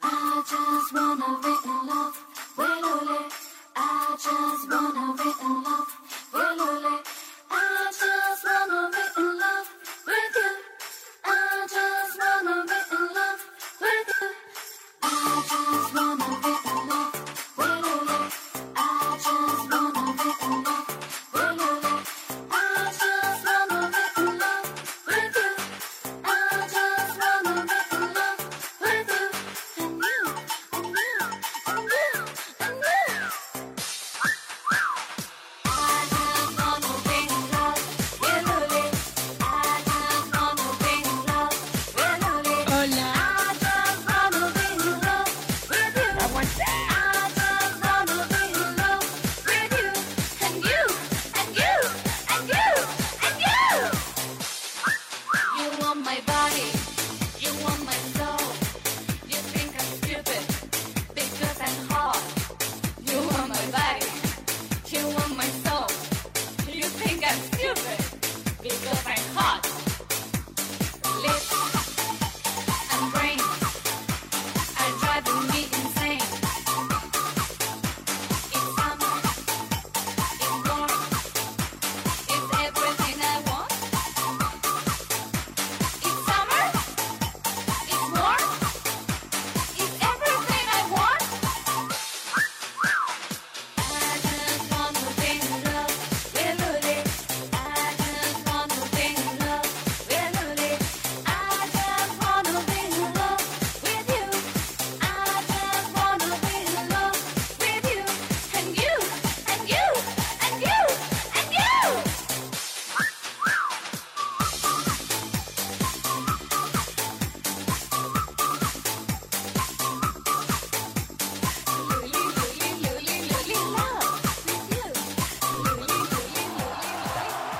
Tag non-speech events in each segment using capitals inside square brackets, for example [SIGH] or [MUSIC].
I just wanna written love, well, ole. I just wanna written love, well, ole. I just wanna written love with you. I just wanna written love with you. I just wanna written love, well, ole. I just wanna written love, well, ole. I just wanna written love with you. I just wanna written love with you. And you, and you, and you, and you. I just wanna be in love with Lily. I just wanna be in love with Lily. I just wanna be in love with you. I just wanna be in love with you. And you, and you, and you, and you. You want my body. You want my soul. You think I'm stupid because I'm hot. You want my body. You want my soul. You think I'm stupid because I'm hot. Lips and brain are driving me insane. It's summer. It's warm. It's everything I want. It's summer. It's warm. It's everything I want. I just wanna be in love with Lily. I just wanna be in love with Lily. I just wanna be in love with you. I just wanna be in love with you and you and you and you and you.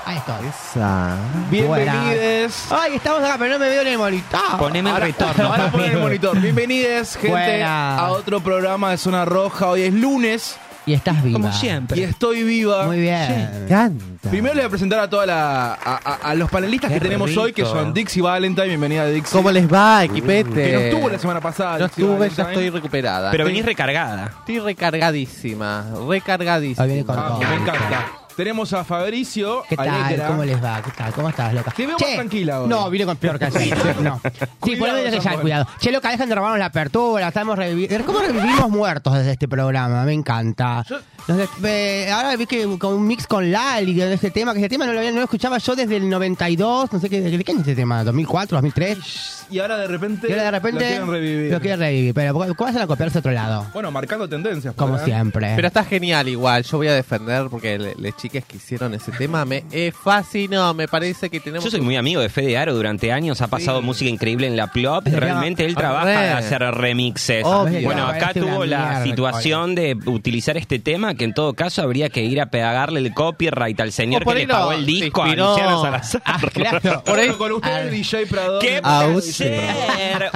Ahí estoy. Esa. Bienvenides. Ay, estamos acá, pero no me veo en el monitor. Poneme el Ah, Ahora- retorno. [LAUGHS] Ahora [LAUGHS] ponen el monitor. Bienvenides, gente, Buena. a otro programa de Zona Roja. Hoy es lunes Y estás viva. Como siempre. y estoy viva. Muy Me bien. encanta. Primero le voy a presentar a toda la, a, a- a los panelistas Qué que tenemos hoy, que rico. son Dixie Valentine. Bienvenida, Dixie. ¿Cómo les va, equipete? que no estuvo la semana pasada. No Dixie estuve, ya Valentine. estoy recuperada. Pero estoy, venís recargada. estoy recargadísima, recargadísima. Ahí viene con Ah, todo. me encanta. Tenemos a Fabricio. ¿Qué tal? Allegra. ¿Cómo les va? ¿Qué tal? ¿Cómo estás, loca? Te veo más tranquila hoy. No, vine con peor [LAUGHS] casi. No. Sí, Cuidado, poneme ya Samuel. el cuidado. Che, loca, dejan de robarnos la apertura. Estamos reviviendo. ¿Cómo revivimos muertos desde este programa? Me encanta. Nos des- eh, ahora vi que con un mix con Lali de este tema, que ese tema no lo, había, no lo escuchaba yo desde el 92, no sé qué, de, de qué es este tema, 2004, 2003. Y ahora de repente. Y ahora de repente Lo quieren revivir. Lo quieren revivir, pero ¿cómo cómo hacen a copiarse a otro lado? Bueno, marcando tendencias. pues, ¿eh? Como ¿verdad? siempre. Pero está genial igual, yo voy a defender porque le- las chicas que hicieron ese tema me eh, fascinó, me parece que tenemos... Yo soy muy amigo de Fede Aro durante años, ha pasado música increíble en la Plop y Pero realmente él a trabaja ver. de hacer remixes. Obvio. Bueno, acá Oh, Parece una tuvo la mierda, situación de utilizar este tema que en todo caso habría que ir a pegarle el copyright al señor O por que ahí le no, pagó el se disco a inspiró. Luciano Salazar. claro. Por ahí. Con ustedes, DJ Prado. ¿Qué Uh. Ah, puede sí. ser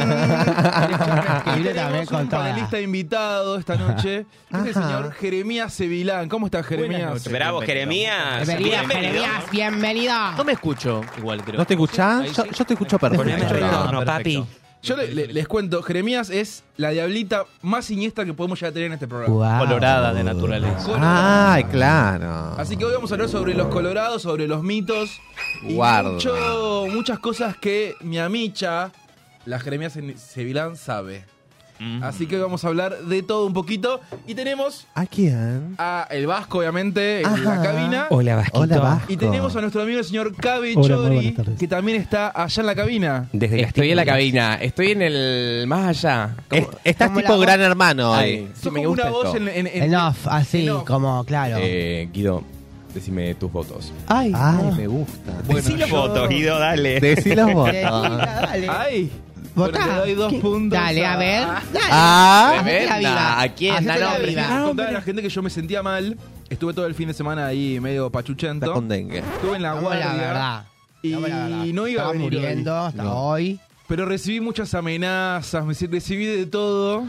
un... Y viene también Tenemos con un toda. panelista invitado esta noche, que es Ajá. el señor Jeremías Sevilán. ¿Cómo estás, Jeremías? Bravo, Jeremías. Bienvenido, Bienvenido. Jeremías, bienvenido. No me escucho. Igual creo. ¿No te escuchás? Ahí Yo, sí. yo te escucho Poneme el perfecto. retorno, Ah, perfecto. papi. Yo le- le- les cuento, Jeremías es la diablita más siniestra que podemos llegar a tener en este programa. Guau. Colorada de naturaleza. Ah. Colorado. Ay, claro. Así que hoy vamos a hablar sobre los colorados, sobre los mitos y Guarda. mucho- muchas cosas que mi amicha, la Jeremías en- Sevilán, sabe. Así que hoy vamos a hablar de todo un poquito y tenemos ¿A quién? a el Vasco, obviamente, en la Ajá. cabina. Hola, Vasquito. Hola, Vasco. Y tenemos a nuestro amigo el señor Cabe Hola, muy Chori, buenas tardes. que también está allá en la cabina. Desde las Estoy en la tinieblas. cabina, estoy en el más allá. Es- estás Como la tipo voz- gran hermano hoy. Ay, Sos sí, me como gusta una voz esto. en, en- en- En off, así, En off. como, claro. Eh, Guido, decime tus votos. Ay, Ay, no. me gusta. Bueno, Decí los yo- votos, Guido, dale. Decí los votos. Dale. Ay, Votá. Bueno, te doy dos ¿Qué? puntos Dale, a- a ver. Dale. Ah, Hacete la tremenda. viva. ¿A quién? Hacete la No, no, Ah, viva. Contar a la gente que yo me sentía mal Estuve todo el fin de semana ahí medio pachuchento. Está con dengue. Estuve en la Vamos a guardia. la verdad. Y Vamos a la verdad. no iba a Estaba venir hoy. muriendo hasta hoy. Pero recibí muchas amenazas, me recibí de todo.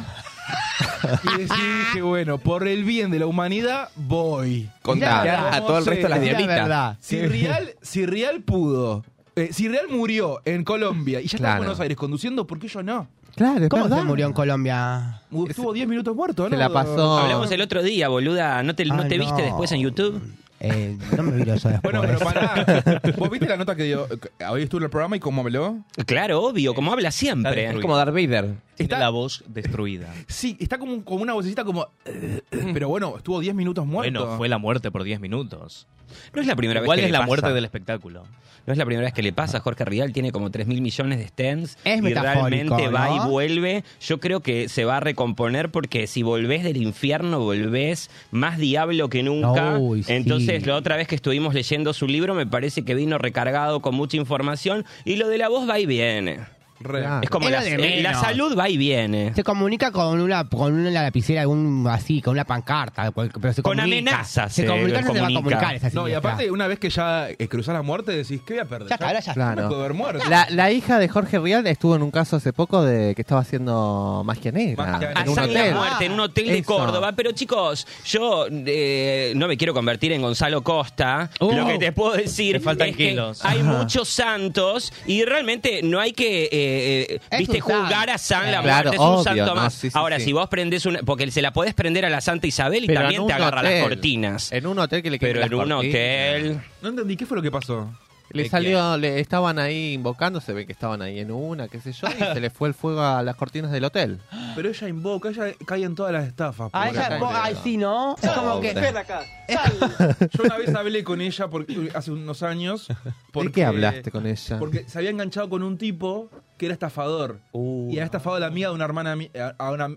y decidí, dije, bueno, por el bien de la humanidad, voy. Contá Mirá, a hermoso. todo el resto de las Es la Es la diablitas. verdad. Si Real, si Real pudo, eh, si Real murió en Colombia y ya está en Claro. Buenos Aires conduciendo, ¿por qué yo no? Claro, ¿Cómo se murió en Colombia? Estuvo 10 minutos muerto, ¿no? Se la pasó. Hablamos el otro día, boluda. ¿No te, no Ah, te viste no. después en YouTube? Eh, no me viro eso después. Bueno, pero [LAUGHS] pará. ¿Vos viste la nota que dio? que Hoy estuvo en el programa y cómo habló. Claro, obvio, como habla siempre. Está Es como Darth Vader. Tiene Está- la voz [LAUGHS] destruida. Sí, está como, como una vocecita como... [CLEARS THROAT] "Eh, eh", Pero bueno, estuvo 10 minutos muerto. Bueno, fue la muerte por 10 minutos. No es la primera Igual vez que es le la pasa. muerte del espectáculo. No es la primera vez que le pasa. Jorge Rial tiene como 3 mil millones de stents. Es y metafórico, realmente va ¿no? y vuelve. Yo creo que se va a recomponer porque si volvés del infierno, volvés más diablo que nunca. Uy, sí. Entonces, la otra vez que estuvimos leyendo su libro, me parece que vino recargado con mucha información. Y lo de la voz va y viene. Re. Claro. Es como Es lo la, de eh, menos. la salud va y viene. Se comunica con una, con una lapicera, un, así, con una pancarta. cual- Pero se Con comunica. amenazas Se se comunica, se, va a comunica. comunicar. Esa No, y siniestra. aparte, una vez que ya eh, cruzás la muerte, decís, ¿qué voy a perder? Ya está, ahora ya está. Me puedo Claro. haber muerto. La, la hija de Jorge Rial estuvo en un caso hace poco de que estaba haciendo magia negra Magia en negra. un Azar la hotel. muerte en un hotel de Eso. Córdoba. Pero chicos, yo eh, no me quiero convertir en Gonzalo Costa. Uh. Lo que te puedo decir Te faltan es que kilos. hay muchos santos y realmente no hay que eh, eh, Es viste un santo. juzgar a San la Claro, muerte. es un obvio, santo no, más. sí, sí, Ahora, sí. si vos prendés una... Porque se la podés prender a la Santa Isabel y Pero en también te un agarra hotel. las cortinas. En un hotel que le Pero quitan en las un cortinas. hotel... No entendí, ¿qué fue lo que pasó? Le ¿De salió, le estaban ahí invocando, se ve que estaban ahí en una, qué sé yo, y se le fue el fuego a las cortinas del hotel. Pero ella invoca, ella cae en todas las estafas. A pobre. Ah, ella, Pobre. vos- ay, sí, ¿no? Es como que. Yo una vez hablé con ella porque, hace unos años. Porque, ¿De qué hablaste con ella? Porque se había enganchado con un tipo que era estafador. Uh. Y había estafado a la amiga de una hermana. mi- a- A una,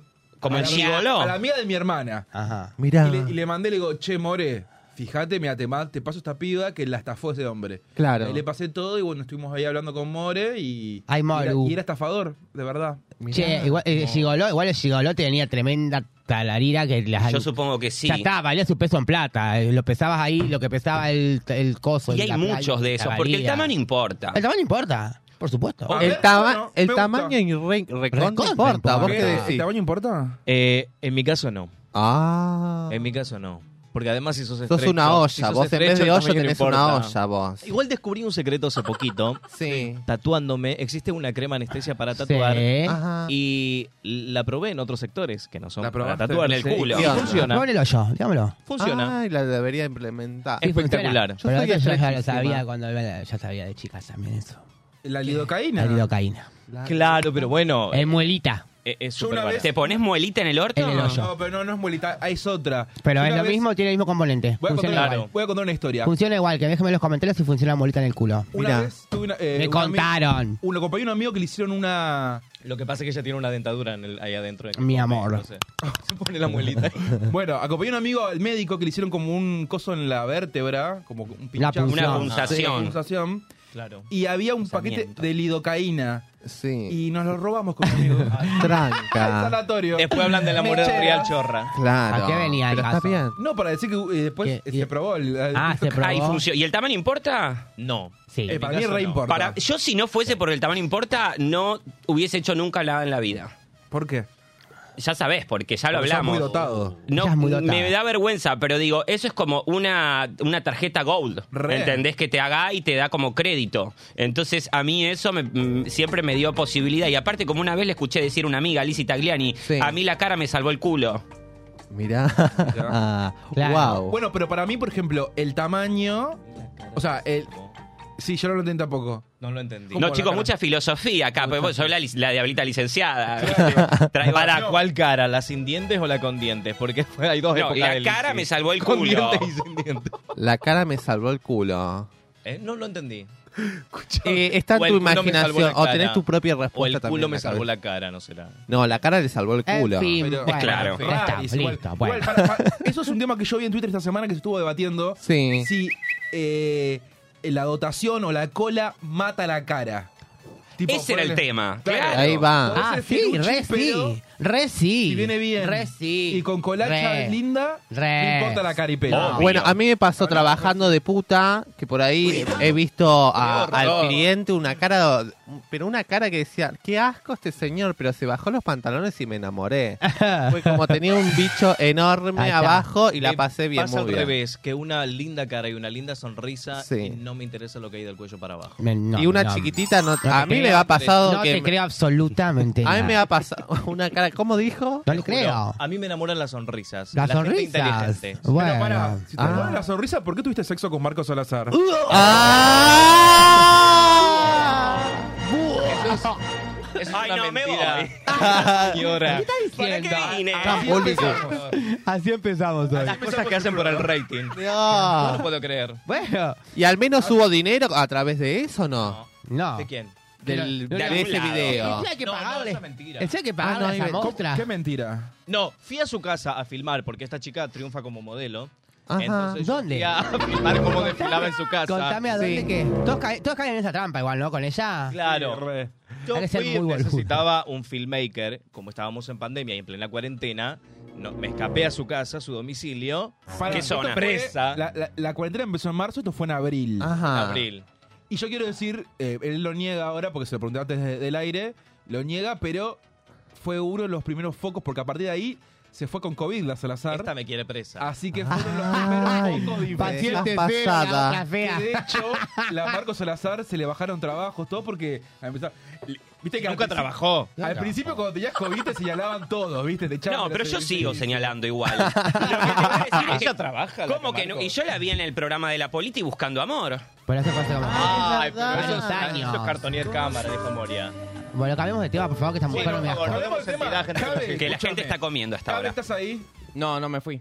Como a el la- gigoló. A la amiga de mi hermana. Ajá. Mirá, Y le, y le mandé, le digo, che, More, fíjate, mira, te, ma- te paso esta piba que la estafó ese hombre. Claro. Y le pasé todo y bueno, estuvimos ahí hablando con More y. Ay, y era- Maru. Y, era estafador, de verdad. mirá. Che, igual el Gigoló, igual el Gigoló tenía tremenda talarira que las. Yo supongo que sí. Ya está, valía su peso en plata. eh, Lo pesabas ahí, lo que pesaba el, el coso. Y el- hay la- muchos la de esos, porque el talarira. tamaño importa. El tamaño importa, por supuesto. Oh, El, tama- Bueno, el me gusta. tamaño y re- recontra Recontra importa, vos importa. qué ¿El decís. tamaño importa? Eh, en mi caso no. Ah, En mi caso no. Porque además si sos sos estrecho- una si olla, sos vos en vez estrecho, de el olla tamaño no tenés una importa. olla vos. Igual descubrí un secreto hace [LAUGHS] poquito. Sí. Tatuándome, existe una crema anestesia para Sí. tatuar. Ajá. Y la probé en otros sectores que no son ¿La para probaste? tatuar. En el culo. Y funciona. ah, Pónmelo yo, digámoslo. Funciona. Eh, Ay, la debería implementar. Es- espectacular. Pero Yo soy eso yo ya lo estrechísima. sabía cuando era- ya sabía de chicas también eso. La lidocaína. La lidocaína. Claro, pero bueno. El muelita. es- es Yo una superbarato. vez- ¿Te pones muelita en el orto? En el hoyo. No, pero no, no es molita, es otra. Pero Yo es una lo vez- mismo, tiene el mismo componente. Voy a, Funciona contar, igual. igual. voy a contar una historia. Funciona igual, que déjenme en los comentarios si funciona la molita en el culo. Una Mirá. vez tuve una, eh, Me un contaron. ami- Un acompañé a un amigo que le hicieron una. [LAUGHS] Lo que pasa es que ella tiene una dentadura en el- ahí adentro. en el Mi cofre, amor. entonces, Ah, se pone [LAUGHS] la muelita. Bueno, acompañé a un amigo al médico que le hicieron como un coso en la vértebra, como un pinchazo. punción. Ah, Una Sí, una punzación. punzación. claro. [LAUGHS] Y había un paquete Punzamiento. de lidocaína. Sí. Y nos lo robamos con mi amigo. [LAUGHS] Ah. [LAUGHS] Al Tranca. sanatorio. Después hablan del amor de Mechera. Real Chorra. Claro. ¿A qué venía el Pero está caso? bien. No, para decir que eh, después ¿Qué? eh, se probó. el- el- Ah, se probó. Ahí funciona. ¿Y el tamaño importa? No. Sí. Eh, En para mi mí caso re no. importa. Para, yo si no fuese por el tamaño importa, no hubiese hecho nunca nada en la vida. ¿Por qué? Ya sabés, porque ya lo Porque sos hablamos. muy dotado. No, Ya es muy dotado. me da vergüenza, pero digo, eso es como una, una tarjeta gold. Re. ¿Entendés? Que te haga y te da como crédito. Entonces, a mí eso me- mm, siempre me dio posibilidad. Y aparte, como una vez le escuché decir a una amiga, Lizzie Tagliani, Sí. a mí la cara me salvó el culo. Mirá. [LAUGHS] Claro. Wow. Bueno, pero para mí, por ejemplo, el tamaño. O sea, el. Sí, yo no lo entendí tampoco. No lo entendí. No, la chicos, cara? mucha filosofía acá. porque vos soy la, lic- la diablita [LAUGHS] licenciada. Trae- ¿Para No, cuál cara? ¿La sin dientes o la con dientes? Porque fue- hay dos No, épocas la del cara sí. me salvó el Con culo. dientes y sin dientes. La cara me salvó el culo. Eh, No lo entendí. Eh, está en O el tu culo me salvó la imaginación. O cara. tenés tu propia respuesta O el también culo en me salvó cabeza. la cara, no será. No, la cara le salvó el En culo. fin, Pero- Mm, bueno, Claro. ya está, Rarísimo. Igual- listo. Bueno. igual, para- para- eso es un tema que yo vi en Twitter esta semana que se estuvo debatiendo. Sí. Si eh, la dotación o la cola mata la cara. Tipo, Ese era el ponele- tema. Claro. Claro. Ahí va. Podés Ah, ser sí, firuchi, re pero sí. Re sí. Y viene bien. Re sí. Y con colacha Re. linda, Re. no importa la caripela. Ah, Obvio. Bueno, a mí me pasó trabajando de puta que por ahí he visto a- al cliente una cara, pero una cara que decía, qué asco este señor, pero se bajó los pantalones y [LAUGHS] me enamoré. Fue como tenía un bicho Ahí enorme está. abajo y la Me pasé bien, Eh, Pasa muy al bien. revés, que una linda cara y una linda sonrisa Sí. y no me interesa lo que hay del cuello para abajo. Me- no, y una no. chiquitita, no, te a mí creo, me ha pasado No que... te me- creo absolutamente. a mí nada. me ha pasado [LAUGHS] una cara, ¿cómo dijo? No le Te juro, creo. A mí me enamoran las sonrisas. Las la Gente sonrisas. inteligente. Pero Bueno. pará, si te Ah. roban la sonrisa, ¿por qué tuviste sexo con Marcos Salazar? Uh, [LAUGHS] ¡Ah! Es Ay, una no, me mentira. voy. Y ahora, ¿Para qué vine? Así empezamos hoy. Las cosas que hacen por el rating. Dios. No lo puedo creer. Bueno, ¿Y al menos hubo dinero a través de eso o no? no. ¿De quién? Del, No, no, de no, ese no, no. video. Eso hay que No, no, pagarle. esa mentira. Eso hay que Ah, no, pagarle a hay- esa ¿cómo- mostra. Qué mentira. No, fui a su casa a filmar porque esta chica triunfa como modelo. Ajá. Entonces yo ¿Dónde? fui a [LAUGHS] filmar cómo desfilaba en su casa. Contame a dónde que. Todos, ca- todos caen en esa trampa igual, ¿no? Con ella. Claro. Yo Hay que ser fui, muy boludo. necesitaba un filmmaker, como estábamos en pandemia y en plena cuarentena, no, me escapé a su casa, a su domicilio, Pará, ¿Qué esto zona? fue- presa, La, la- la cuarentena empezó en marzo, esto fue en abril. Ah. Ajá. abril. Y yo quiero decir, eh, él lo niega ahora porque se lo pregunté antes de- del aire, lo niega, pero fue uno de los primeros focos porque a partir de ahí se fue con COVID la Salazar. Esta me quiere presa. Así que fueron los Ay, primeros focos de paciente infección. Estás pasada. La otra fea. Que de hecho, la Marcos Salazar se le bajaron trabajos, todo porque a empezar- Viste que al Nunca principio- trabajó. Al principio cuando tenías COVID te señalaban todos, ¿viste? Te echaban No, de pero la yo servicio. sigo señalando [LAUGHS] igual. Lo que te voy a decir es que- Ella trabaja. la ¿Cómo que no? Marco. Y yo la vi en el programa de la Politi buscando amor. Por eso pasa como. Ay, pero verdad. eso, es- Años. eso es cartonier cámara, dijo Moria. Bueno, cambiemos de tema, por favor, que esta mujer por no me favor. acuerdo. Hablemos del Hablemos tema. entidad, gente Cabe, Que la escúchame. gente está comiendo hasta Cabe, ahora. ¿Estás ahí? No, no me [LAUGHS] fui.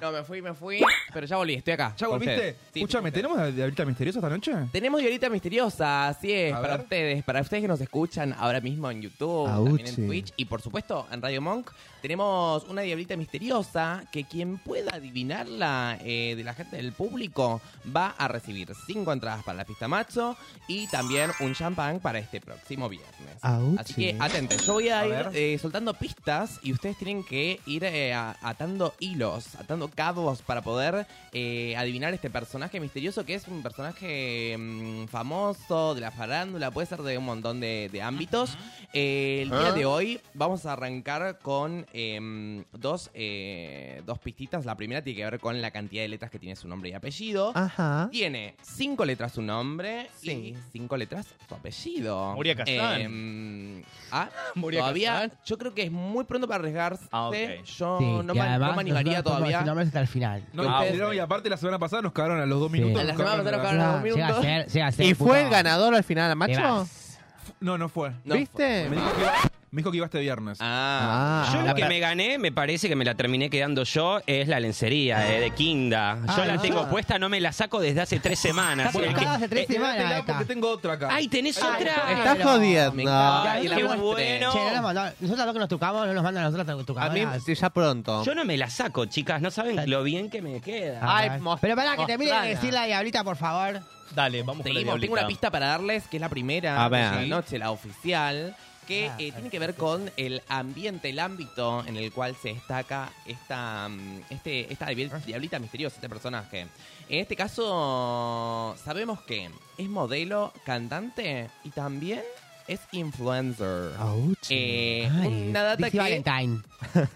No, me fui, me fui. Pero ya volví, estoy acá. ¿Ya con volviste? ustedes. Sí, Escúchame, sí, sí. ¿tenemos de ahorita misteriosa esta noche? Tenemos Violita Misteriosa, así es, A para ver. ustedes, para ustedes que nos escuchan ahora mismo en YouTube, también Auchi. en Twitch y por supuesto en Radio Monk. Tenemos una Diablita Misteriosa que quien pueda adivinarla eh, de la gente del público va a recibir cinco entradas para la pista macho y también un champán para este próximo viernes. Auchi. Así que atentos, yo voy a, A ir ver. eh, soltando pistas y ustedes tienen que ir eh, a- atando hilos, atando cabos para poder eh, adivinar este personaje misterioso que es un personaje mm, famoso de la farándula, puede ser de un montón de, de ámbitos. Eh, el día de hoy vamos a arrancar con em, dos, eh, dos pistitas. La primera tiene que ver con la cantidad de letras que tiene su nombre y apellido. Ah. Ajá. Tiene cinco letras su nombre Sí. y cinco letras su apellido. Moria Kazan. Em, [LAUGHS] ah, Moria todavía, Kazan. yo creo que es muy pronto para arriesgarse. Ah, ok. Yo Sí, no, y me, además, no me animaría nosotros podemos decir todavía. nombres hasta el final. No, Ah, no, ok. y aparte la semana pasada nos cagaron a los dos Sí. minutos. A la nos semana cagaron pasada a nos Ah, cagaron a llega los a minutos. ser, llega a ser. ¿Y fue puto. el ganador al final, Te macho? vas. la- No, no fue. No, ¿Viste? Me, dijo que iba, me dijo que iba este viernes. Ah, Ah, Yo la que bueno. me gané, me parece que me la terminé quedando yo, es la lencería eh, de Kinda. Yo Ah, la ah. tengo puesta, no me la saco desde hace tres semanas. Está El que- colocada hace tres Quédatela semanas. esta. Este eh, porque tengo otra acá. ¡Ay, tenés Ay, otra! está- estás pero- jodiendo. me encanta. Ay, Y la qué muestre. bueno. Che, no nos mandó- nosotros lo que nos tocamos no nos mandan a nosotros las A mí, tocadoras. Ah, sí, ya pronto. Yo no me la saco, chicas, no saben lo bien que me queda. Ay, Ah, mos- Pero pará, que termine de mostrala. decir la diablita, por favor. Dale, vamos con la Seguimos, tengo diablita. una pista para darles, que es la primera A ver. de la noche, la oficial, que Ah, eh, tiene que ver con el ambiente, el ámbito en el cual se destaca esta, mm, este, esta diabl- diablita misteriosa, este personaje. En este caso, sabemos que es modelo, cantante y también es influencer. Auchi. Eh, Ay, una data Dixie que Valentine.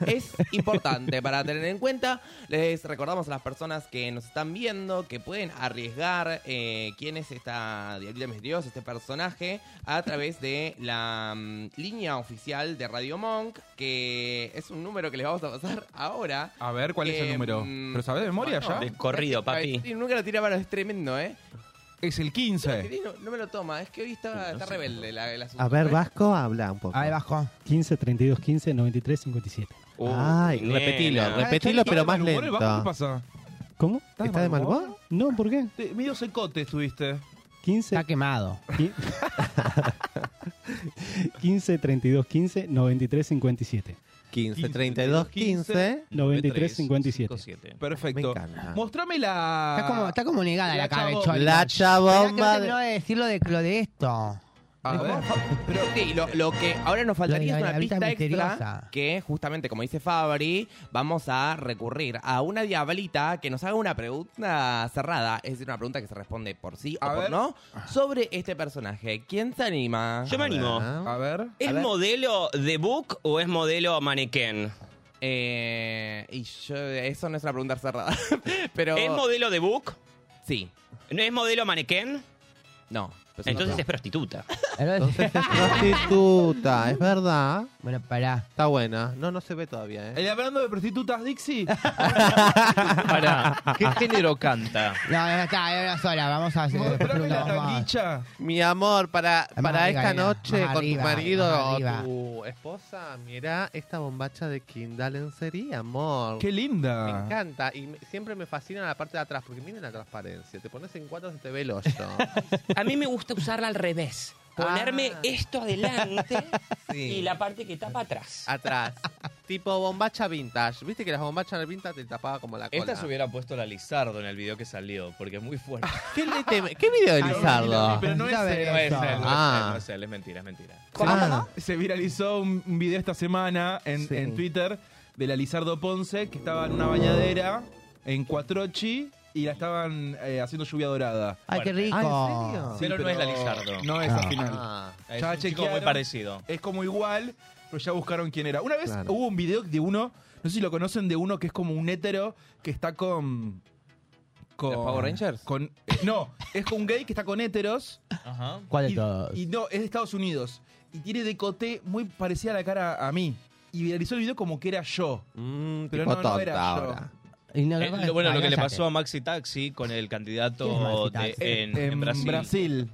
es importante para tener en cuenta. Les recordamos a las personas que nos están viendo que pueden arriesgar eh, quién es esta Diablita Misteriosa, este personaje, a través de la mm, línea oficial de Radio Monk, que es un número que les vamos a pasar ahora. A ver, ¿cuál es el Eh, número? mm, ¿Pero sabés de memoria bueno, ya? De corrido, papi. Y nunca lo tiraba, es tremendo, ¿eh? Es el 15. No, no me lo toma, es que hoy está, está rebelde la, el asunto. A ver, Vasco, habla un poco. A ver, bajo. 15, 32, 15, 93, 57. Ay, nena. repetilo, repetilo, ¿Estás de pero más mal humor, el Vasco? ¿Qué lento. pasa? ¿Cómo? ¿Está de mal humor? No, ¿por qué? Te- Medio secote estuviste. 15, Está quemado. qui- 15, 32, 15, 93, 57. 15, 32, 15. 93, 57. Perfecto. Me encanta. Mostrame la... Está como, está como negada la la cara de chavo- Chori. La Esperá que no chabomba. terminó de decir lo de, lo de esto. A ver. Pero sí, lo, lo que ahora nos faltaría La- es la- una la pista vida extra misteriosa. que justamente, como dice Fabri, vamos a recurrir a una diablita que nos haga una pregunta cerrada, es decir, una pregunta que se responde por sí o A por ver. no, sobre este personaje. ¿Quién se anima? Yo me A ver. animo. A ver. ¿Es modelo de book o es modelo manequén? Eh, y yo, eso no es una pregunta cerrada. [LAUGHS] Pero... ¿Es modelo de book? Sí. ¿No es modelo manequén? No. pues no Entonces creo. es prostituta. Entonces es [LAUGHS] prostituta, es verdad. [LAUGHS] Bueno, pará. Está buena. No, no se ve todavía, ¿eh? Eh, hablando de prostitutas, Dixie. [LAUGHS] Para, ¿qué género canta? No, no, está, era una sola. Vamos a hacer. después preguntamos más. Mi amor, para, Más para arriba, esta nena, noche más con arriba, tu marido más o arriba. tu esposa, mira esta bombacha de Kinda Lencería, amor. Qué linda. Me encanta y me- siempre me fascina la parte de atrás porque miren la transparencia. Te pones en cuatro se te ve el [LAUGHS] hoyo. A mí me gusta usarla al revés. Ah. Ponerme esto [LAUGHS] adelante y la parte que tapa atrás. atrás. tipo bombacha vintage. Viste que las bombachas vintage te tapaba como la cola. Esta se hubiera puesto la Lizardo en el video que salió, porque es muy fuerte. ¿Qué, le teme- qué video de Ay, Lizardo? Pero Ah, no es él, no es él, no es él, Ah. no es él, es mentira, es mentira. Ah. Se viralizó un, un video esta semana en, en Twitter de la Lizardo Ponce que estaba en una bañadera en Cuatrochi y la estaban eh, haciendo lluvia dorada. Ay, qué rico. Ah, ¿en serio? Sí, Pero no es la Lizardo. No es al Ah. final. Ah. Es Ya un chico chequearon, muy parecido. Es como igual, pero ya buscaron quién era. Una vez Claro. hubo un video de uno, no sé si lo conocen, de uno que es como un hétero que está con. con ¿Los Power Rangers? Con, eh, no, es con un gay que está con héteros. Ajá. Eh, ¿Cuál de Y- todos? Y no, es de Estados Unidos. Y tiene decote muy parecida a la cara a mí. Y viralizó el video como que era yo. Mm, pero Mm, tipo no, no era yo. tonta ahora. Y no- Eh, lo- bueno, lo que le cállate. pasó a Maxi Taxi con el ¿Quién es candidato Maxi de- Taxi? en, En en Brasil. Brasil.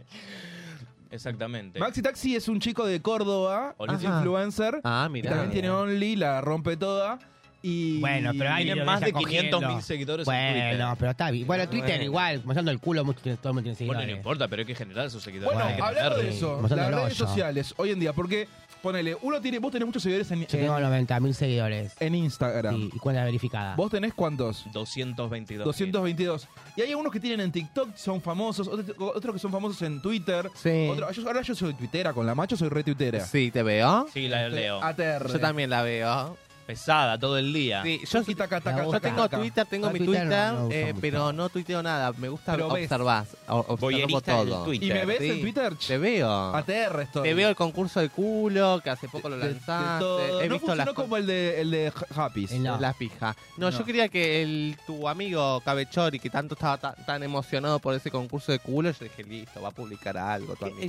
Exactamente. Maxi Taxi es un chico de Córdoba, Hola. es Ajá. influencer. Ah, y mirá. también tiene Only, la rompe toda. Y Bueno, pero hay Tiene videos más ella de cogiendo. 500.000 seguidores en Twitter. Bueno, pero está bien. Bueno, Twitter Bueno. igual, mostrando el culo, mucho, todo el mundo tiene Bueno, no seguidores. importa, pero hay que generar sus seguidores. Bueno, hay que hablando de tenerlos. eso, Mostrando las el redes hoyo. sociales hoy en día, porque ponele, uno tiene, vos tenés muchos seguidores en, Yo tengo en- 90.000 seguidores. en Instagram. Sí, y cuenta verificada. ¿Vos tenés cuántos? 222. 222. Y hay algunos que tienen en TikTok, son famosos, otros, otros que son famosos en Twitter. Sí. Otros- yo- ahora yo soy tuitera, con la macho soy re tuitera. Este, Sí, te veo. Sí, la leo. ATR. Yo también la Ah. veo. Pesada todo el día. Sí, yo, Tuki, taca, taca, yo taca, tengo taca. Twitter, tengo Ah, mi Twitter Twitter, no, no uso eh, mucho. pero no tuiteo nada. Me gusta Pero ves. observar. Observo Voyerista en todo. el ¿Y me Twitter. ves Sí. en Twitter? Te veo. ATR estoy. Te veo el concurso de culo, que hace poco lo De- de lanzaste. todo. He no visto funcionó las, como el de, el de Happy. El- No. las pijas. No, No. yo quería que el, tu amigo Cabechori, que tanto estaba ta- tan emocionado por ese concurso de culo, yo dije, listo, va a publicar algo tu amigo.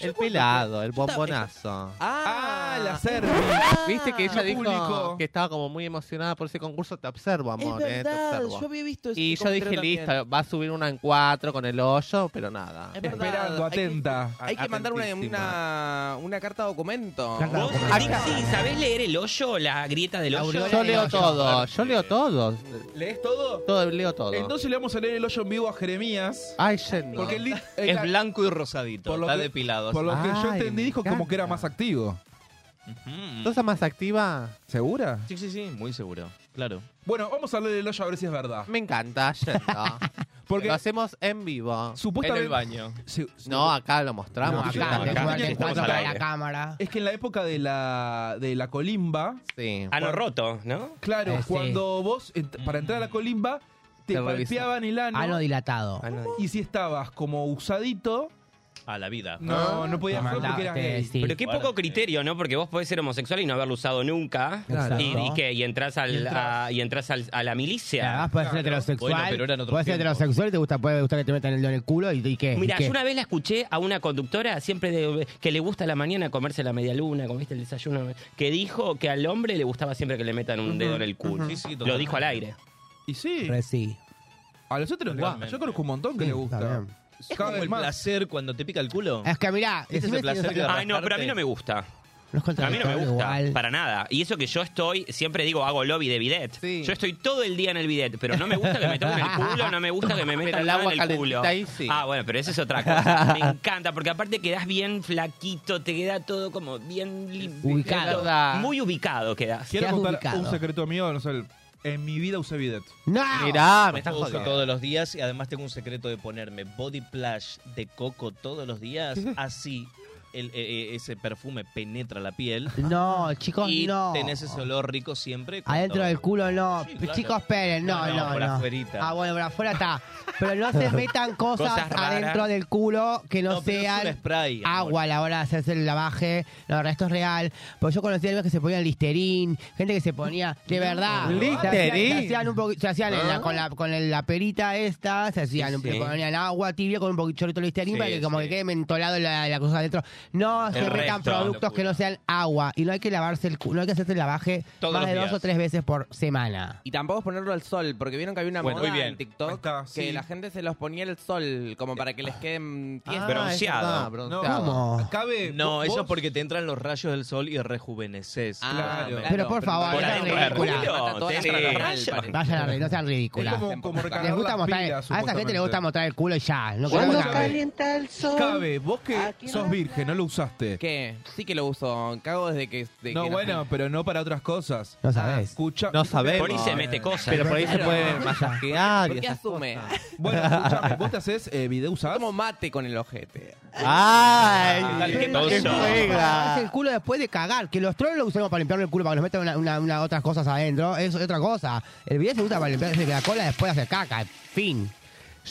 el pelado, el bombonazo. Ah, Ah, [LAUGHS] la Servi. Viste que ella lo dijo publicó. que estaba como muy emocionada por ese concurso. Te observo, amor, eh, te observo. había visto Y yo dije, lista. listo, va a subir una en cuatro con el hoyo, pero nada. Es verdad. Esperando, Hay que- atenta. Hay que mandar una, Atentísima. una, Ah, una carta documento. Carta ¿Vos, Acá. Dixie, sabés leer el hoyo, la grieta del La hoyo? aureola Yo del leo hoyo. todo, yo leo todo. ¿Lees todo? todo leo todo. Entonces le vamos a leer el hoyo en vivo a Jeremías. Ay, yendo. Porque él, di- él- Es blanco y rosadito. Por lo Está que- depilado. Por lo que yo Ay, entendí, me dijo como que era encanta. más activo. Ujú. ¿Tú estás más activa? ¿Segura? Sí, sí, sí. Muy seguro. Claro. Bueno, vamos a leer el hoyo a ver si es verdad. Me encanta, [LAUGHS] yendo. Porque Lo hacemos en vivo. En supuestamente. el baño. Se- No, acá lo No, mostramos. acá, yo acá, no, acá. acá, Estamos al acá, la aire. cámara. Es que en la época de la, de la colimba, Sí. Ah, no, roto, ¿no? claro, Eh, sí. cuando vos, ent- para entrar a la colimba, te, Te revisan. palpeaban el Ah, ano. Ano dilatado. y si estabas como usadito, A la vida. no, no podías Te jugar porque eras mandaste, gay. sí. Pero qué Bueno, poco sí. criterio, ¿no? Porque vos podés ser homosexual y no haberlo usado nunca. Claro. Y, y qué, y entras, al, a, y entras al- a la milicia. Además, puedes ser heterosexual. Bueno, pero eran otros puedes ser tiempos. heterosexual y te gusta, puede gustar que te metan el dedo en el culo y, y qué. y Mira, qué. yo una vez la escuché a una conductora siempre de- que le gusta a la mañana comerse la media luna, comiste el desayuno, que dijo que al hombre le gustaba siempre que le metan un dedo en el culo. Sí, sí, Lo totalmente. dijo al aire. Y sí, Re sí. a los otros les gusta. Totalmente. Yo conozco un montón que le está gusta. bien. Es como vez el más. placer cuando te pica el culo. Es que mirá, Este es el decime si placer no sé de qué- la- Ay, no, pero a mí no me gusta. no es contra A mí no me gusta, igual. para nada. Y eso que yo estoy, siempre digo, hago lobby de bidet. Sí. Yo estoy todo el día en el bidet, pero no me gusta que me toquen el culo, no me gusta que me metan el nada agua en el culo. calentita ahí sí. Ah, bueno, pero eso es otra cosa. [LAUGHS] Me encanta, porque aparte quedás bien flaquito, te queda todo como bien lim- Ubicado. es verdad. Muy ubicado quedás. Quiero Quedas contar ubicado. un secreto mío, no sé, el- En mi vida usé bidet. ¡No! Mirá, me me estás jodiendo. todos los días y además tengo un secreto de ponerme body plush de coco todos [LAUGHS] los días. Así el- eh, eh, ese perfume penetra la piel. No, chicos, y no. tenés ese olor rico siempre. cuando- Adentro del culo no. Sí, claro. Chicos, esperen, no, No, no, no, no. por afuerita. Ah, bueno, por afuera está. Pero no [LAUGHS] se metan cosas, Cosas raras. adentro del culo que no, No, pero es sean un spray, amor. agua Ah, a la hora de hacerse el lavaje. No, esto es real. Porque yo conocí a alguien que se ponían listerín, gente que se ponía, de verdad. Listerine. Se hacían- se hacían un poquito, se hacían en la- Ah. con, la, con el- la perita esta, se hacían, un- Sí, sí. se ponían agua tibia con un poquito de listerín Sí, para que como sí. que quede mentolado la, la cosa adentro. No se El metan resto, productos que no sean agua y no hay que lavarse el culo, no hay que hacerse el lavaje Todos más los de dos días. o tres veces por semana. Y tampoco ponerlo al sol, porque vieron que había una Bueno, moda muy bien. en TikTok Está, que sí. la gente se los ponía al sol, como para que les queden Ah, tiesos. Bronceado. es verdad, No, bronceado. ¿Cómo? Cabe. No, vos- eso vos- porque te entran los rayos del sol y rejuveneces. Ah, Claro. Pero por favor, Por no ahí sean no Claro. es ridículas. culo, Mata todas te- las partes, Sí. parece. Vayan a reír, no sean Es ridículas. como, como recargar Les gusta las mostrar, pilas, a esa gente le gusta supuestamente. mostrar el culo y ya. No Cuando queremos saber. cae- Cabe, vos que sos virgen, no lo usaste. ¿Qué? Sí que lo uso. Cago desde que. de No, que bueno, pero no para otras cosas. No sabés. Escucha. No sabemos. Por ahí se mete cosas. Pero por ahí se Claro. puede masajear y ¿Por qué esas asume? cosas. Bueno, escuchame, vos te haces eh, video usado. Como mate con el ojete. ¡Ay! Ah, Dale, ¡Qué qué oso. juega! Es el culo después de cagar. Que los trolls lo usemos para limpiarle el culo, para que nos metan una, una- una- otras cosas adentro. Eso es otra cosa. El video se usa para limpiarse la cola después de hacer caca. Fin.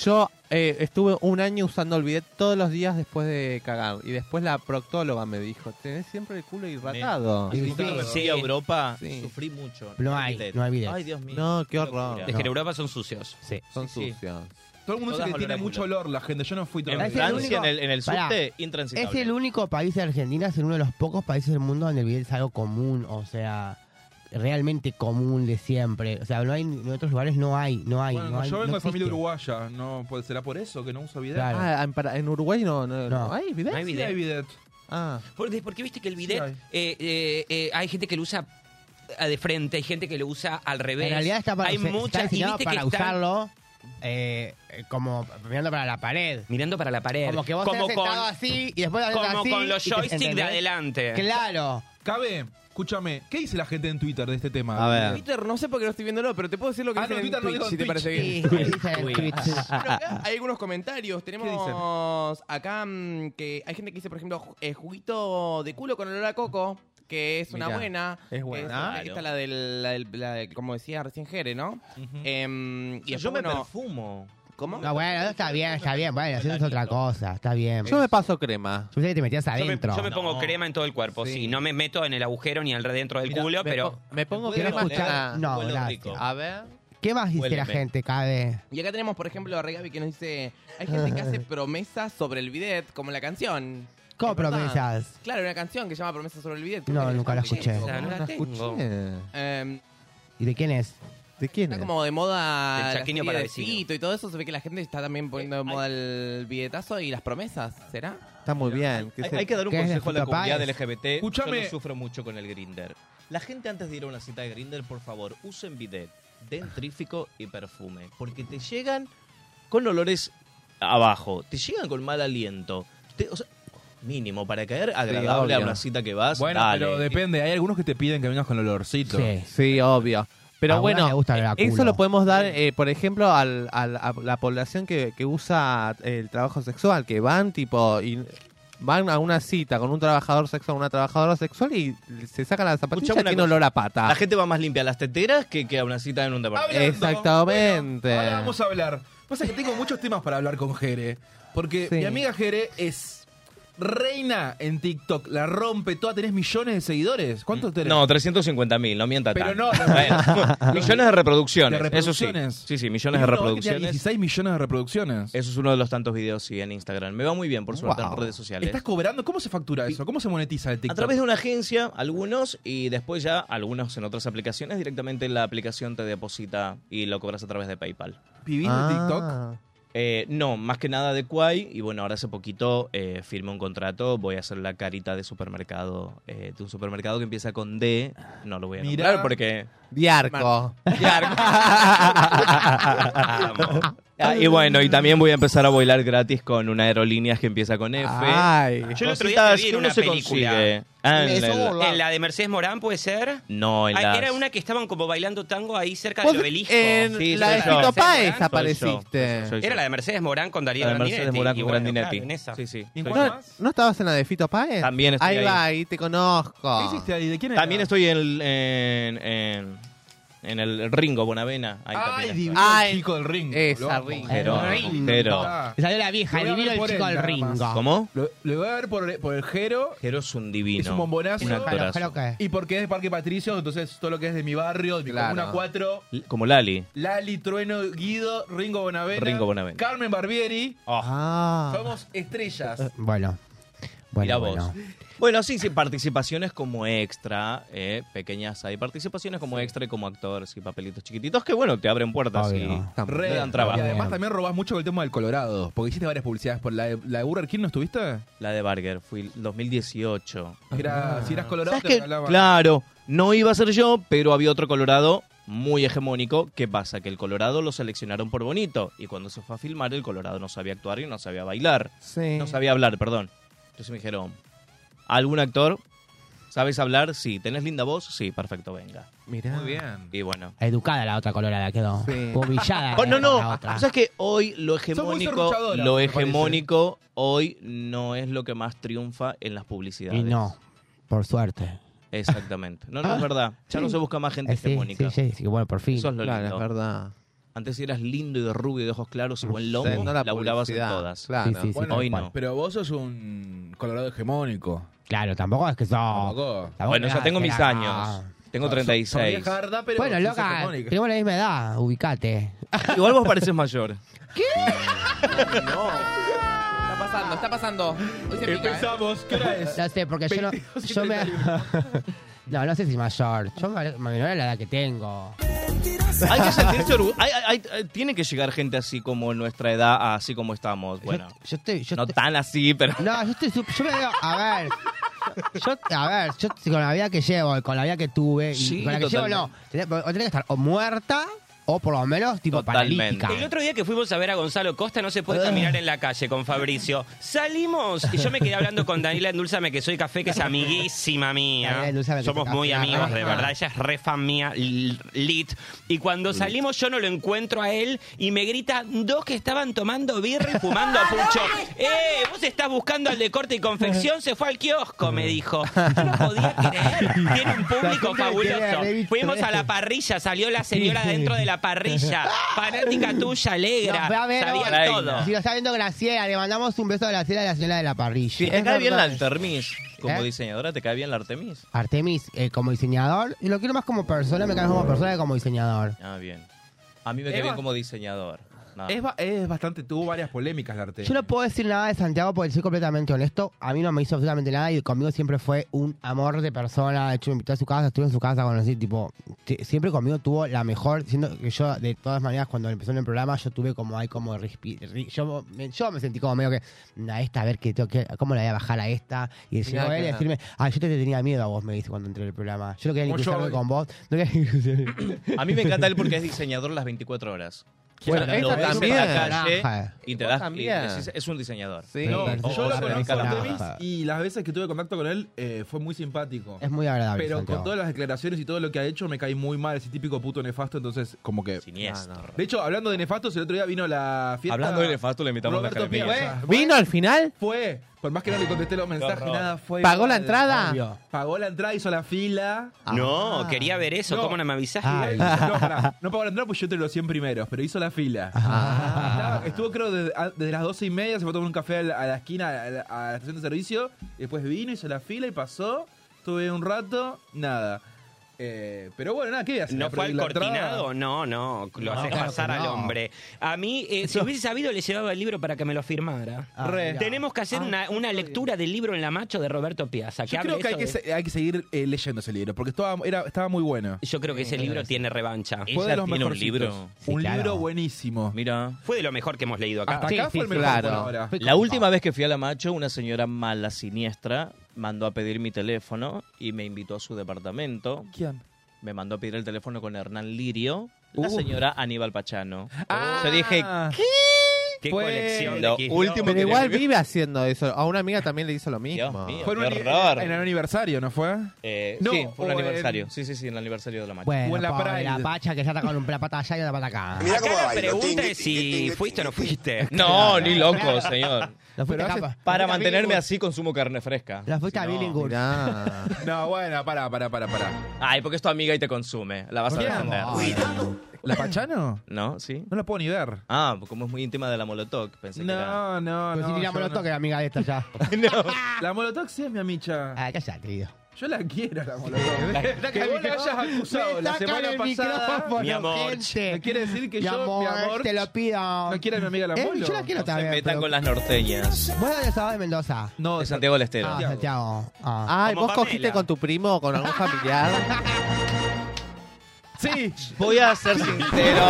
Yo eh, estuve un año usando el bidet todos los días después de cagar. Y después la proctóloga me dijo, tenés siempre el culo hidratado. Sí. Cuando me fui a Europa, Sí. sufrí mucho. No hay, Bidet. no hay bidet. Ay, Dios mío. No, qué horror. Es que en Europa son sucios. Sí. Son Sí, sí. sucios. Todo el mundo dice Todas que tiene olor a mucho culo. olor la gente. Yo no fui todo En Es el Francia, único- en el, en el Pará. subte, intransitable. Es el único país de Argentina, es uno de los pocos países del mundo donde el bidet es algo común, o sea, realmente común de siempre. O sea, no hay, en otros lugares no hay, no hay. Bueno, no hay, yo vengo no de familia existe. uruguaya. No, pues, ¿Será por eso que no uso bidet? Claro. Ah, en, para- en Uruguay no, no, No. no hay bidet. No hay Sí hay bidet. bidet. Ah. Porque, porque viste que el Sí bidet, hay. eh, eh, eh, hay gente que lo usa eh, de frente, hay gente que lo usa al revés. En realidad está para, hay se- está mucha- y diseñado viste que para están usarlo eh, eh, como mirando para la pared. mirando para la pared. Como que vos estás con, sentado así y después haces como así con los y te- joysticks de ¿entendés? adelante. Claro. Cabe, escúchame. ¿Qué dice la gente en Twitter de este tema? A ver. Twitter, no sé por qué no estoy viéndolo, pero te puedo decir lo que Ah, dicen no, en Twitter no Twitch, digo en si te Twitch. parece bien. Sí, dice el tweet. Ah, Pero acá hay algunos comentarios. Tenemos acá mm, que hay gente que dice, por ejemplo, ju- eh, juguito de culo con olor a coco, que es una Mirá, buena. es buena. Esta Claro. está la del, la del- la del- como decía recién Jere, ¿no? Em, y después, Yo me bueno, perfumo. ¿Cómo? No, bueno, está bien, está bien. Bueno, eso es otra cosa, está bien. Yo Yo me paso crema. pensé que te metías Yo me, adentro. yo me pongo crema en todo el cuerpo, sí. No me meto en el agujero ni al dentro del culo, me pero... po- me pongo ¿Puedo crema. escuchar? acá. No, Huelo gracias. rico. A ver. ¿Qué más dice la Huéleme. gente, Cabe? Y acá tenemos, por ejemplo, a Regabi que nos dice, hay gente que [LAUGHS] hace promesas sobre el bidet, como la canción. ¿Cómo Es verdad. promesas? Claro, una canción que se llama Promesas sobre el bidet. Creo No, que nunca la escuché. escuché. Esa no la tengo. Escuché. Em, ¿Y de quién es? ¿De quién Está es? como de moda Del la chaqueño serie para de vecino. Fito y todo eso. Se ve que la gente está también poniendo de moda el billetazo y las promesas, ¿será? Está muy bien. que Hay, se- hay que dar un ¿Qué es de consejo a la Fito comunidad Páez? LGBT. Escúchame. Yo no sufro mucho con el grinder. La gente antes de ir a una cita de grinder, por favor, usen bidet, dentrífico y perfume. Porque te llegan con olores abajo, te llegan con mal aliento. Te- o sea, mínimo, para caer agradable a obvio. una cita que vas, Bueno, dale. pero depende. Hay algunos que te piden que vengas con olorcito. Sí, obvio. Pero A una bueno, le gusta ver a culo. eso lo podemos dar, eh, por ejemplo, al, al- a la población que, que usa el trabajo sexual, que van tipo y van a una cita con un trabajador sexual, una trabajadora sexual y se sacan las zapatillas y Escuchame una tiene cosa. olor a pata. La gente va más limpia a las teteras que, que a una cita en un departamento. Hablando, Exactamente. bueno, ahora vamos a hablar. Pasa que tengo muchos temas para hablar con Jere. Porque Sí. mi amiga Jere es reina en TikTok. La rompe toda. Tenés millones de seguidores. ¿Cuántos tenés? No, 350 mil, no mienta Pero no, tanto. [LAUGHS] Bueno, millones de reproducciones, De reproducciones. eso sí. Sí, sí, millones de Y uno ve que tiene reproducciones. 16 millones de reproducciones. Eso es uno de los tantos videos, sí, en Instagram. Me va muy bien, por suerte, en Wow. redes sociales. ¿Estás cobrando? ¿Cómo se factura eso? ¿Cómo se monetiza el ¿eh? A TikTok? través de una agencia, algunos, y después ya algunos en otras aplicaciones, directamente la aplicación te deposita y lo cobras a través de PayPal. ¿Vivís de TikTok? Ah. Eh, no, más que nada de Kwai, y bueno, ahora hace poquito eh, firmé un contrato, voy a hacer la carita de supermercado, eh, de un supermercado que empieza con D, no lo voy a Mirá. nombrar porque... Diarco. [LAUGHS] Amo. Ah, y bueno, y también voy a empezar a bailar gratis con una aerolínea que empieza con F. Ay. Yo el otro día Cositas vi que en una uno se película. consigue. Ah, Me en, la, hizo volar. en la de Mercedes Morán puede ser. No, en Ah, las- Era una que estaban como bailando tango ahí cerca Vos del obelisco. eh, en Sí, la soy de yo. Fito Mercedes Páez Morán. apareciste. Soy yo. Era la de Mercedes Morán con Darío La de Grandinetti. Mercedes Morán y con bueno, Grandinetti. claro, en esa. Sí, sí. Soy yo. ¿No, ¿no estabas en la de Fito Páez? También estoy ahí. ahí. va, ahí te conozco. ¿Qué hiciste ahí? ¿De quién era? También estoy en, en, en, en el Ringo Bonavena. Ay, Ahí también estoy. divino Ay, chico del ring. esa ring. Ringo. Pero- pero- Salió la vieja, Lo Ah. voy a adivino ver el por chico del él, nada más. ringo. ¿Cómo? Lo, lo voy a ver por el, por el Jero. Jero es un divino. Es un bombonazo. Un Ojalá, actorazo. ojalá que- Y porque es de Parque Patricio, entonces todo lo que es de mi barrio, de mi Eh. Claro. comuna 4, Como Lali. Lali, Trueno, Guido, Ringo Bonavena, Ringo Bonavena. Carmen Barbieri, Ah. somos estrellas. Eh, Bueno. Bueno, Mirá vos. bueno. Bueno, sí, sí, participaciones como extra, eh, pequeñas hay. Participaciones como extra y como actores y papelitos chiquititos que, bueno, te abren puertas Obvio. y Re- te dan Y trabajo. además también robás mucho con el tema del Colorado, porque hiciste varias publicidades por la de, la de Burger King, ¿no Ah. estuviste? La de Barger, fui 2018. Que Era, si eras Colorado, ¿Sabes te qué? regalaban. Claro, no iba a ser yo, pero había otro Colorado muy hegemónico. ¿Qué pasa? Que el Colorado lo seleccionaron por bonito. Y cuando se fue a filmar, el Colorado no sabía actuar y no sabía bailar. Sí. No sabía hablar, perdón. Entonces me dijeron, ¿algún actor? ¿Sabes hablar? Sí. ¿Tenés linda voz? Sí, perfecto, venga. Mirá. Muy bien. Y bueno. Educada la otra colorada quedó. Sí. Humillada. Oh, no, Ah, la no. otra. ¿Sabes que hoy lo muy hegemónico, serruchadoras, lo me parece. hegemónico hoy no es lo que más triunfa en las publicidades? Y no, por suerte. Exactamente. No, no es verdad. Ya no se busca más gente Eh, sí, hegemónica. sí, sí, sí, bueno, por fin. Eso es lo Claro, es lindo. verdad. Antes eras lindo y de rubio y de ojos claros y buen lomo, Sí, no la laburabas en publicidad, todas. Claro. Sí, sí, sí, Bueno, tal hoy cual. no. Pero vos sos un Colorado hegemónico. Claro, tampoco es que son. Tampoco. tampoco Bueno, ya nada, tengo mis era- años. Tengo Sos 36. vieja harta, pero Bueno, sos loca, hegemónica. tenemos la misma edad, ubicate. [LAUGHS] Igual vos pareces mayor. Está pasando, está pasando. Hoy se pica, ¿eh? Empezamos, ¿qué hora es? No sé, porque yo no. 22 y Yo me. [LAUGHS] No, no sé si mayor. Yo me me menor a la edad que tengo. Hay que sentirse orgu- hay- hay- hay- eh, Tiene que llegar gente así como nuestra edad, a así como estamos. Bueno, yo, yo estoy. Yo no estoy- tan así, pero. No, yo estoy. sup- Yo me veo. A ver. Yo, a ver, yo con la vida que llevo, y con la vida que tuve, y Sí, con la que llevo, no. totalmente. Tenés, vos tenés que estar o muerta o por lo menos tipo Totalmente. El paralítica. otro día que fuimos a ver a Gonzalo Costa no se Ah. puede caminar en la calle con Fabricio. Salimos y yo me quedé hablando con Daniela Endulzame, que soy café, que es amiguísima Daniela mía. Endulzame, que Somos soy muy café. amigos, de Ajá. verdad. Ella es re fan mía, l- lit. Y cuando salimos yo no lo encuentro a él y me grita dos que estaban tomando birra y fumando pucho. ¡Eh! Vos estás buscando al de corte y confección, se fue al kiosco, me [LAUGHS] dijo. Yo no podía creer. Tiene un público La gente tiene fabuloso. re bicho Fuimos a la este. parrilla, salió la señora dentro de la [LAUGHS] parrilla. Fanática tuya, alegra. Nos va a ver Sabía hoy. todo. Si lo está viendo Graciela, le mandamos un beso a Graciela y a la señora de la parrilla. Sí, [LAUGHS] te Es cae bien la verdad. Artemis. Como ¿Eh? diseñadora, te cae bien la Artemis. Artemis eh, como diseñador, y lo quiero más como persona, me cae más como persona que como diseñador. Ah, bien. A mí me cae Eva. bien como diseñador. Nada. Es, ba- es bastante, tuvo varias polémicas la arte. Yo no puedo decir nada de Santiago porque soy completamente honesto. A mí no me hizo absolutamente nada y conmigo siempre fue un amor de persona. De hecho, me invitó a su casa, estuve en su casa, conocí, tipo, t- siempre conmigo tuvo la mejor. Siendo que yo, de todas maneras, cuando empezó en el programa, yo tuve como ahí como. rispi- ri- Yo me, yo me sentí como medio que, "Mm, a esta, a ver qué tengo que, cómo la voy a bajar a esta. Y llegó Mirá, él y claro. decirme, ah, yo te tenía miedo a vos, me dice cuando entré en el programa. Yo no quería ni Como yo cruzarme hoy. con vos. No quería ni cruzarme. A mí me encanta él porque es diseñador las 24 horas. Bueno, Sale dos esta veces también. a la calle Naranja. y te Vos das y también. decís, es un diseñador. Sí. No, Sí. Yo Oh, lo se conozco dedica a a la Artemis nada. y las veces que tuve contacto con él eh, fue muy simpático. Es muy agradable. Pero Santiago. con todas las declaraciones y todo lo que ha hecho me cae muy mal ese típico puto nefasto, entonces como que... Siniestro. De hecho, hablando de nefastos, el otro día vino la fiesta... Hablando de nefasto, le invitamos Roberto a la Jeremías. Piazza. Fue- ¿Vino al final? Fue, por más que no le contesté los mensajes, horror. nada, fue... ¿Pagó igual. la entrada? Obvio. Pagó la entrada, hizo la fila. No, quería ver eso. Ah. No. ¿Cómo no me avisaste? Ah. Él- [LAUGHS] No, pará, no pagó la entrada porque yo entre los 100 primeros, pero hizo la fila. Ah. Ah, Estaba- estuvo creo desde, a- desde las 12 y media, se fue a tomar un café a la, a la esquina, a la, a la estación de servicio, y después vino, hizo la fila y pasó, estuve un rato, nada. Eh, pero bueno, nada, ¿qué voy a hacer? ¿No fue Pero al la entrada- cortinado? No, no. Lo haces claro pasar que al no. hombre. A mí, eh, si hubiese sabido, le llevaba el libro para que me lo firmara. Ah, Re. mira. Tenemos que hacer una, una lectura del libro en la macho de Roberto Piazza. Que Yo creo hable que hay eso que, de- se- hay que seguir eh, leyendo ese libro, porque estaba, era, estaba muy bueno. Yo creo que Eh, ese libro tiene revancha. Ella Fue de los tiene un mejorcitos. libro. Sí, un claro. libro buenísimo. Mira. Fue de lo mejor que hemos leído acá. Hasta Sí, acá sí, fue el mejor claro. por ahora. Fui La con- última vez que fui a la macho, una señora mala siniestra mandó a pedir mi teléfono y me invitó a su departamento. ¿Quién? Uh. Me mandó a pedir el Ah, teléfono con Hernán Lirio, la señora Aníbal Pachano. Yo dije, ¿qué? Qué Fue colección de Lo Kirchner. último Pero Pero igual igual vive haciendo eso. A una amiga también le hizo lo Dios mismo. mío, Fue en qué un ani- horror. en el aniversario, ¿no fue? Eh, No, pues, eh, sí, fue un o aniversario. en- Sí, sí, sí, en el aniversario de la marcha. Bueno, O en la la, pobre, Pride. la pacha que ya está con la pata allá y la pata acá. Acá la pregunta es si fuiste o no fuiste. [LAUGHS] No, ni loco, señor. Lo fuiste Pero hace- capa. Para mantenerme así consumo carne fresca. La fuiste a Si no- Billinghurst. Mirá. No, bueno, pará, pará, pará, pará. Ay, porque es tu amiga y te consume. La vas a Bien. defender. ¿La Pachano? ¿No? ¿Sí? No la puedo ni ver. Ah, como es muy íntima de la Molotov, pensé que era... No, no, Pues no. si yo tiramos los no. toques, amiga de esta ya. [LAUGHS] La Molotov sí es mi amicha. Ah, cállate, tío. Yo la quiero, la Molotov. que vos la hayas acusado Me la sacan semana el pasada. micrófono, Mi amor, gente. No quiere decir que mi yo, amor, mi amor, te lo pido. no quiere a mi amiga la Eh, Molo. yo la quiero Se también. metan pero- con las norteñas. Vos eres sábado de Mendoza. No, De Santiago del Estero. Ah, Santiago. Santiago. Ah. Ay, Como vos cogiste Pamela. con tu primo o con algún familiar. Sí. Voy a ser sincero.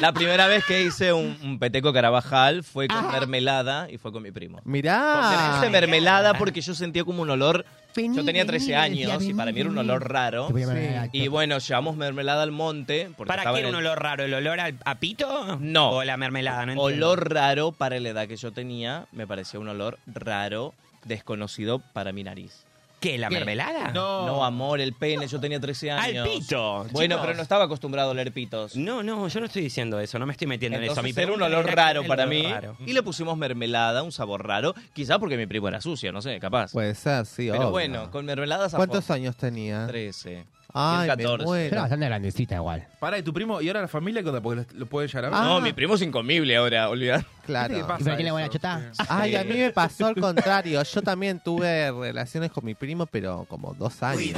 La primera vez que hice un, un peteco carabajal fue Ah. con mermelada y fue con mi primo. Mirá. Hice mermelada porque yo sentía como un olor. Yo tenía 13 años y para mí era un olor raro. Te voy a llamar. Y bueno, llevamos mermelada al monte. Porque ¿Para estaba qué en era un el- olor raro? ¿El olor al a pito? No. ¿O la mermelada? No entiendo. olor raro para la edad que yo tenía. Me parecía un olor raro, desconocido para mi nariz. ¿Qué? ¿La mermelada? No. No, amor, el pene, yo tenía 13 Al años. pito. Bueno, chicos. pero no estaba acostumbrado a oler pitos. No, no, yo no estoy diciendo eso, no me estoy metiendo en eso. Mi Entonces era un pregunta olor era raro el para olor mí. raro. Y le pusimos mermelada, un sabor raro. Quizás porque mi primo era sucio, no sé, capaz. Puede ser, Pues, sí, Pero obvio. bueno, con mermelada zafó. ¿Cuántos años tenía? 13. Ay, Tiene me muero. Era bastante grandecita igual. Pará, ¿y tu primo? ¿Y ahora la familia qué onda? Porque lo puede llegar a ver. Ah, No, mi primo es incomible ahora, olvidar. ¿Viste que Claro. pasa ¿Y para quién le voy a Ah, eso? chotar? Sí. Ay, a mí me pasó al contrario. [LAUGHS] Yo también tuve relaciones con mi primo, pero como dos años.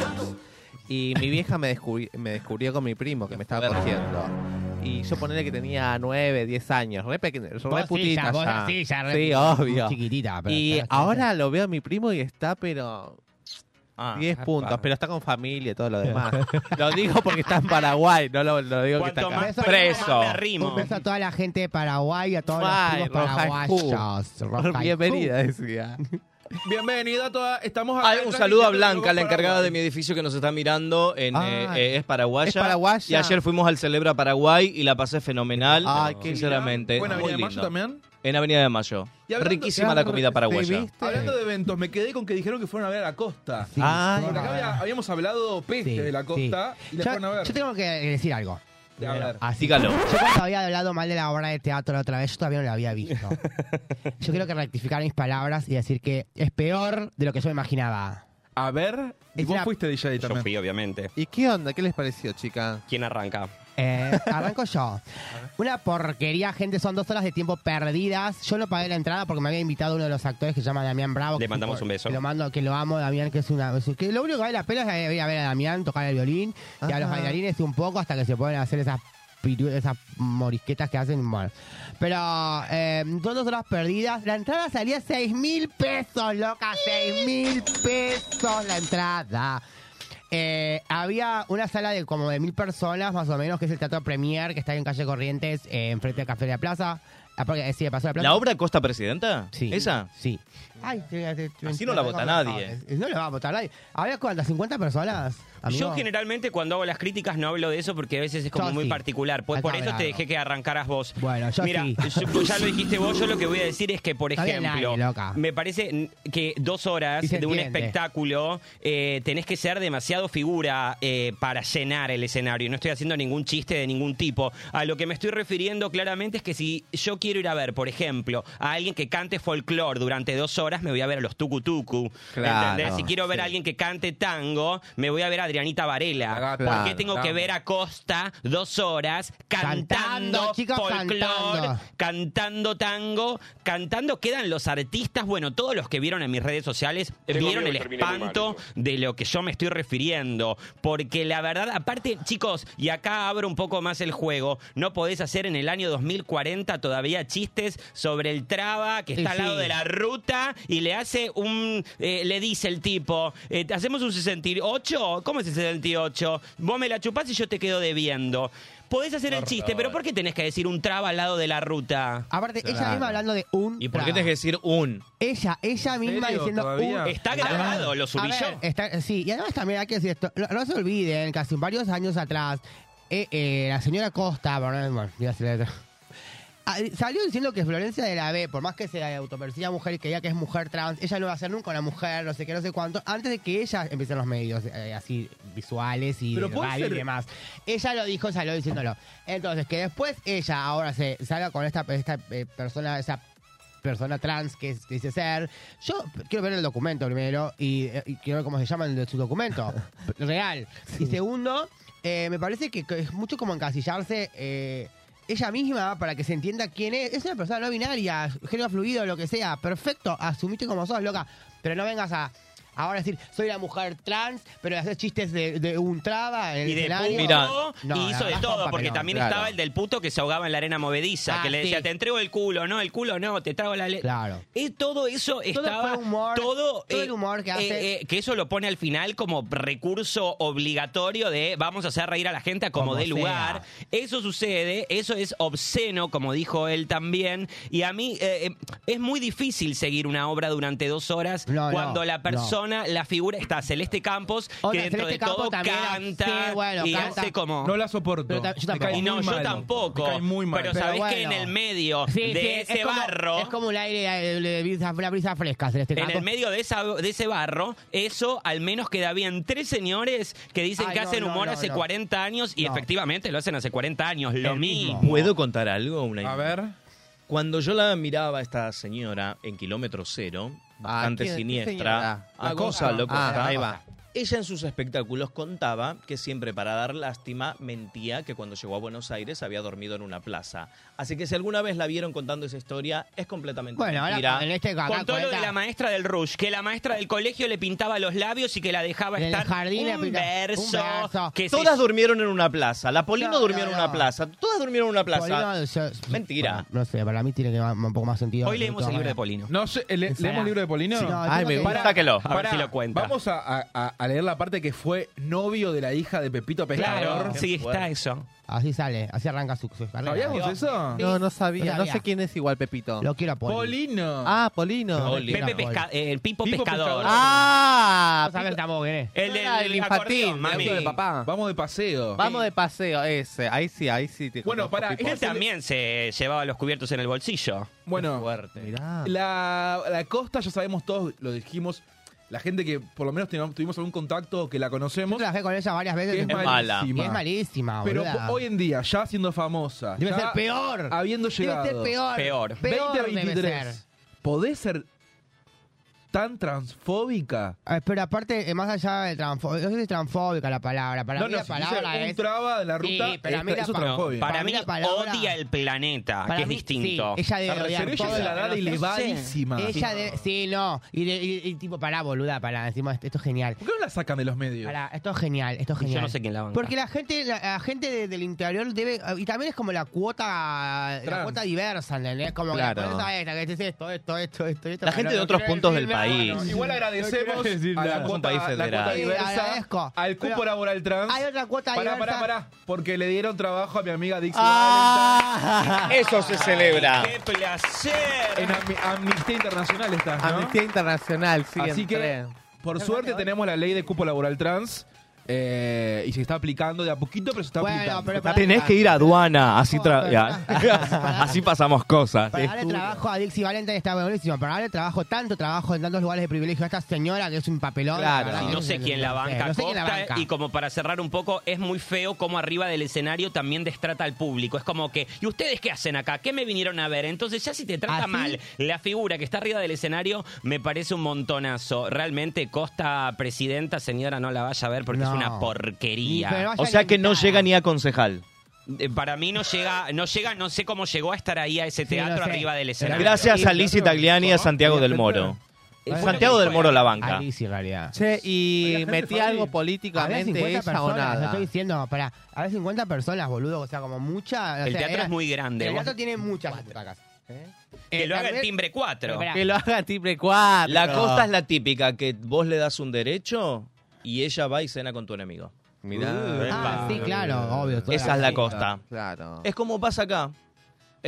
Y mi vieja me, descubri- me descubrió con mi primo, que me estaba cogiendo. Y yo ponele que tenía nueve, diez años. Re, pequeño, re Vos sí, putita ya, vos ya. sí, ya, re- Sí, Muy obvio. Chiquitita, pero. Y pero- ahora lo veo a mi primo y está, pero Ah, 10 apa. puntos. Pero está con familia y todo lo [LAUGHS] demás. lo digo porque está en Paraguay, no lo, lo digo que está Cuanto acá. más Preso. preso. me Un arrimo. beso a toda la gente de Paraguay, a todos Ay, los primos Roja paraguayos. Roja y Bienvenida, decía. Bienvenida a todas. Estamos acá Hay un transmitiendo saludo a desde Blanca, Paraguay. la encargada de mi edificio que nos está mirando. En, eh, Ah, eh, es, paraguaya, es paraguaya. Y ayer fuimos al Celebra Paraguay y la pasé fenomenal. Ay, qué sinceramente. Buena muy Avenida de Mayo lindo. también. En Avenida de Mayo. Y hablando- Riquísima la comida paraguaya. ¿Sí, viste? Hablando de eventos, me quedé con que dijeron que fueron a ver a la costa. Sí, Ay, Porque fueron acá a ver. había- habíamos hablado peste Sí, de la costa sí. y la yo, fueron a ver. yo tengo Ah. que decir algo. A ver. Así Dígalo. Yo cuando había hablado mal de la obra de teatro la otra vez, yo todavía no la había [LAUGHS] visto. Yo quiero que rectificar mis palabras y decir que es peor de lo que yo me imaginaba. A ver, y Es vos la- fuiste DJ Yo también. fui, obviamente. ¿Y qué onda? ¿Qué les pareció, chica? ¿Quién arranca? Eh, arranco yo. Una porquería, gente, son dos horas de tiempo perdidas. Yo no pagué la entrada porque me había invitado uno de los actores que se llama Damián Bravo. Le que mandamos tipo, un beso. Lo mando, que lo amo, Damián, que es una. es- Que lo único que vale la pena es ir a ver a Damián tocar el violín y a los Ajá. bailarines un poco hasta que se pueden hacer esas piru- esas morisquetas que hacen. Bueno. Pero eh, son dos horas perdidas. La entrada salía 6 mil pesos, loca. 6 mil pesos la entrada. Eh, había una sala de como de mil personas, más o menos, que es el Teatro Premier, que está en calle Corrientes, eh, enfrente de Café de la Plaza. Ah, porque, eh, sí, de Paseo de la Plaza. ¿La obra Costa Presidenta? Sí. ¿Esa? Sí. Ay, te- te- te- Así no la vota nadie. No la va a votar nadie. ¿Había cuántas? ¿50 personas? amigo? Yo generalmente cuando hago las críticas no hablo de eso porque a veces es como Yo muy sí. particular. Pues por Acá eso te verano. dejé que arrancaras vos. Bueno, yo Mira, sí. yo- pues ya lo dijiste vos, yo lo que voy a decir es que, por Está bien, ejemplo, nadie, loca. me parece mm, que dos horas Y se de un entiende. espectáculo eh, tenés que ser demasiado figura eh, para llenar el escenario. No estoy haciendo ningún chiste de ningún tipo. A lo que me estoy refiriendo claramente es que si yo quiero ir a ver, por ejemplo, a alguien que cante folclore durante dos horas, me voy a ver a los tucu tucu. Claro, ¿entendés? Si quiero ver a alguien que cante tango, me voy a ver a Adrianita Varela. Ah, Claro, ¿Por qué tengo que claro. ver a Costa dos horas cantando, Cantando, chicos, folclore, cantando. cantando. tango, cantando? Quedan los artistas, bueno, todos los que vieron en mis redes sociales vieron el espanto de lo que yo me estoy refiriendo. Porque la verdad, aparte, chicos, y acá abro un poco más el juego, no podés hacer en el año 2040 todavía chistes sobre el traba que Y está al lado sí. de la ruta y le hace un. eh, le dice el tipo, eh, ¿hacemos un 68? ¿Cómo es el 68? Vos me la chupás y yo te quedo debiendo. Podés hacer el chiste, pero ¿por qué tenés que decir un traba al lado de la ruta? Aparte, ella misma hablando de un. ¿Y por qué trago. tenés que decir un? Ella, ella misma serio? diciendo ¿Todavía? un. Está A grabado, ver, lo subí a ver, yo. está- sí, y además también hay que decir esto. No, no se olviden que hace varios años atrás, eh, eh, la señora Costa, bueno, bueno, iba a decir la otra. ah, salió diciendo que Florencia de la B, por más que se autoperciba mujer y que ella que es mujer trans, ella no va a ser nunca una mujer, no sé qué, no sé cuánto, antes de que ella empiece en los medios eh, así visuales y Pero de puede radio ser- y demás. Ella lo dijo, salió diciéndolo. Entonces, que después ella ahora se salga con esta, esta eh, persona, esa persona trans que es- dice ser. Yo quiero ver el documento primero y, eh, y quiero ver cómo se llama el de su documento. Real. Y segundo, eh, me parece que, que es mucho como encasillarse eh, ella misma para que se entienda quién es. Es una persona no binaria, género fluido, lo que sea. Perfecto, asumite como sos, loca. Pero no vengas a... Ahora decir, soy la mujer trans, pero hacer chistes de, de un traba en Y el de escenario. puto, No, y la hizo de verdad, todo, papelón, porque también claro. estaba el del puto que se ahogaba en la arena movediza, Ah, que le decía, sí. te entrego el culo, no, el culo no, te trago la... le-". Claro. Eh, todo eso estaba... fue humor, todo, todo el humor que hace- eh, que eso lo pone al final como recurso obligatorio de vamos a hacer reír a la gente a como, Como dé sea. lugar. Eso sucede, eso es obsceno, como dijo él también. Y a mí eh, eh, es muy difícil seguir una obra durante dos horas No, no, cuando la no. persona, la figura está Celeste Campos, que Otra, dentro Celeste de Campos todo también era- canta sí, bueno, y canta. hace como... No la soporto. Pero ta- yo Me cae tampoco. Y no, muy yo mal. tampoco. Me cae muy mal. Pero, Pero sabés que en bueno. el medio Sí, de sí, ese es como- barro, Es como el aire, eh, de brisa- la brisa fresca, Celeste en Campos. el medio de, esa, de ese barro, eso al menos queda bien. Tres señores que dicen Ay, que no, hacen no, humor no, hace no. 40 años y No. efectivamente lo hacen hace 40 años. Lo El mismo. mismo. ¿Puedo contar algo? Una A ver. Cuando yo la miraba a esta señora en kilómetro cero, bastante ¿quién- qué siniestra, señora? a Acosta. cosa, lo Ah, Acosta. ahí va. Ella en sus espectáculos contaba que siempre para dar lástima mentía que cuando llegó a Buenos Aires había dormido en una plaza. Así que si alguna vez la vieron contando esa historia, es completamente Bueno, ahora mentira. en este acá Contó lo de cuenta- la maestra del Rush, que la maestra del colegio le pintaba los labios y que la dejaba En el estar jardín le un, pinta- verso, un verso. Que se- Todas durmieron en una plaza. La Polino No, durmió no, en una no. plaza. Todas durmieron en una plaza. Polino, yo- Mentira. bueno, no sé, para mí tiene que va- un poco más sentido. Hoy leímos el libro de Polino. No sé, ¿le- Esa. ¿leemos el libro de Polino? Sí, no, Ay, tengo me que- gusta Sáquelo, a ver Pará, si lo cuenta. Vamos a, a- a- a leer la parte que fue novio de la hija de Pepito Pescador. Claro, Qué sí, está fuerte. eso. Así sale, así arranca su, su carrera. ¿Sabíamos eso? No, no No sabía. No sabía. sé quién es igual Pepito. Lo quiero a Polino. Polino. Ah, Polino. Poli. Pepe Poli. Pesca- eh, Pipo, Pipo Pescador. Pescador. Ah, No sabes tampoco quién es. El del Ah, el infantil, acordeón, el mami. auto de papá. Vamos de paseo. Vamos de paseo, ese. Ahí sí, ahí sí. te Bueno, conozco, pará, este Pipo. es- Él también se llevaba los cubiertos en el bolsillo. Bueno, Ah. Mirá. La, la costa, ya sabemos todos, lo dijimos, la gente que por lo menos teni- tuvimos algún contacto o que la Yo conocemos, trabajé con ella varias veces. que es, Es malísima. mala. Y es malísima, Pero boluda. po- hoy en día, ya siendo famosa, Debe ya ser peor. habiendo Debe llegado ser peor. Peor. Peor debe 2023, ser. ¿podés ser tan transfóbica? Ah, Pero aparte, eh, más allá de transfóbica, no sé si es transfóbica la palabra. Para mí la si palabra dice un es... traba de la Sí, ruta, pero a mí es- la eso es pa- transfobia. Para, Para mí, mí la palabra- odia el planeta, para que es mí, distinto. Sí, ella debe odiar Pero ella todo es de lo la que edad no sea. elevadísima. Ella de, sí, no. Y, de- y- y tipo, pará, boluda, pará. Decimos, esto- esto es genial. ¿Por qué no la sacan de los medios? Pará, esto es genial, esto es Y yo genial. no sé quién la banca. Porque la gente, la, la gente de- del interior debe. Y también es como la cuota. Trans. La cuota diversa, ¿entendés? Como Claro. que pones a esta, que dices esto, esto, esto, esto, esto. La gente de otros puntos del país. Igual agradecemos a la Es un cuota, país la federal. cuota Sí, diversa, agradezco. al cupo Pero- laboral trans. Hay otra cuota Pará, diversa. pará, pará, porque le dieron trabajo a mi amiga Dixie Ah, Eso se celebra. ¡Qué placer! Valentine. En Am- Amnistía Internacional estás, ¿no? Amnistía Internacional, sí, Así que, entré. por suerte, tenemos la ley de cupo laboral trans eh, y se está aplicando de a poquito, pero se está Bueno, aplicando. pero pará, Tenés que ir a aduana, así, tra- Pará. ya. [LAUGHS] así pasamos cosas. Para darle trabajo a Dixie Valentine está buenísimo. Para darle trabajo, tanto trabajo en tantos lugares de privilegio a esta señora que es un papelón. la Claro. verdad Y que no sé quién la banca No sé quién la Costa, banca. y como para cerrar un poco, es muy feo como arriba del escenario también destrata al público. Es como que, ¿y ustedes qué hacen acá? ¿Qué me vinieron a ver? Entonces ya si te trata ¿Así? mal la figura que está arriba del escenario, me parece un montonazo. Realmente, Costa, presidenta, señora, no la vaya a ver porque No. es una Ni- pero porquería. vaya O sea que no invitada. llega ni a concejal. Eh, Para mí no llega, no llega, no sé cómo llegó a estar ahí a ese Sí, teatro no sé. arriba del escenario. Gracias a Lizzie Tagliani y a Santiago del Moro. Eh, fue Santiago lo que del fue. Moro la banca. Alicia, en realidad. Che, y gente metí fue ahí. algo Había políticamente 50 ella o personas, te nada. estoy diciendo, para, había 50 personas, boludo, o sea, como mucha. o El sea, teatro era- es muy grande. El vos- teatro tiene muchas butacas. que Eh, lo haga el también- timbre 4. Espera. Que lo haga Tiple 4. La costa es la típica, que vos le das un derecho y ella va y cena con tu enemigo. Mirá. Ah, sí, claro, obvio. toda Esa es la gente. costa. Claro. Es como pasa acá.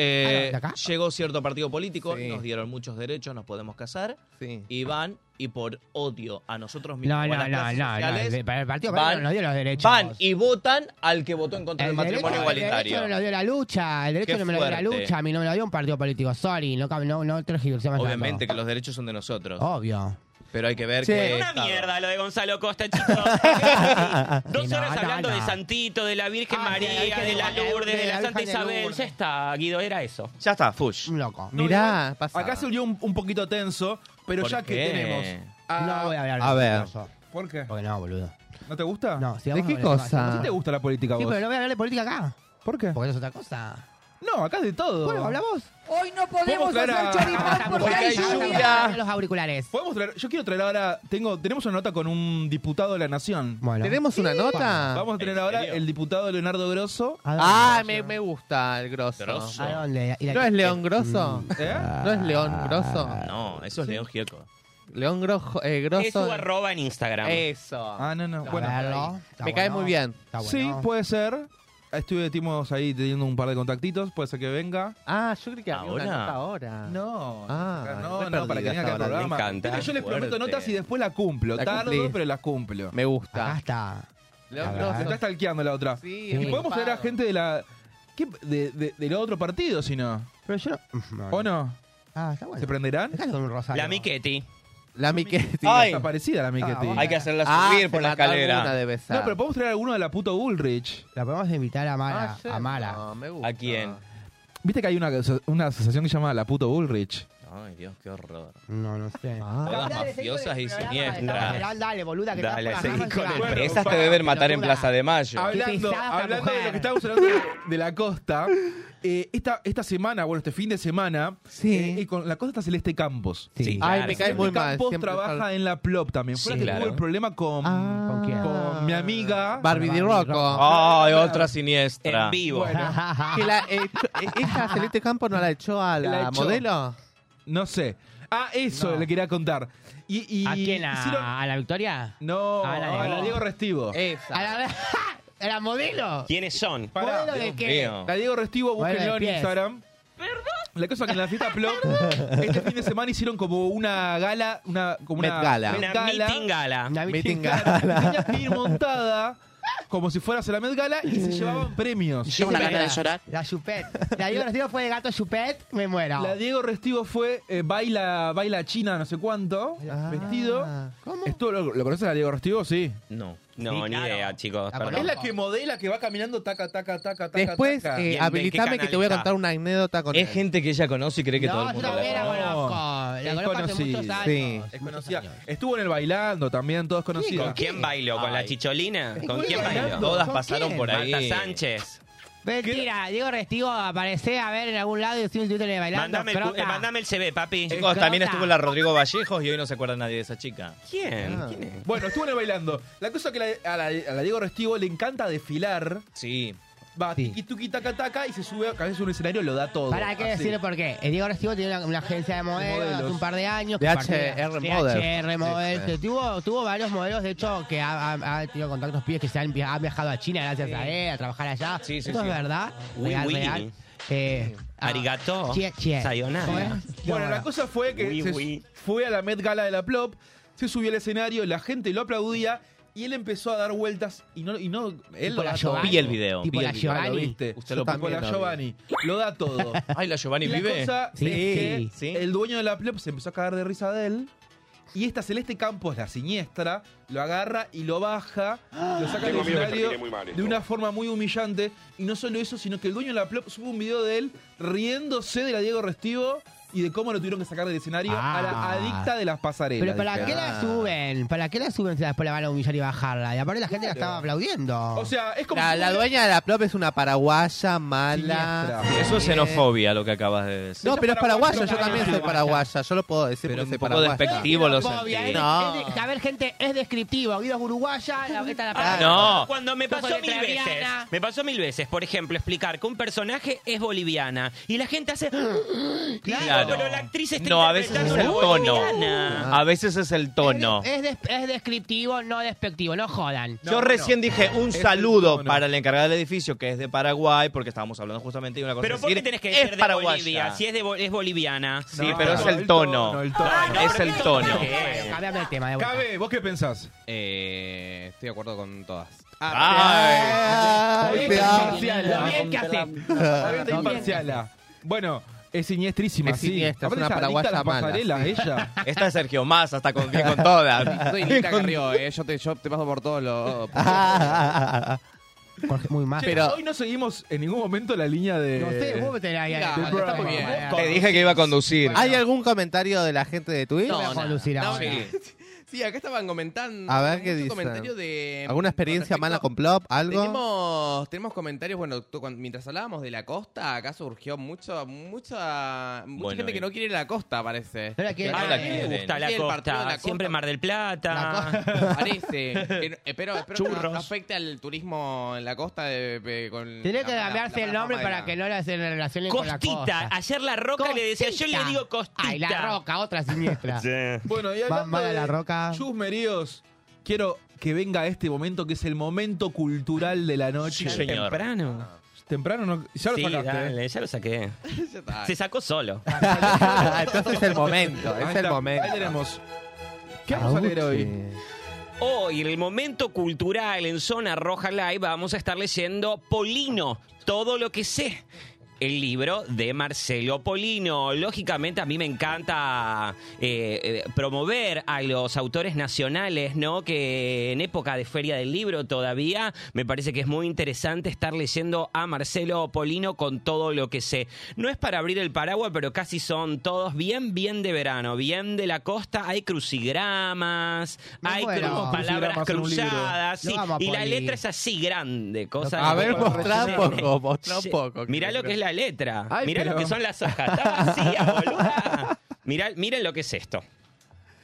Eh, Ah, ¿de acá? llegó cierto partido político, Sí. nos dieron muchos derechos, nos podemos casar. Sí. Y van y por odio a nosotros mismos. No, o a no, las no, clases no, no. sociales, El, para el partido van- político no dio los derechos. Van y votan al que votó en contra El del matrimonio derecho- El derecho igualitario. no lo dio la lucha, el derecho Qué no me lo dio la fuerte. lucha, a mí no me lo dio un partido político, sorry, no, cam- no, no tergiversemos tanto. Obviamente que los derechos son de nosotros, Obvio. pero hay que ver Oh. Sí. que. Una Estado. mierda lo de Gonzalo [LAUGHS] Costa, chicos. Dos Sí, no, horas no, hablando no. de Santito, de la Virgen Ah, de la María, Virgen de la de- Lourdes, de de la la Santa Virgen de Isabel. Lourdes. Ya está, Guido, era eso. Ya está, Fush. Un loco. No, Mirá, igual, pasa. Acá se unió un, un poquito tenso, pero ¿Por ya que qué? tenemos. no voy a hablar de a ver. eso. ¿Por qué? Porque no, boludo. ¿No te gusta? No, si ¿De vamos qué a hablar cosa? ¿Sí te gusta la política Sí, vos? pero no voy a hablar de política acá. ¿Por qué? Porque eso es otra cosa. No, acá es de todo. Bueno, hablamos. Hoy no podemos traer hacer a- choripán Ah, porque hay ahora lluvia. estamos con Los auriculares. Podemos traer, yo quiero traer ahora, tengo, tenemos una nota con un diputado de la nación. Bueno. ¿Tenemos una nota? Vamos a tener ¿En ahora serio? el diputado Leonardo Grosso. ¿A dónde? Ah, me, me gusta el grosso. Grosso. ¿A dónde? ¿Y la- ¿No es León Grosso? ¿Eh? ¿No es León Grosso? No, eso es León Gieco. León Grojo- eh, Es su Grosso. arroba en Instagram. Eh, Eso. Ah, no, no. A Bueno, verlo. Está Me cae bueno. muy bien. Está ah, bueno. sí, pues, puede ser. Estuvimos ahí teniendo un par de contactitos, puede ser que venga. Ah, yo creí que había ¿Ahora? una nota ahora. No, Ah, no, re no, para que perdida venga acá al hasta ahora, me programa. encanta. Mira, yo les prometo Fuerte. notas y después las cumplo. La Tardo, cumplís. pero las cumplo. Me gusta. Acá Ah, está. León la verdad. Se Grosso. está stalkeando la otra. Sí, Y es Y podemos copado. traer a gente de la. ¿qué? De, de- del otro partido, si no. Pero yo Mm, no. ¿O no? Ah, está Ah. bueno. ¿Se prenderán? Dejalo con un rosario. La Miquetti. La Miquetti. Ay. Está parecida la Miquetti. bueno. Hay que hacerla Ah, subir se por la mató alguna escalera. debe ser. No, pero podemos traer a alguno de la puto Bullrich. La podemos invitar a Mara. Ah, sí. a Mara. No, me gusta. ¿A quién? ¿Viste que hay una, una asociación que se llama la puto Bullrich? Ay, Dios, qué horror. No, no sé. Ah, Todas mafiosas y siniestras. Dale, boluda, que Dale, estamos seguí por las con ramas el llegando. pre- Esas te deben matar en Plaza de Mayo. Qué Hablando, pesada esta hablando de lo mujer. que estábamos hablando de, de la costa, eh, esta, esta semana, bueno, este fin de semana, Sí. eh, eh, con la costa está Celeste Campos. Sí. Sí. Ay, Claro, me siempre cae muy mal. Campos siempre trabaja está- en la Plop también. Fue la Sí, que claro. tuvo el problema con, Ah. ¿Con quién? con mi amiga. Barbie Di Barbie Di Rocco. Ay, otra En siniestra. vivo. Bueno, Ah. Que la, eh, esta Celeste Campo no la echó a [LAUGHS] la, La echó. modelo. no sé. Ah, eso No. le quería contar. Y, y ¿A quién? hicieron- ¿A, a la Victoria? No, Ah, la de a la Diego. Diego Restivo. ¿A Esa. la, [LAUGHS] a la modelo? ¿Quiénes son? Pará. ¿Modelo de qué? Mío. La Diego Restivo, Bueno, búsquenlo en pies. Instagram. La cosa que en la fiesta [LAUGHS] Plop, este fin de semana hicieron como una gala, una, como Met una Gala. Met Una Gala. meeting gala. Una Meeting bichita. gala. [LAUGHS] Tenías que ir montada como si fueras a la Met Gala y Eh. se llevaban premios. una gana de llorar. La Chupet. La Diego Restivo fue de gato Chupet, me muero. La Diego Restivo fue eh, baila, baila china, no sé cuánto, Ah, vestido. ¿Cómo? Estuvo- ¿lo, lo conoces a la Diego Restivo? Sí. No. No, Sí, ni claro. idea, chicos. La perdón. conozco. Es la que modela que va caminando taca, taca, taca, taca. Después, taca. eh, ¿Y en- en habilitame qué que te voy a canal contar una anécdota con él. Es gente que ella conoce y cree que no, todo el yo mundo también la la conoce. conozco. La Es conozco hace conocida. muchos años. Sí. es muchos conocida. años. Estuvo en el bailando también, todos conocidos. ¿Con quién bailo? ¿Con la chicholina? ¿Con ¿Con quién quién? bailo? Todas ¿Con pasaron quién? por ahí. Marta Sánchez. Mentira, Diego Restivo aparece a ver en algún lado y decimos un título de bailando. Mandame el, cu- crota. eh, mandame el CV, papi. Chicos, también Escota. estuvo la Rodrigo Vallejos y hoy no se acuerda nadie de esa chica. Ah. ¿Quién? ¿Quién es? Bueno, estuvo en el bailando. La cosa que la- a, la, a la Diego Restivo le encanta desfilar. Sí. Va, Sí. tiqui tuqui taca taca y se sube a cabeza un escenario lo da todo. Para qué Así. decirle por qué. El Diego Restivo tiene una, una agencia de modelos, Modelos. hace un par de años. De compartía- HR de Models. HR Models, Sí, que tuvo, tuvo varios modelos, de hecho, que ha, ha- ha tenido contactos pibes que se han, via- han viajado a China gracias a él, a trabajar allá. Sí, sí, Esto sí. es verdad. Oui, real, oui. real. Eh, ah, Arigato. chie- chie. Sayonara. ¿Cómo es? Bueno, No, la cosa fue que Uy, se uy. fue a la Met Gala de la Plop, se subió al escenario, la gente lo aplaudía y él empezó a dar vueltas y no, y no él Tipo lo la da todo. Giovanni. Vi el video, Tipo vi la el video, Ah, lo Giovanni. viste. Usted Usted lo lo también la lo vi. Giovanni. Lo da todo. [LAUGHS] Ay, la Giovanni Y la vive. cosa Sí. es que Sí. el dueño de la Plop se empezó a cagar de risa de él. Y esta Celeste Campos, la siniestra, lo agarra y lo baja, lo saca del escenario de una forma muy humillante. Y no solo eso, sino que el dueño de la Plop sube un video de él riéndose de la Diego Restivo y de cómo lo tuvieron que sacar del escenario a la Ah. adicta de las pasarelas. Pero ¿para dice. qué la suben? ¿Para qué la suben si después la van a humillar y bajarla? Y aparte la gente la estaba aplaudiendo. O sea, es como La, si la fuera- dueña de la plop es una paraguaya mala. Siniestra. Eso es xenofobia lo que acabas de decir. No, pero es paraguaya, yo también soy Paraguaya. paraguaya, yo lo puedo decir Pero porque soy un poco paraguaya. despectivo lo sentí. Xenofobia, es- No. es de- a ver, gente, es descriptivo. Guido es uruguaya, la, esta es la palabra. Ah, No. Ah, Cuando me Sos pasó mil veces, bolivariana. me pasó mil veces, por ejemplo, explicar que un personaje es boliviana y la gente hace. [GASPS] Claro, Claro. pero la actriz está No, a veces es el interpretando a tono. Ah, Boliviana. A veces es el tono. Es, des- es descriptivo, no despectivo, Eh, no jodan. Yo recién dije un saludo para la encargada del edificio que es de Paraguay, porque estábamos hablando justamente de una cosa. Pero es ¿por qué decir, tenés que es decir de paraguaya. Bolivia? Si es, de, bo- es boliviana. Sí, pero es el tono. el tono. Ay, no, es pero el qué tono. tono. Bueno, cambiame el tema de vuelta. Cabe, ¿vos qué pensás? Eh, estoy de acuerdo con todas. Ah, Ay. Ah, Ay, te amo. imparciala. Lo bien que haces. Está bien, está imparciala. Bueno, es siniestrísima, Es sí. siniestra, es Aparte una adicta a paraguaya las mala, pasarelas, ella. [LAUGHS] Esta es Sergio Más, hasta con, que con todas. Soy Nita Carrió, eh. yo, te, yo te paso por todo lo... Ah, Jorge, muy mal. Che, hoy no seguimos en ningún momento la línea de... no sé, vos meterá ahí. Mira, ahí. está muy bien. Te dije que iba a conducir. ¿Hay algún comentario de la gente de Twitch? No, no, no, no, ahora. sí. Sí, acá estaban comentando. A ver qué Mucho dicen. comentario de- mm, ¿Alguna experiencia respecto- mala con Plop? ¿Algo? Tenemos, tenemos comentarios, bueno, tú- cuando- mientras hablábamos de la costa, acá surgió mucho, mucha, mucha Bueno, gente que y- no quiere ir a la costa, parece. Pero aquí- Ah, No la a mí me quieren. gusta la Sí, el partido de la costa. costa. Siempre Mar del La Plata. [LAUGHS] [LAUGHS] [LAUGHS] Parece. Pero, eh, pero espero que no- Churros. no afecte al turismo en la costa. De, de- con Tiene que la- la- cambiarse la el nombre forma de para la- que no la se relacionen con la Costita. costa. Ayer la roca le decía, yo le Costita. digo costita. Ay, la roca, otra siniestra. Bueno, y Más hablando mala de la roca. chusmeríos, quiero que venga este momento que es el momento cultural de la noche. Sí, señor. Temprano. Temprano no... Ya lo Sí, sacaste. ¿eh? dale, ya lo saqué. Ya está. Se sacó solo. Entonces es el momento, Ahí es el está, Ahí momento. tenemos. ¿Qué vamos a leer hoy? Hoy, en el momento cultural en Zona Roja Live, vamos a estar leyendo Polino, todo lo que sé. El libro de Marcelo Polino. Lógicamente, a mí me encanta eh, eh, promover a los autores nacionales, ¿no? Que en época de Feria del Libro todavía me parece que es muy interesante estar leyendo a Marcelo Polino con todo lo que sé. No es para abrir el paraguas, pero casi son todos bien, bien de verano, bien de la costa. Hay crucigramas, Me hay muero. como palabras Crucigramas en un libro. cruzadas, sí. Lo amo a y la Poli. letra es así grande, cosa A ver, mostrá un Sí. poco, mostrá un poco. Mirá lo que es la letra, Ay, mirá lo pero- que son las hojas, está [LAUGHS] vacía, boluda. Mirá, miren lo que es esto.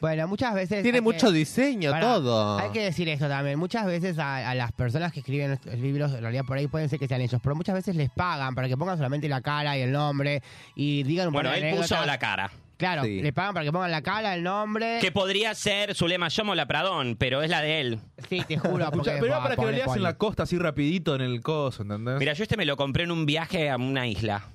Bueno, muchas veces... Tiene hay mucho que- diseño Pará, todo. [LAUGHS] Hay que [LAUGHS] decir esto también. Muchas veces a, a las personas que escriben estos libros, en realidad por ahí pueden ser que sean ellos, pero muchas veces les pagan para que pongan solamente la cara y el nombre y digan un Bueno, par de él puso anécdotas. la cara. Claro, Sí. le pagan para que pongan la cara, el nombre. Que podría ser Zulema Yomo la Pradón, pero es la de él. Sí, [LAUGHS] te juro. Escuchá, porque- pero era ah, para que lo pobre leas en Poli. la costa así rapidito en el coso, ¿entendés? Mira, yo este me lo compré en un viaje a una isla. Ah,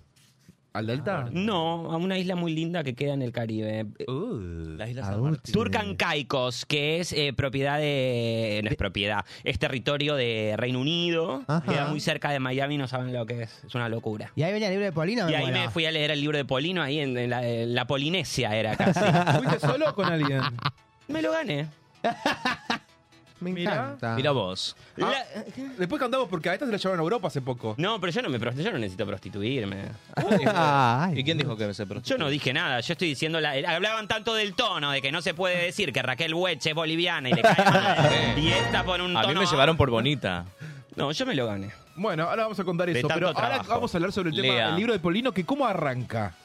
¿Al delta? No, a una isla muy linda que queda en el Caribe. Uh, La isla San Martín. Turcan Caicos, que es eh, propiedad de. No es propiedad, es territorio de Reino Unido. Ajá. Queda muy cerca de Miami, no saben lo que es. Es una locura. Y ahí venía el libro de Polino. Y ahí me fui a leer el libro de Polino, ahí en, en la, en la Polinesia [LAUGHS] era casi. ¿Fuiste solo o [LAUGHS] con alguien? me lo gané. Me Mirá. encanta. Mira vos. La- Después cantamos porque a esta se la llevaron a Europa hace poco. No, pero yo no me prost- yo no necesito prostituirme. Ay, ¿Y quién dijo que se Yo prostituyó? no dije nada, yo estoy diciendo la- eh, hablaban tanto del tono de que no se puede decir que Raquel Hueche es boliviana y le cae [LAUGHS] mal, y esta pone un A tono. mí me llevaron por bonita. No, yo me lo gané. Bueno, ahora vamos a contar De eso, tanto pero ahora trabajo. vamos a hablar sobre el tema Lea. del libro de Polino, que cómo arranca.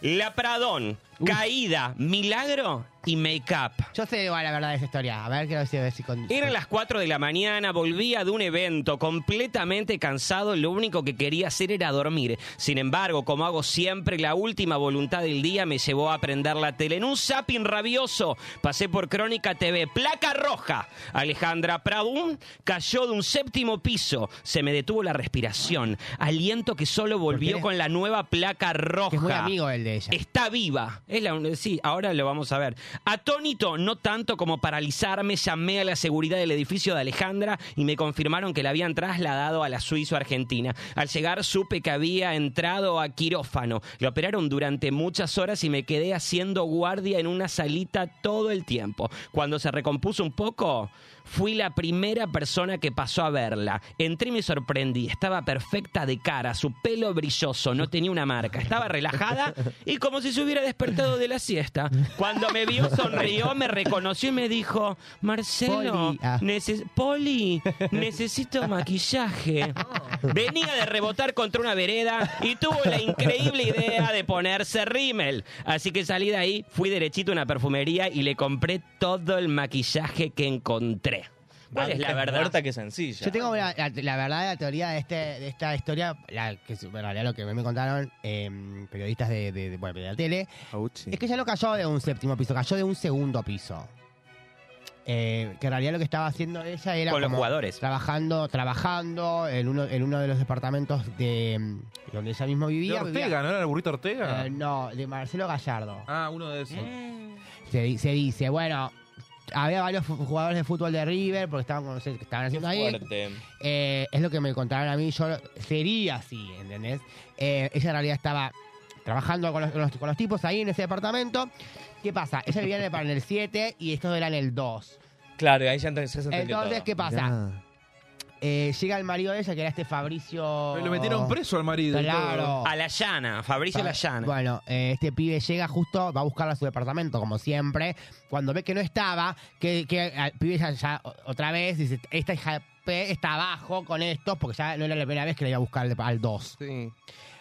La Pradón, caída, milagro y make-up. Yo sé igual la verdad de esa historia. A ver qué sé a ver si con. Eran las 4 de la mañana, volvía de un evento completamente cansado, lo único que quería hacer era dormir. Sin embargo, como hago siempre, la última voluntad del día me llevó a prender la tele. En un zapping rabioso pasé por Crónica TV, placa roja. Alejandra Pradún cayó de un séptimo piso. Se me detuvo la respiración, aliento que solo volvió eres- con la nueva placa roja. Que es muy amigo el de ella. Está viva. Es la, un- sí, ahora lo vamos a ver. Atónito, no tanto como paralizarme, llamé a la seguridad del edificio de Alejandra y me confirmaron que la habían trasladado a la Suiza Argentina. Al llegar supe que había entrado a quirófano. Le operaron durante muchas horas y me quedé haciendo guardia en una salita todo el tiempo. Cuando se recompuso un poco, fui la primera persona que pasó a verla. Entré y me sorprendí. Estaba perfecta de cara, su pelo brilloso, no tenía una marca. Estaba relajada y como si se hubiera despertado de la siesta. Cuando me vio, sonrió, me reconoció y me dijo: Marcelo, Poli, ah. neces- Poli, necesito maquillaje. Venía de rebotar contra una vereda y tuvo la increíble idea de ponerse rímel. Así que salí de ahí, fui derechito a una perfumería y le compré todo el maquillaje que encontré. ¿Cuál es la verdad? Corta que sencilla. Yo tengo la, la, la verdadera teoría de, este, de esta historia, la que es- en realidad lo que me contaron eh, periodistas de, de- de- bueno, de la tele, es que ella no cayó de un séptimo piso, cayó de un segundo piso. Eh, que en realidad lo que estaba haciendo ella era Con los como jugadores. trabajando, trabajando en uno, en uno de los departamentos de mm, donde ella mismo De vivía. Ortega, ¿no era el burrito Ortega? vivía- eh, no, Eh, de Marcelo Gallardo. Ah, uno de esos. se, di- se dice, bueno, había varios fu- jugadores de fútbol de River porque estaban, con- no sé, que estaban haciendo ahí. Fuerte. Eh, es lo que me contaron a mí, yo sería así, ¿entendés? Eh, ella en realidad estaba trabajando con los, con los- con los tipos ahí en ese departamento. ¿Qué pasa? Ella vivía en el, en el 7 y estos eran el 2. Claro, y ahí ya entonces se entendió Entonces, todo. ¿qué pasa? Eh, llega el marido de ella, que era este Fabricio... Lo metieron preso al marido. y todo. Claro. A la llana, Ah. Fabricio La Llana. Bueno, eh, este pibe llega justo, va a buscarla a su departamento, como siempre. Cuando ve que no estaba, que, que el pibe ya, ya o- otra vez dice, esta hija de P está abajo con estos, porque ya no era la primera vez que le iba a buscar al- al 2. Sí.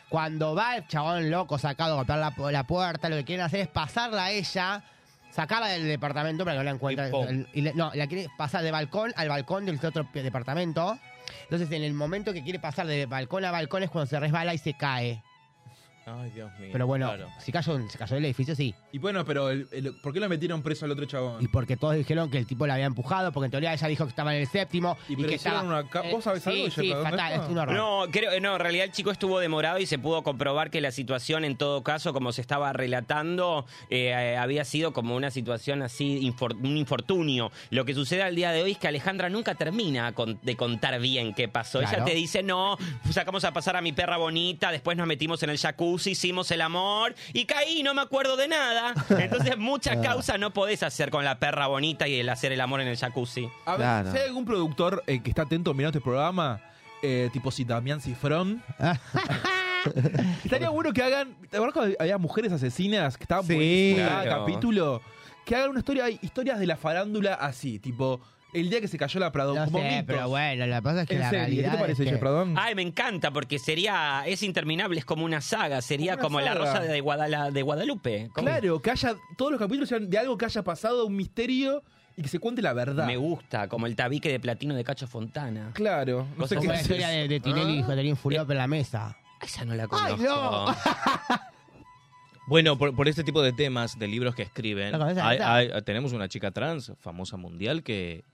Cuando va el chabón loco sacado a golpear la, pu- la puerta, lo que quieren hacer es pasarla a ella, sacarla del departamento para que no la encuentren. Y pum. El- y le- no, la quiere pasar de balcón al balcón del otro pi- departamento. Entonces, en el momento que quiere pasar de balcón a balcón es cuando se resbala y se cae. Ay, Dios mío. Pero bueno, Claro. si cayó, se cayó del edificio, sí. Y bueno, pero el- el- ¿por qué lo metieron preso al otro chabón? Y porque todos dijeron que el tipo la había empujado, porque en teoría ella dijo que estaba en el séptimo. Y Y, pero que hicieron estaba. eh, una ca- ¿Vos sabés sí, algo, Sí, Yeka, dónde fatal, está? es un horror. No, creo, eh, no, en realidad el chico estuvo demorado y se pudo comprobar que la situación, en todo caso, como se estaba relatando, eh, eh, había sido como una situación así, infor- un infortunio. Lo que sucede al día de hoy es que Alejandra nunca termina con- de contar bien qué pasó. Ella Claro. te dice, no, sacamos a pasar a mi perra bonita, después nos metimos en el jacuzzi, hicimos el amor y caí, no me acuerdo de [LAUGHS] nada. Entonces, Ah. muchas causas no podés hacer con la perra bonita y el hacer el amor en el jacuzzi. A ver, Claro. si hay algún productor eh, que está atento mirando este programa, eh, tipo si [LAUGHS] Damián Cifrón. Estaría bueno que hagan. ¿Te acuerdas cuando había mujeres asesinas que estaban Sí, buenísimas cada claro. capítulo? Que hagan una historia, hay historias de la farándula así, tipo el día que se cayó la Prado. No como sé, mitos. pero bueno, la cosa es que En la serie, ¿qué realidad. te parece, es que- Jeff Pradón? Ay, me encanta porque sería es interminable, es como una saga, sería Como como, una la rosa saga. de, Guadala- de Guadalupe. Como- Claro, que haya todos los capítulos sean de algo que haya pasado, un misterio y que se cuente la verdad. Me gusta, como el tabique de platino de Cacho Fontana. Claro, no Vos sé sos qué Como la es historia eso. ¿Ah? de, de Tinelli y Jotelín Furió en la mesa. Ah, Esa no la conozco. no. [LAUGHS] Bueno, por, por este tipo de temas, de libros que escriben, ¿La conoces, hay- esta? hay- tenemos una chica trans, famosa mundial, que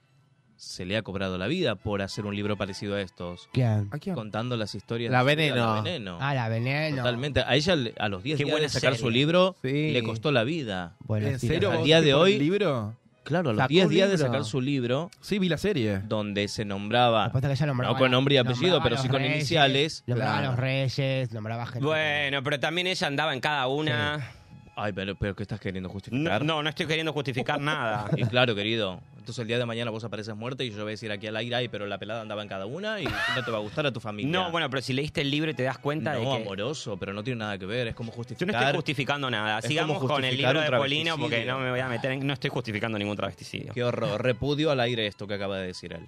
se le ha cobrado la vida por hacer un libro parecido a estos, ¿Quién? contando las historias La de su vida, Veneno. la veneno. Ah, la veneno. Totalmente. A ella, le- a los 10 Qué días buena de sacar serie. su libro, Sí. le costó la vida. Bueno, ¿En sí, serio? la- Al ¿Vos día viste de por hoy- el libro? Claro, a los Sacó 10 un días de libro. sacar su libro, Sí, vi la serie. donde se nombraba, la posta que ella nombraba- no con nombre y apellido, nombraba pero a sí los con reyes, iniciales. Nombraba a Claro. los reyes, nombraba gente. Bueno, pero también ella andaba en cada una. Ay, pero, pero ¿qué estás queriendo justificar? No, no, no estoy queriendo justificar [LAUGHS] nada. Y claro, querido. Entonces el día de mañana vos apareces muerta y yo voy a decir aquí al aire, ay, pero la pelada andaba en cada una y no te va a gustar a tu familia. No, bueno, pero si leíste el libro y te das cuenta de No, que amoroso, pero no tiene nada que ver. Es como yo justificar. no estoy justificando nada. Es Sigamos como con el justificar libro un de Polino porque travesticidio. no me voy a meter en... No estoy justificando ningún travesticidio. Qué horror. Repudio al aire esto que acaba de decir él.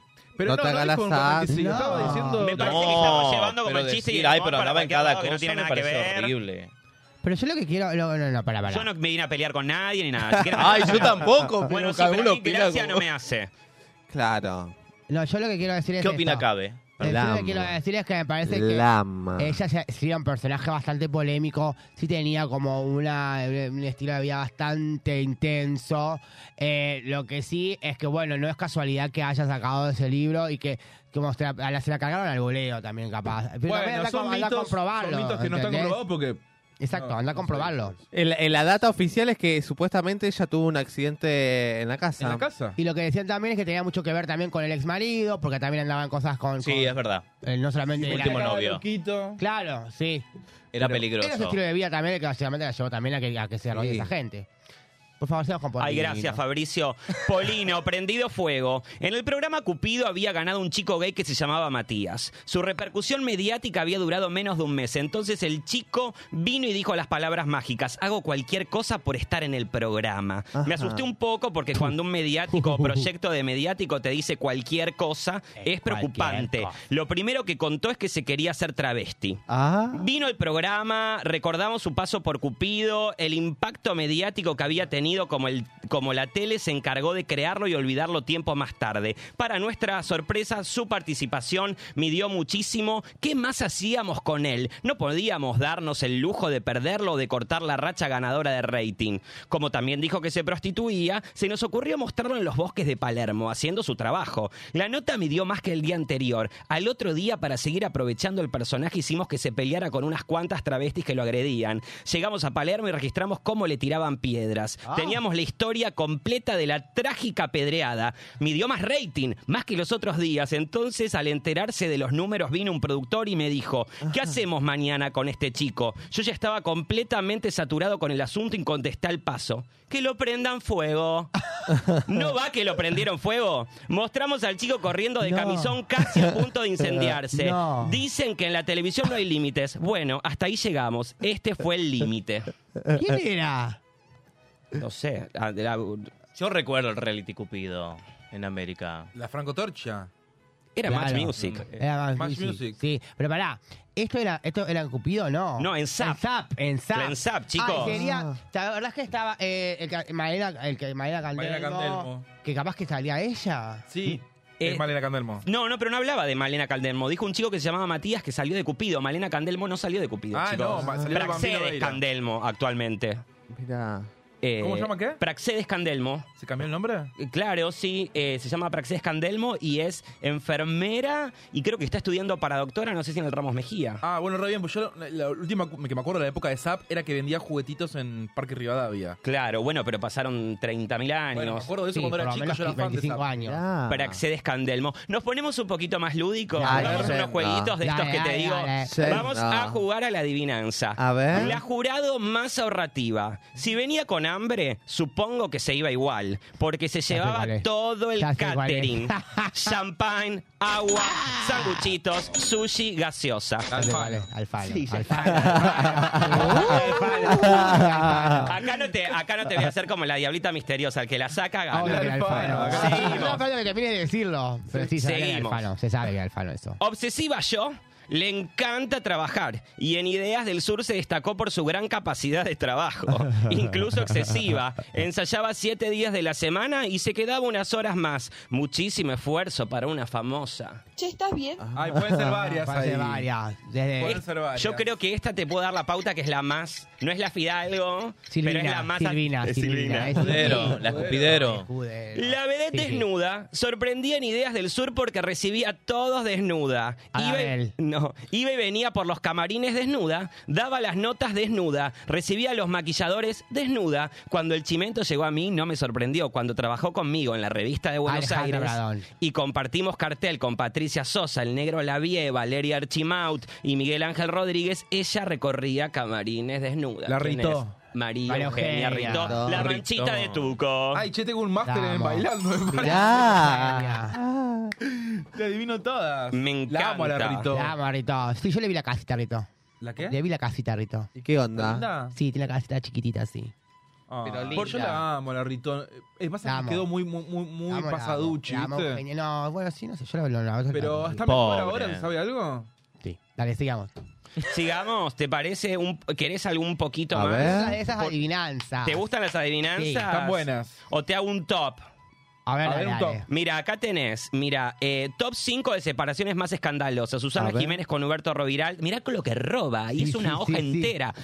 No Pero no, te no hagas dijo un la sad. romanticismo, No. Estaba diciendo... Me parece que No, estamos llevando como Oh, pero el chiste y decir, el ay, humor pero para andaba en cualquier cada lado cosa. que no tiene me nada que parece ver. horrible. Pero yo lo que quiero. No, no, no, para, para. Yo no me vine a pelear con nadie ni nada. [LAUGHS] Si quieren- Ay, [LAUGHS] yo tampoco. Bueno, pero sí, cada pero uno a mí opina gracia como- no me hace. Claro. No, yo lo que quiero decir es. ¿Qué opina esto. Cabe? Eh, Yo lo que Lama. quiero decir es que me parece que. Ah. Lama. Ella se- sí era un personaje bastante polémico, sí tenía como una, un estilo de vida bastante intenso. Eh, lo que sí es que, bueno, no es casualidad que haya sacado ese libro y que, como se la, a la- se la cargaron al voleo también, capaz. Pero también Bueno, anda, son con- anda a mitos, comprobarlo. son mitos que no están ¿entendés? comprobados porque... Exacto, No, anda a no sé. comprobarlo. El- el- la data oficial es que supuestamente ella tuvo un accidente en la casa. ¿En la casa? Y lo que decían también es que tenía mucho que ver también con el ex marido, porque también andaban cosas con. con- Sí, es verdad. eh, no solamente. Sí, la- último Estaba novio. loquito. Claro, sí. Era Era su peligroso. estilo de vida también, que básicamente la llevó también a que, a que se arrodille Sí. esa gente. Por favor, seamos con Ay, Polino. gracias, Fabricio. Polino, prendido fuego. En el programa Cupido había ganado un chico gay que se llamaba Matías. Su repercusión mediática había durado menos de un mes. Entonces el chico vino y dijo las palabras mágicas: Hago cualquier cosa por estar en el programa. Me asusté un poco porque cuando un mediático o proyecto de mediático te dice cualquier cosa, es preocupante. cosa. Lo primero que contó es que se quería hacer travesti. Ah. Vino el programa, recordamos su paso por Cupido, el impacto mediático que había tenido contenido como, el, como la tele se encargó de crearlo y olvidarlo tiempo más tarde. Para nuestra sorpresa, su participación midió muchísimo. ¿Qué más hacíamos con él? No podíamos darnos el lujo de perderlo o de cortar la racha ganadora de rating. Como también dijo que se prostituía, se nos ocurrió mostrarlo en los bosques de Palermo, haciendo su trabajo. La nota midió más que el día anterior. Al otro día, para seguir aprovechando el personaje, hicimos que se peleara con unas cuantas travestis que lo agredían. Llegamos a Palermo y registramos cómo le tiraban piedras. Teníamos la historia completa de la trágica pedreada. Midió más rating, más que los otros días. Entonces, al enterarse de los números, vino un productor y me dijo, ¿qué hacemos mañana con este chico? Yo ya estaba completamente saturado con el asunto y contesté al paso. Que lo prendan fuego. ¿No va que lo prendieron fuego? Mostramos al chico corriendo de No. camisón casi a [LAUGHS] punto de incendiarse. No. Dicen que en la televisión no hay límites. Bueno, hasta ahí llegamos. Este fue el límite. Eh, ¿Quién era? No sé. la- la- Yo recuerdo el reality Cupido en América. La francotorcha. era Match Claro. Music. Era Match Match Music. Music. Sí, pero pará. ¿Esto era, esto era en Cupido no? No, en Zap. En Zap, en Zap. Era en Zap, chicos. Ay, sería, la verdad es que estaba eh, el, que- Maela, el que Maela Candelmo, Maela Candelmo. Que capaz que salía ella. Sí. Eh, es Malena Candelmo. No, no, pero no hablaba de Malena Candelmo. Dijo un chico que se llamaba Matías que salió de Cupido. Malena Candelmo no salió de Cupido, Ah, chicos. no, ma- salió de Bambino Praxedes Veira. Candelmo actualmente. Mira. Eh, ¿Cómo se llama qué? Praxedes Candelmo. ¿Se cambió el nombre? Eh, Claro, sí, eh, se llama Praxedes Candelmo y es enfermera y creo que está estudiando para doctora, no sé si en el Ramos Mejía. Ah, bueno, re bien, pues yo la, la última cu- que me acuerdo de la época de Zap era que vendía juguetitos en Parque Rivadavia. Claro, bueno, pero pasaron 30.000 Bueno, me años. acuerdo de Sí, eso cuando por era lo chico, menos yo era fan de 25 Zap. años. Mirá. Praxedes Candelmo. Nos ponemos un poquito más lúdicos, Dale, vamos a unos Brenda. jueguitos de estos Dale, que te dale, digo. dale. Sí, Vamos no. a jugar a la adivinanza. A ver. La jurado más ahorrativa. Si venía con hambre, supongo que se iba igual, porque se sé llevaba cuál es. todo el Ya sé cuál es. [LAUGHS] catering. Champagne, agua, sanguchitos, sushi, gaseosa. Alfano. Alfano. Sí, ya Alfano. [LAUGHS] [LAUGHS] Acá no, te, acá no te voy a hacer como la diablita misteriosa, el que la saca gana. Obvio que era Alfano, Alfano. acá. Sí, no, espérate que termine de decirlo. Pero sí, se que era Seguimos. Alfano. Se sabe que era Alfano eso. Obsesiva yo, le encanta trabajar y en Ideas del Sur se destacó por su gran capacidad de [LAUGHS] trabajo, incluso excesiva. Ensayaba siete días de la semana y se quedaba unas horas más. Muchísimo esfuerzo para una famosa. Che, ¿estás bien? Ay, pueden ser varias Puede ser ahí. varias. Desde... Pueden ser varias. Eh, Yo creo que esta te puedo dar la pauta que es la más, no es la Fidalgo, Silvina, pero es la más... Silvina, es Silvina, es Cudero, la Cupidero. Escudero. La vedette Sí, sí. desnuda sorprendía en Ideas del Sur porque recibía a todos desnuda. Anabel. no, iba y venía por los camarines desnuda, daba las notas desnuda, recibía a los maquilladores desnuda. Cuando el chimento llegó a mí, no me sorprendió. Cuando trabajó conmigo en la revista de Buenos Alejandro Aires Bradón. y compartimos cartel con Patricia Sosa, el negro Lavie, Valeria Archimaut y Miguel Ángel Rodríguez, ella recorría camarines desnuda. La ¿Quién Ritó. es? María María Eugenia Eugenia. Ritó, la Ritó. manchita de Tuco. Ay, che, tengo un máster en Vamos. bailando. me parece. Mirá. Te adivino todas. Me La amo a la encanta. Rito. La amo, Rito. Sí, yo le vi la casita, Rito. ¿La Le qué? vi la casita, Rito. ¿Y qué onda? ¿Linda? Sí, tiene la casita chiquitita, sí. Ah, Pero por- yo linda. la amo a la Rito. Es más, La que amo. quedó muy, muy, muy, muy La amo, la amo. pasaduchi, La amo, ¿viste? genial. No, bueno, sí, no sé. Yo la veo la otra. Pero está mejor Pobre. ahora, ¿sabe algo? Sí. Dale, sigamos. ¿Eh? Sigamos, ¿te parece? Un, ¿Querés algún poquito A más? ver. Esas, esas adivinanzas. ¿Te gustan las adivinanzas? Ah, Sí, Están buenas. O te hago un top. A ver, A dale, ver, un dale. top. Mira, acá tenés, mira, eh, top 5 de separaciones más escandalosas. Susana A ver. Jiménez con Huberto Roviral. Mirá con lo que roba, y Sí, es una sí, hoja sí, sí. entera.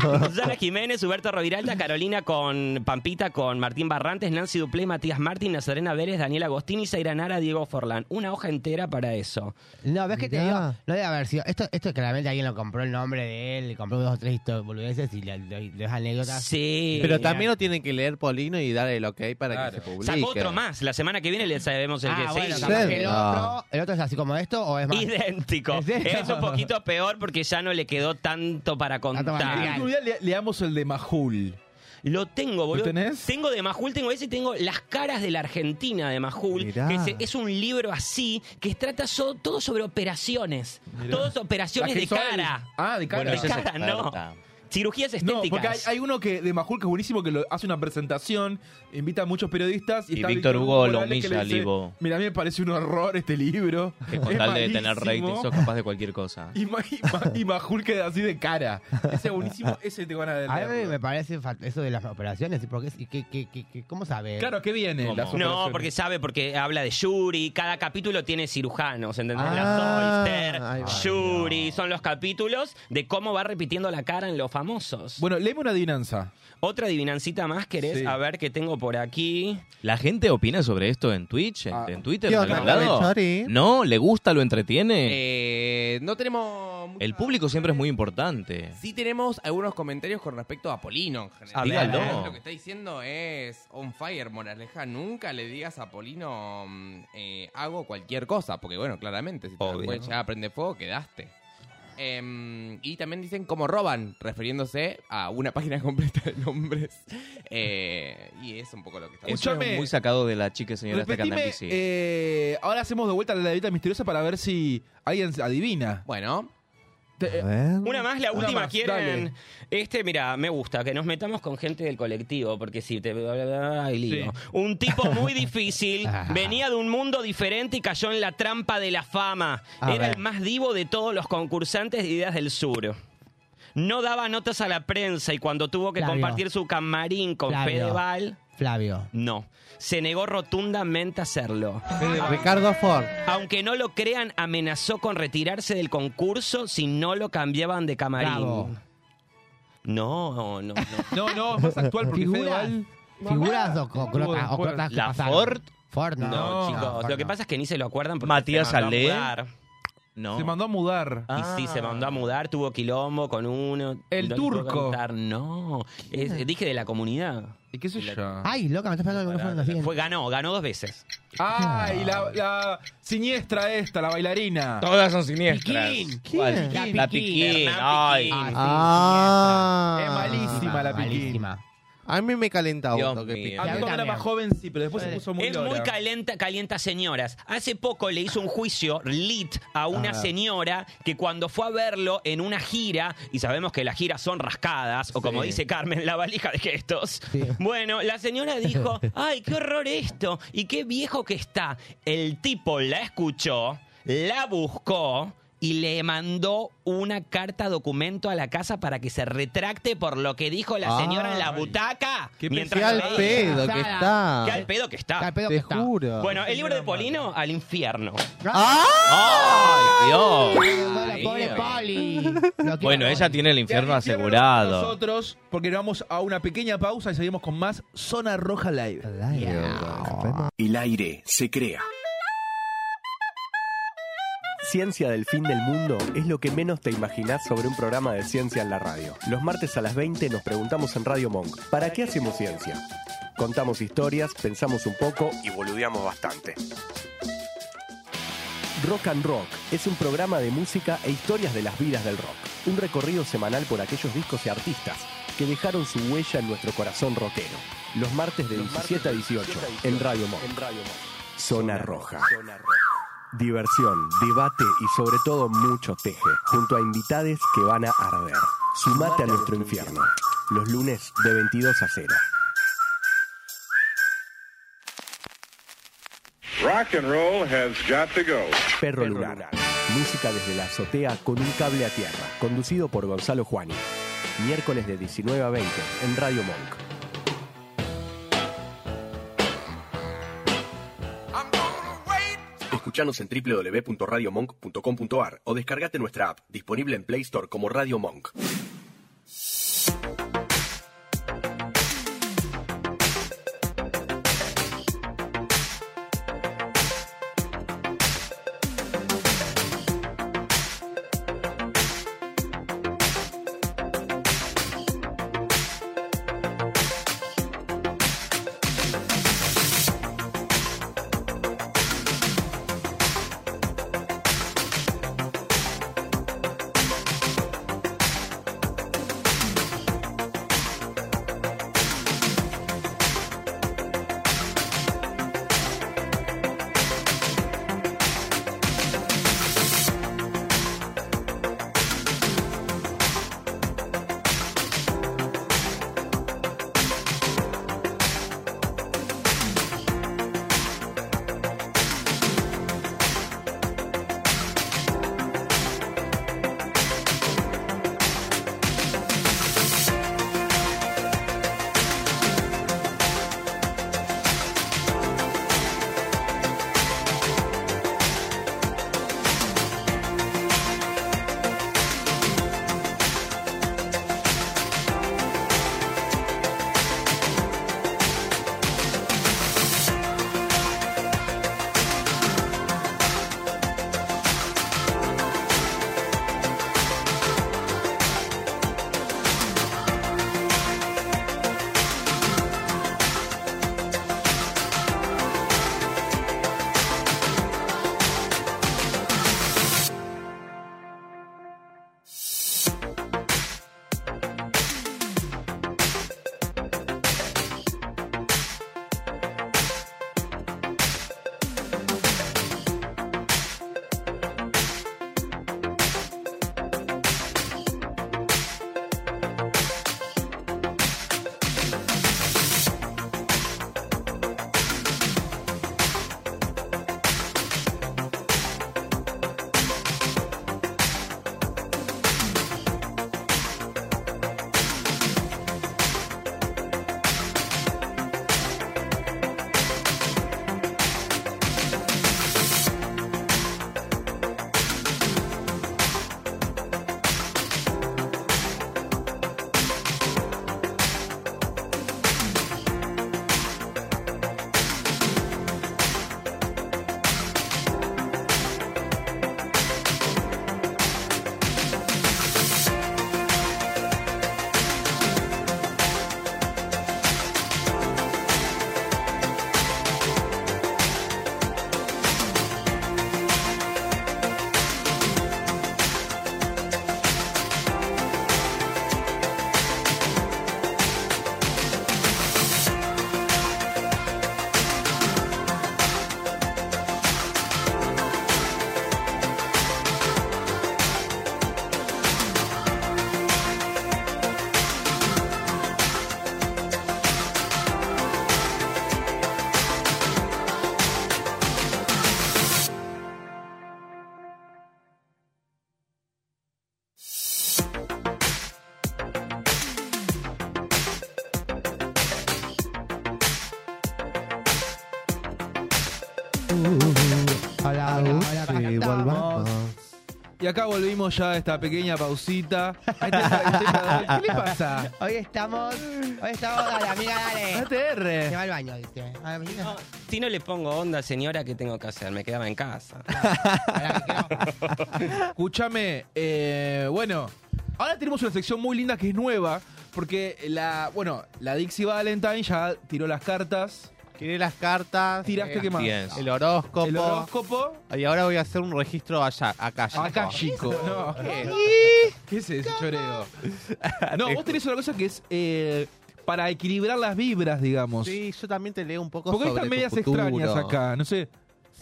Susana Jiménez, Huberto Roviralda, Carolina con Pampita, con Martín Barrantes, Nancy Duplé, Matías Martín, Nazarena Vélez, Daniel Agostini, Zaira Nara, Diego Forlán. Una hoja entera para eso. No, ves que te Mirá. digo, no debe haber sido. Esto, esto claramente alguien lo compró el nombre de él, le compró dos o tres histo- boludeces y le, le- le das anécdotas. Sí. Pero también lo tienen que leer Polino y dar el ok para Claro. que se publique. Sacó otro más. La semana que viene le sabemos el ah, que se bueno, hizo. capaz que el, No. otro, el otro es así como esto o es más. Idéntico. ¿En serio? Es un poquito peor porque ya no le quedó tanto Ah, para Tanto contar. material. Un día le- leamos el de Majul. Lo tengo, boludo. tenés? Tengo de Majul, tengo ese, tengo Las caras de la Argentina de Majul, Mirá. que se- es un libro así que trata so- todo sobre operaciones. Todos operaciones La de que hizo él. cara. Ah, de cara. Bueno, Bueno, cara, no. cirugías No, porque hay, estéticas. hay uno que de Majul que es buenísimo que lo- hace una presentación, invita a muchos periodistas y, Y está Víctor Hugo lo Morales que le humilla a dice, Livo. Mira, a mí me parece un horror este libro. Que [LAUGHS] con Es tal de tener malísimo". rating sos capaz de cualquier cosa. [LAUGHS] Y, Ma- y Ma- y Majul queda así de cara. Ese es buenísimo, ese te van a A mí me leer. parece fa- eso de las operaciones. ¿Y por qué- y qué- qué- qué- qué- ¿Cómo sabe? Claro, ¿qué viene? ¿Cómo? Las No, operaciones. porque sabe, porque habla de Yuri, cada capítulo tiene cirujanos, ¿entendés? Ah, la ahí va. Solster, Yuri, son los capítulos de cómo va repitiendo la cara en los famosos. Bueno, léeme una adivinanza. Otra adivinancita más querés, Sí. a ver qué tengo por aquí. ¿La gente opina sobre esto en Twitch? ¿En, Ah. en Twitter? ¿Qué ¿En onda, algún lado? ¿eh? Chori? ¿No? ¿Le gusta? ¿Lo entretiene? Eh, no tenemos... mucha- El público siempre es muy importante. Sí tenemos algunos comentarios con respecto a Polino en general. Dígalo. Eh, Lo que está diciendo es on fire, Moraleja. Nunca le digas a Polino mm, eh, hago cualquier cosa, porque bueno, claramente, si te Obvio. puedes llegar a prender fuego, quedaste. Em, y también dicen como roban, refiriéndose a una página [LAUGHS] completa de nombres. Eh, y es un poco lo que está Escuchame. Eso es Muy sacado de la chica señora esta este que anda en Repetime, bici. eh, ahora hacemos de vuelta la levita misteriosa para ver si alguien adivina. Bueno, Te- eh, Una más, la Una última más, quieren. dale. Este, mira, me gusta que nos metamos con gente del colectivo, porque si te. Ay, lío. Sí. Ah. Un tipo [LAUGHS] muy difícil, venía de un mundo diferente y cayó en la trampa de la fama. A Era ver. el más divo de todos los concursantes de Ideas del Sur. No daba notas a la prensa y cuando tuvo que Flavio. compartir su camarín con Flavio. Fedeval, Flavio. no. Se negó rotundamente a hacerlo. Ricardo Ford. Aunque no lo crean, amenazó con retirarse del concurso si no lo cambiaban de camarín. Bravo. No, no, no. No, no, es más actual porque Figuras. Fedeval... ¿Figuras o, co- crotas? o Ford. crotas que La pasaron? Ford. Ford no. No, chicos. Ford lo que no. pasa es que ni se lo acuerdan porque Matías se mandó a Ale. mudar. no. Se mandó a mudar. Ah. Y sí, se mandó a mudar, tuvo quilombo con uno. El No les puedo turco. contar, No, Es- dije de la comunidad. ¿Y qué sé yo? Ay, loca, me estás pegando el micrófono así. Fue, ganó, ganó dos veces. Ah, y la, la siniestra esta, la bailarina. Todas son siniestras. Piquín. ¿Cuál? ¿Quién? La La piquín. Piquín. Ay. Ah, sí, Ah. Es malísima la piquín. Malísima. A mí me calenta Dios auto que mío. piquín. A mí Sí, cuando Ah, era también. más joven sí, pero después se puso muy es lora. muy calienta, calienta señoras. Hace poco le hizo un juicio lit a una señora que cuando fue a verlo en una gira, y sabemos que las giras son rascadas, o como dice Carmen, la valija de gestos. Bueno, la señora [LAUGHS] dijo, ay, qué horror esto, y qué viejo que está. El tipo la escuchó, la buscó. Y le mandó una carta documento a la casa para que se retracte por lo que dijo la señora en la Ay. butaca. Qué Qué mientras al leía. pedo que Cansada. está. Qué al pedo que está. Al pedo que Te está. juro. Bueno, el libro de Polino al infierno. ¡Ah! Ay, Dios. Pobre, pobre mío. Poli. Lo quiero, Bueno, ella Poli. tiene el infierno Te anunciaron asegurado. Nosotros, porque vamos a una pequeña pausa y seguimos con más Zona Roja Live. El aire se crea. Ciencia del fin del mundo es lo que menos te imaginás sobre un programa de ciencia en la radio. Los martes a las 20 nos preguntamos en Radio Monk, ¿para qué hacemos ciencia? Contamos historias, pensamos un poco y boludeamos bastante. Rock and Rock es un programa de música e historias de las vidas del rock. Un recorrido semanal por aquellos discos y artistas que dejaron su huella en nuestro corazón rockero. Los martes de 17 a 18 en Radio Monk. Zona Roja. Diversión, debate y sobre todo mucho teje, junto a invitades que van a arder. Sumate a nuestro infierno, los lunes de 22 a 0. Rock and roll has got to go. Perro, Lunar. Música desde la azotea con un cable a tierra, conducido por Gonzalo Juani. Miércoles de 19 a 20 en Radio Monk. Escuchanos en www.radiomonk.com.ar o descargate nuestra app, disponible en Play Store como Radio Monk. Hola, hola, hola. Sí, volvamos. Y acá volvimos ya a esta pequeña pausita. Ahí está, ahí está. ¿Qué le pasa? Hoy estamos. Hoy estamos. Dale, amiga, dale. No te erres. Se va al baño, dice. A ver, mira. Si no le pongo onda, señora, ¿qué tengo que hacer? Me quedaba en casa. Escúchame, eh, bueno, ahora tenemos una sección muy linda que es nueva, porque la, bueno, la Dixie Valentine ya tiró las cartas. Tiré las cartas. ¿Tiraste qué más? El horóscopo. El horóscopo. Y ahora voy a hacer un registro allá, acá, chico. Acá, chico. No. ¿Qué es ese choreo? [LAUGHS] No, vos tenés una cosa que es eh, para equilibrar las vibras, digamos. Sí, yo también te leo un poco Porque sobre están tu medias futuro. extrañas acá, no sé.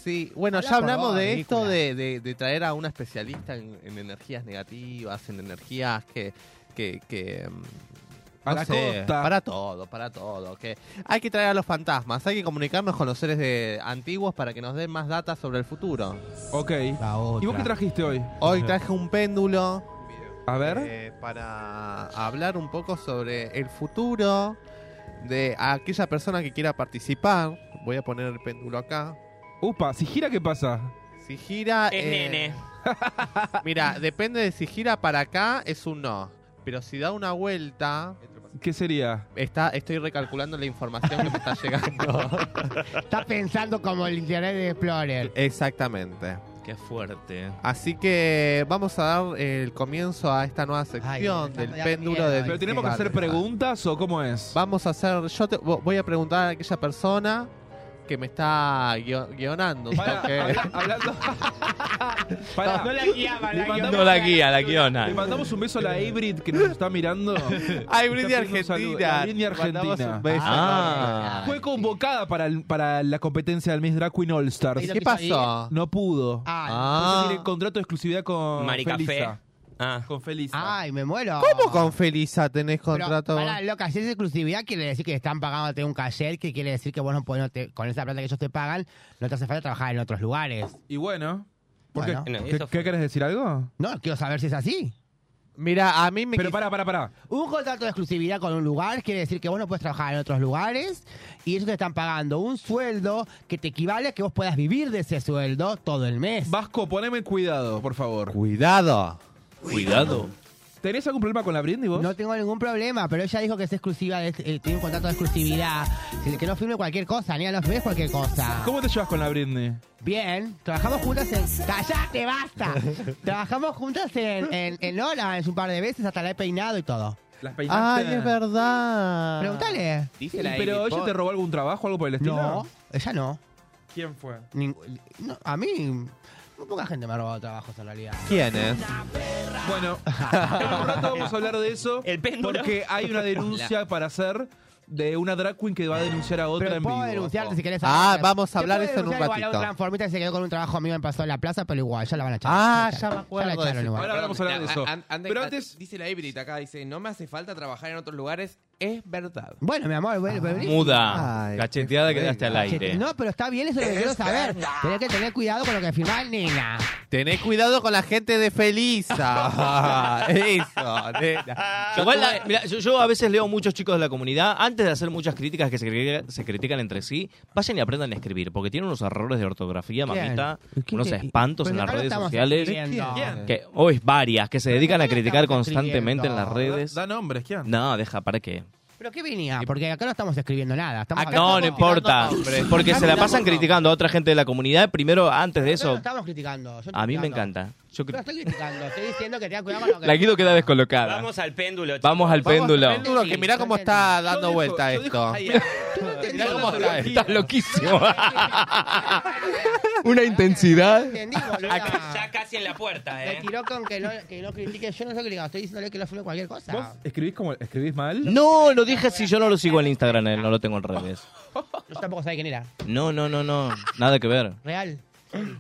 Sí, bueno, Habla ya por hablamos vos, de ridícula. esto de, de- de traer a una especialista en, en energías negativas, en energías que... que, que, mm, Para Costa. Para todo, para todo. Que hay que traer a los fantasmas, hay que comunicarnos con los seres de antiguos para que nos den más data sobre el futuro. Ok. ¿Y vos qué trajiste hoy? Hoy traje un péndulo. A ver. eh, para hablar un poco sobre el futuro de aquella persona que quiera participar. Voy a poner el péndulo acá. Upa, si gira, ¿qué pasa? Si gira. eh, Es nene. Mira, depende de si gira para acá, es un no. Pero si da una vuelta. ¿Qué sería? Está, estoy recalculando la información que me está llegando. Está pensando como el internet de Explorer. Exactamente. Qué fuerte. Así que vamos a dar el comienzo a esta nueva sección del péndulo de. Pero tenemos que hacer preguntas o cómo es? Vamos a hacer. Yo te- vo- voy a preguntar a aquella persona que me está guio- guionando. un toque. [LAUGHS] Hablando. Pará. No la guiaba, la Le mandamos- No la guía, la guiona. Le mandamos un beso a la Hybrid que nos [LAUGHS] está mirando. Ay, Britney Está pidiendo un saludo. Argentina. La Britney Mandamos Argentina. un beso. Ah. Fue convocada para, el- para la competencia del Miss Drag Queen All Stars. ¿Y lo ¿Qué quiso pasó? Ah. No pudo. Entonces Ah. tiene contrato de exclusividad con Maricafé. Felisa. Ah. Con Felisa. Ay, me muero. ¿Cómo con Felisa tenés Pero, contrato? pará, loca, si es exclusividad, quiere decir que están pagándote un cayer, que quiere decir que vos no podés, no te- con esa plata que ellos te pagan, no te hace falta trabajar en otros lugares. Y bueno. ¿por qué? Bueno. No, ¿Qué, eso qué fue. querés decir algo? No, quiero saber si es así. Mira, a mí me. Pero quis- pará, pará, pará. Un contrato de exclusividad con un lugar quiere decir que vos no puedes trabajar en otros lugares y ellos te están pagando un sueldo que te equivale a que vos puedas vivir de ese sueldo todo el mes. Vasco, poneme cuidado, por favor. Cuidado. Cuidado. ¿Tenés algún problema con la Britney vos? No tengo ningún problema, pero ella dijo que es exclusiva, de- eh, tiene un contrato de exclusividad, si- que no firme cualquier cosa, ni a los ves cualquier cosa. ¿Cómo te llevas con la Britney? Bien, trabajamos juntas en... ¡Cállate, basta! trabajamos juntas en, en, en Orange un par de veces, hasta la he peinado y todo. ¿Las peinaste? Ay, es verdad. Pregúntale. Dice la ¿Pero Hybrid, ella te por- robó algún trabajo, algo por el estilo? No, ella no. ¿Quién fue? Ning- no, A mí, muy poca gente me ha robado trabajos en realidad. ¿Quién es? Bueno, en un rato vamos a [LAUGHS] hablar de [LAUGHS] eso. El péndulo. Porque hay una denuncia para hacer de una drag queen que va a denunciar a otra Pero en puedo vivo. denunciarte si querés. Ah, hablar. vamos a Te hablar puedo eso en un denunciar igual a ratito. transformista que se quedó con un trabajo mío y me pasó en la plaza, pero igual, ya la van a echar. Ah, la ya me echaron. acuerdo la de echaron ese igual. Ahora hablamos Perdón, hablar de a- eso. a- ande- Pero a- antes- Dice la Hybrid acá, dice, no me hace falta trabajar en otros lugares. Es verdad. Bueno, mi amor, bueno, Ah, pero- Muda. Ay, Cacheteada quedaste al aire. No, pero está bien eso es lo que quiero Este saber. Tenés que tener cuidado con lo que firmás, nena. Tené cuidado con la gente de [LAUGHS] Felisa. [LAUGHS] Eso, nena. Yo, igual la- mirá, yo- yo a veces leo muchos chicos de la comunidad, antes de hacer muchas críticas que se, critica- se critican entre sí, vayan y aprendan a escribir, porque tienen unos errores de ortografía, Bien. mamita, ¿Qué- unos qué- espantos pero en las acá lo redes estamos sociales, escribiendo. ¿Quién? que hoy es varias, que se dedican a acá lo criticar estamos constantemente en las escribiendo. redes. Da nombres, ¿quién? No, deja, ¿para qué? ¿Pero qué venía? Porque acá no estamos escribiendo nada. Estamos Acá Ah, No, estamos no importa, tirando nombres. porque Acá se la tiramos pasan nombres. criticando a otra gente de la comunidad, primero, antes de Acá no eso, estamos criticando. yo no a mí me estoy criticando. encanta. Yo Yo no cri- estoy criticando, estoy diciendo que tengas cuidado con lo que La Guido queda descolocada. Vamos al péndulo. chicos. Vamos al péndulo. Péndulo, que mirá cómo está Yo dando dejo- vuelta yo esto. dejo- Ay, Mirá yo cómo dejo está esto. aquí. Estás loquísimo. [LAUGHS] Una intensidad. Entendí, [LAUGHS] boluda. Ya casi en la puerta, Me ¿eh? tiró con que no, que no critique. Yo no soy criticado, estoy diciéndole que no firme cualquier cosa. ¿Vos escribís, como, escribís mal? No, lo dije así, yo no lo sigo en Instagram, él no lo tengo al revés. Yo tampoco sabía quién era. No, no, no, no, nada que ver. Real.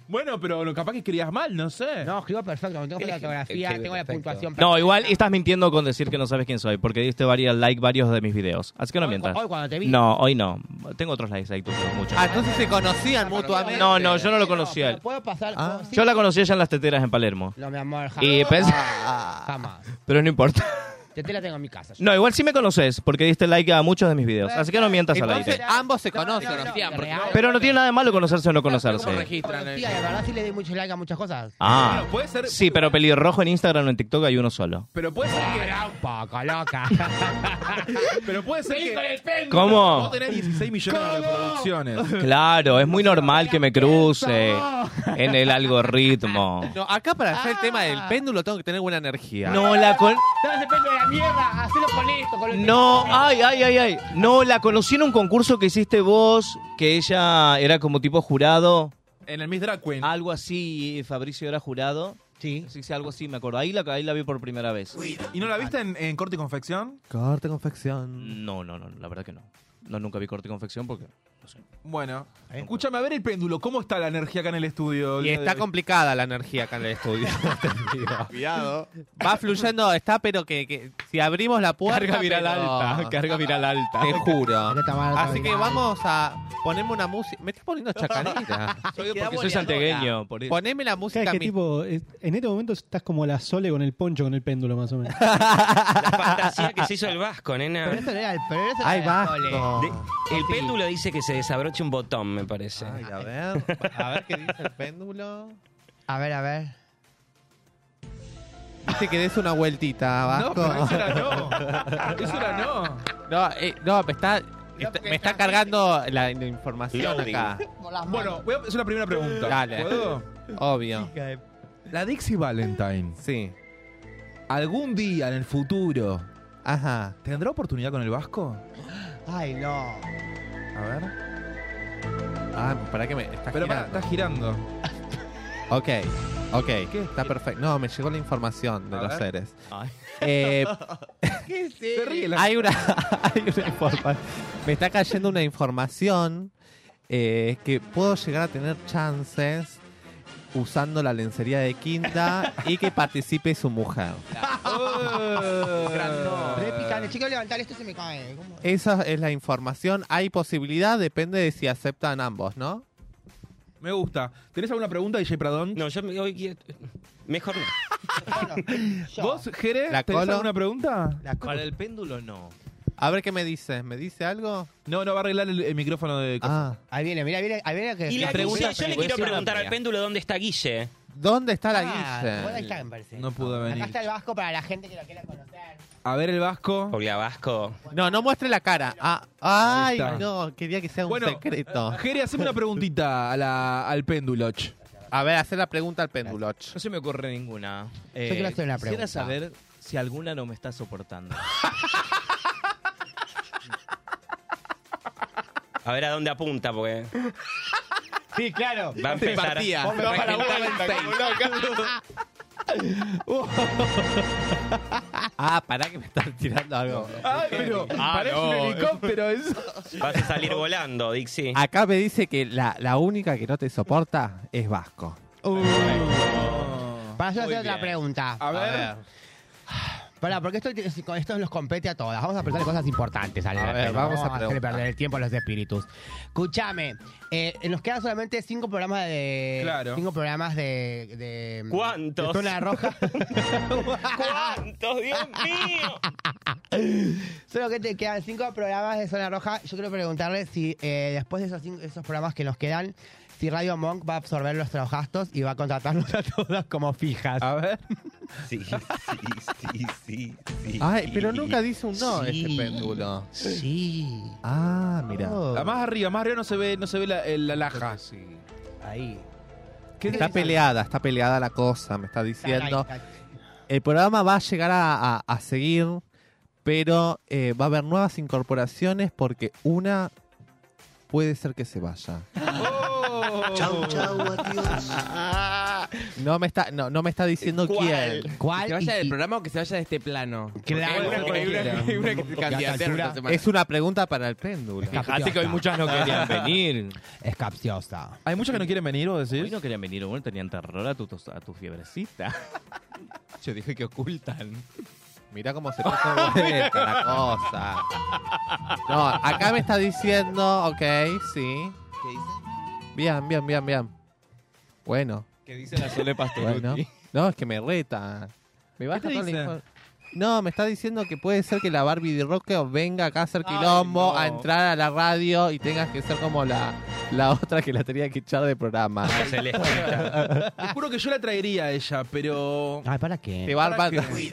Bueno, pero lo- capaz que escribías mal, no sé. No, escribo perfecto. Tengo la fotografía, tengo la puntuación. No, perfecta. igual estás mintiendo con decir que no sabes quién soy, porque diste varios like varios de mis videos. Así que no Hoy- mientas. hoy cuando te vi. No, hoy no. Tengo otros likes ahí, tú sabes mucho. Ah, entonces se conocían mutuamente. No, no, yo no lo conocí a pero él. ¿Puedo pasar? Ah. Sí. Yo la conocí allá en las teteras en Palermo. No, mi amor, jamás. Y pensé- Ah, jamás. Pero no importa. Te Teté la tengo en mi casa. No, igual sí me conoces, porque diste like a muchos de mis videos. Así que no mientas al aire. Entonces, ambos se conocen. Pero no tiene nada de malo conocerse o no conocerse. registran. Tía, la verdad sí le di mucho like a muchas cosas. Ah, puede ser. Sí, pero pelirrojo en Instagram o en TikTok hay uno solo. [LAUGHS] Pero puede ser que. Era un poco loca. [LAUGHS] [LAUGHS] Pero puede ser que. ¿Cómo? Vos tenés 16 millones de reproducciones. Claro, es muy normal que me cruce en el algoritmo. No, acá para hacer el tema del péndulo tengo que tener buena energía. No la con... Dame ese pelo de la mierda, hacelo con esto, con el No, ay, ay, ay, ay. No, la conocí en un concurso que hiciste vos, que ella era como tipo jurado. En el Miss Drag Queen. Ah. Algo así, Fabricio era jurado. Sí. Sí, sí, algo así, me acuerdo. Ahí la, ahí la vi por primera vez. ¿Y no la viste en, en corte y confección? Corte, confección. No, no, no, la verdad que no. No, nunca vi corte y confección porque... no sé. Bueno. Escúchame, a ver el péndulo. ¿Cómo está la energía acá en el estudio? Y está complicada la energía acá en el estudio. Cuidado. Va fluyendo, está, pero que, que si abrimos la puerta. Carga viral pero- alta, carga viral alta. Te juro. Acá está mal, está Así que mal. vamos a ponerme una música. Me estás poniendo chacarita. Soy porque soy santegueño, por eso. Poneme la Claro, música. es que mi- tipo, es- en este momento estás como la Sole con el poncho, con el péndulo más o menos. La fantasía que se hizo el vasco, nena. Pero eso no era el pero eso no Ahí era va. el cole. De- el péndulo dice que se desabroche un botón, me parece. Ay, a ver. A ver qué dice el péndulo. A ver, a ver. Dice que des una vueltita, No, Vasco. pero eso era no. Eso era no. No, eh, no, me está, está- me está cargando la, la información Loading. acá. Bueno, voy a hacer la primera pregunta. Dale. ¿Puedo? Obvio. La Dixie Valentine. Sí. ¿Algún día en el futuro Ajá. tendrá oportunidad con el Vasco? Ay, no. A ver. Ah, para que me. Está Pero pará, girando. está girando. Ok, ok. Está perfecto. No, me llegó la información de A los ver. seres. Ay. Eh, Se [LAUGHS] ríe la- hay una, [LAUGHS] hay una informa- Me está cayendo una información eh, que puedo llegar a tener chances usando la lencería de quinta y que participe su mujer. Re picante. Chicos, levantar esto se me cae. ¿Cómo? Esa es la información. Hay posibilidad, depende de si aceptan ambos, ¿no? Me gusta. ¿Tenés alguna pregunta, DJ Pradón? No, yo me hoy quiero- Mejor no. Bueno, yo. ¿Vos, Jere, La tenés colo. alguna pregunta? La co- Para el péndulo, no. A ver qué me dice. ¿Me dice algo? No, no, va a arreglar el, el micrófono de... Ah. Ahí viene, mira, viene, ahí viene que. Y la pregunta- Guille, yo le voy a quiero decir una preguntar al mía. péndulo dónde está Guille. ¿Dónde está la Ah, bueno, ahí guille? está, me parece. No pudo Acá venir. está el vasco para la gente que lo quiera conocer. A ver el Vasco. Porque a Vasco. No, no muestre la cara. Ah, ay, Ahí está. no, quería que sea un Bueno, secreto. Jere, haceme una preguntita a la- al péndulo. ch. A ver, hacer la pregunta al péndulo. [LAUGHS] No se me ocurre ninguna. Eh, quiero hacer una quisiera pregunta. saber si alguna no me está soportando. A ver a dónde apunta, porque Sí, claro. va a empezar. partía. Va a Ah, pará que me están tirando algo. Ah, eh. Ay, pero parece un helicóptero eso. Vas Ah, a salir volando, Dixie. Acá me dice que la, la única que no te soporta es Vasco. Para yo hacer Muy otra bien. pregunta. A ver. Pará, porque esto, con esto nos compete a todas. Vamos a preguntar cosas importantes, Ale. A ver, Pero vamos a hacerle preguntar. perder el tiempo a los espíritus. Escúchame, eh, nos quedan solamente cinco programas de. Claro. Cinco programas de. de ¿Cuántos? de zona roja. ¿Cuántos? Dios mío. Solo que te quedan cinco programas de Zona Roja. Yo quiero preguntarle si eh, después de esos, cinco- esos programas que nos quedan, si Radio Monk va a absorber nuestros gastos y va a contratarnos a todos como fijas. Ah, A ver. Sí, sí, sí, sí, sí. Ay, pero nunca dice un no Sí. este péndulo. Sí. Ah, mira. Oh. Ah, Más arriba, más arriba no se ve, no se ve la, el- la laja. Ahí. Está peleada, está peleada la cosa, me está diciendo. Está ahí, El programa va a llegar a, a- a seguir, pero eh, va a haber nuevas incorporaciones porque una puede ser que se vaya. Chau, chau. No me está, no, no me está diciendo ¿Cuál? quién. está. ¿Cuál? ¿Que se vaya Y- del y- programa o que se vaya de [LAUGHS] este plano? Claro. Porque hay una- hay una que se candidatea esta semana. Es una pregunta para el péndulo. Fíjate que hoy muchas no querían venir. Es capciosa. Hay muchos que no quieren venir, vos Hoy decís. no querían venir, bueno, tenían terror a tu, tos- a tu fiebrecita. Yo dije que ocultan. Mirá cómo se puso vuelta la cosa. No, acá me está diciendo, ok, sí. ¿Qué dice? Bien, bien, bien, bien. Bueno, Que dice la Sole Pastoruti. bueno. No, es que me reta. Me baja te todo el dice? infor- No, me está diciendo que puede ser que la Barbie de Rock venga acá a hacer quilombo, a entrar a la radio y tengas que ser como la, la otra que la tenía que echar de programa. Te juro que yo la traería a ella, [LAUGHS] pero. Ay, ¿para qué? Te va a armar- ¿Para qué?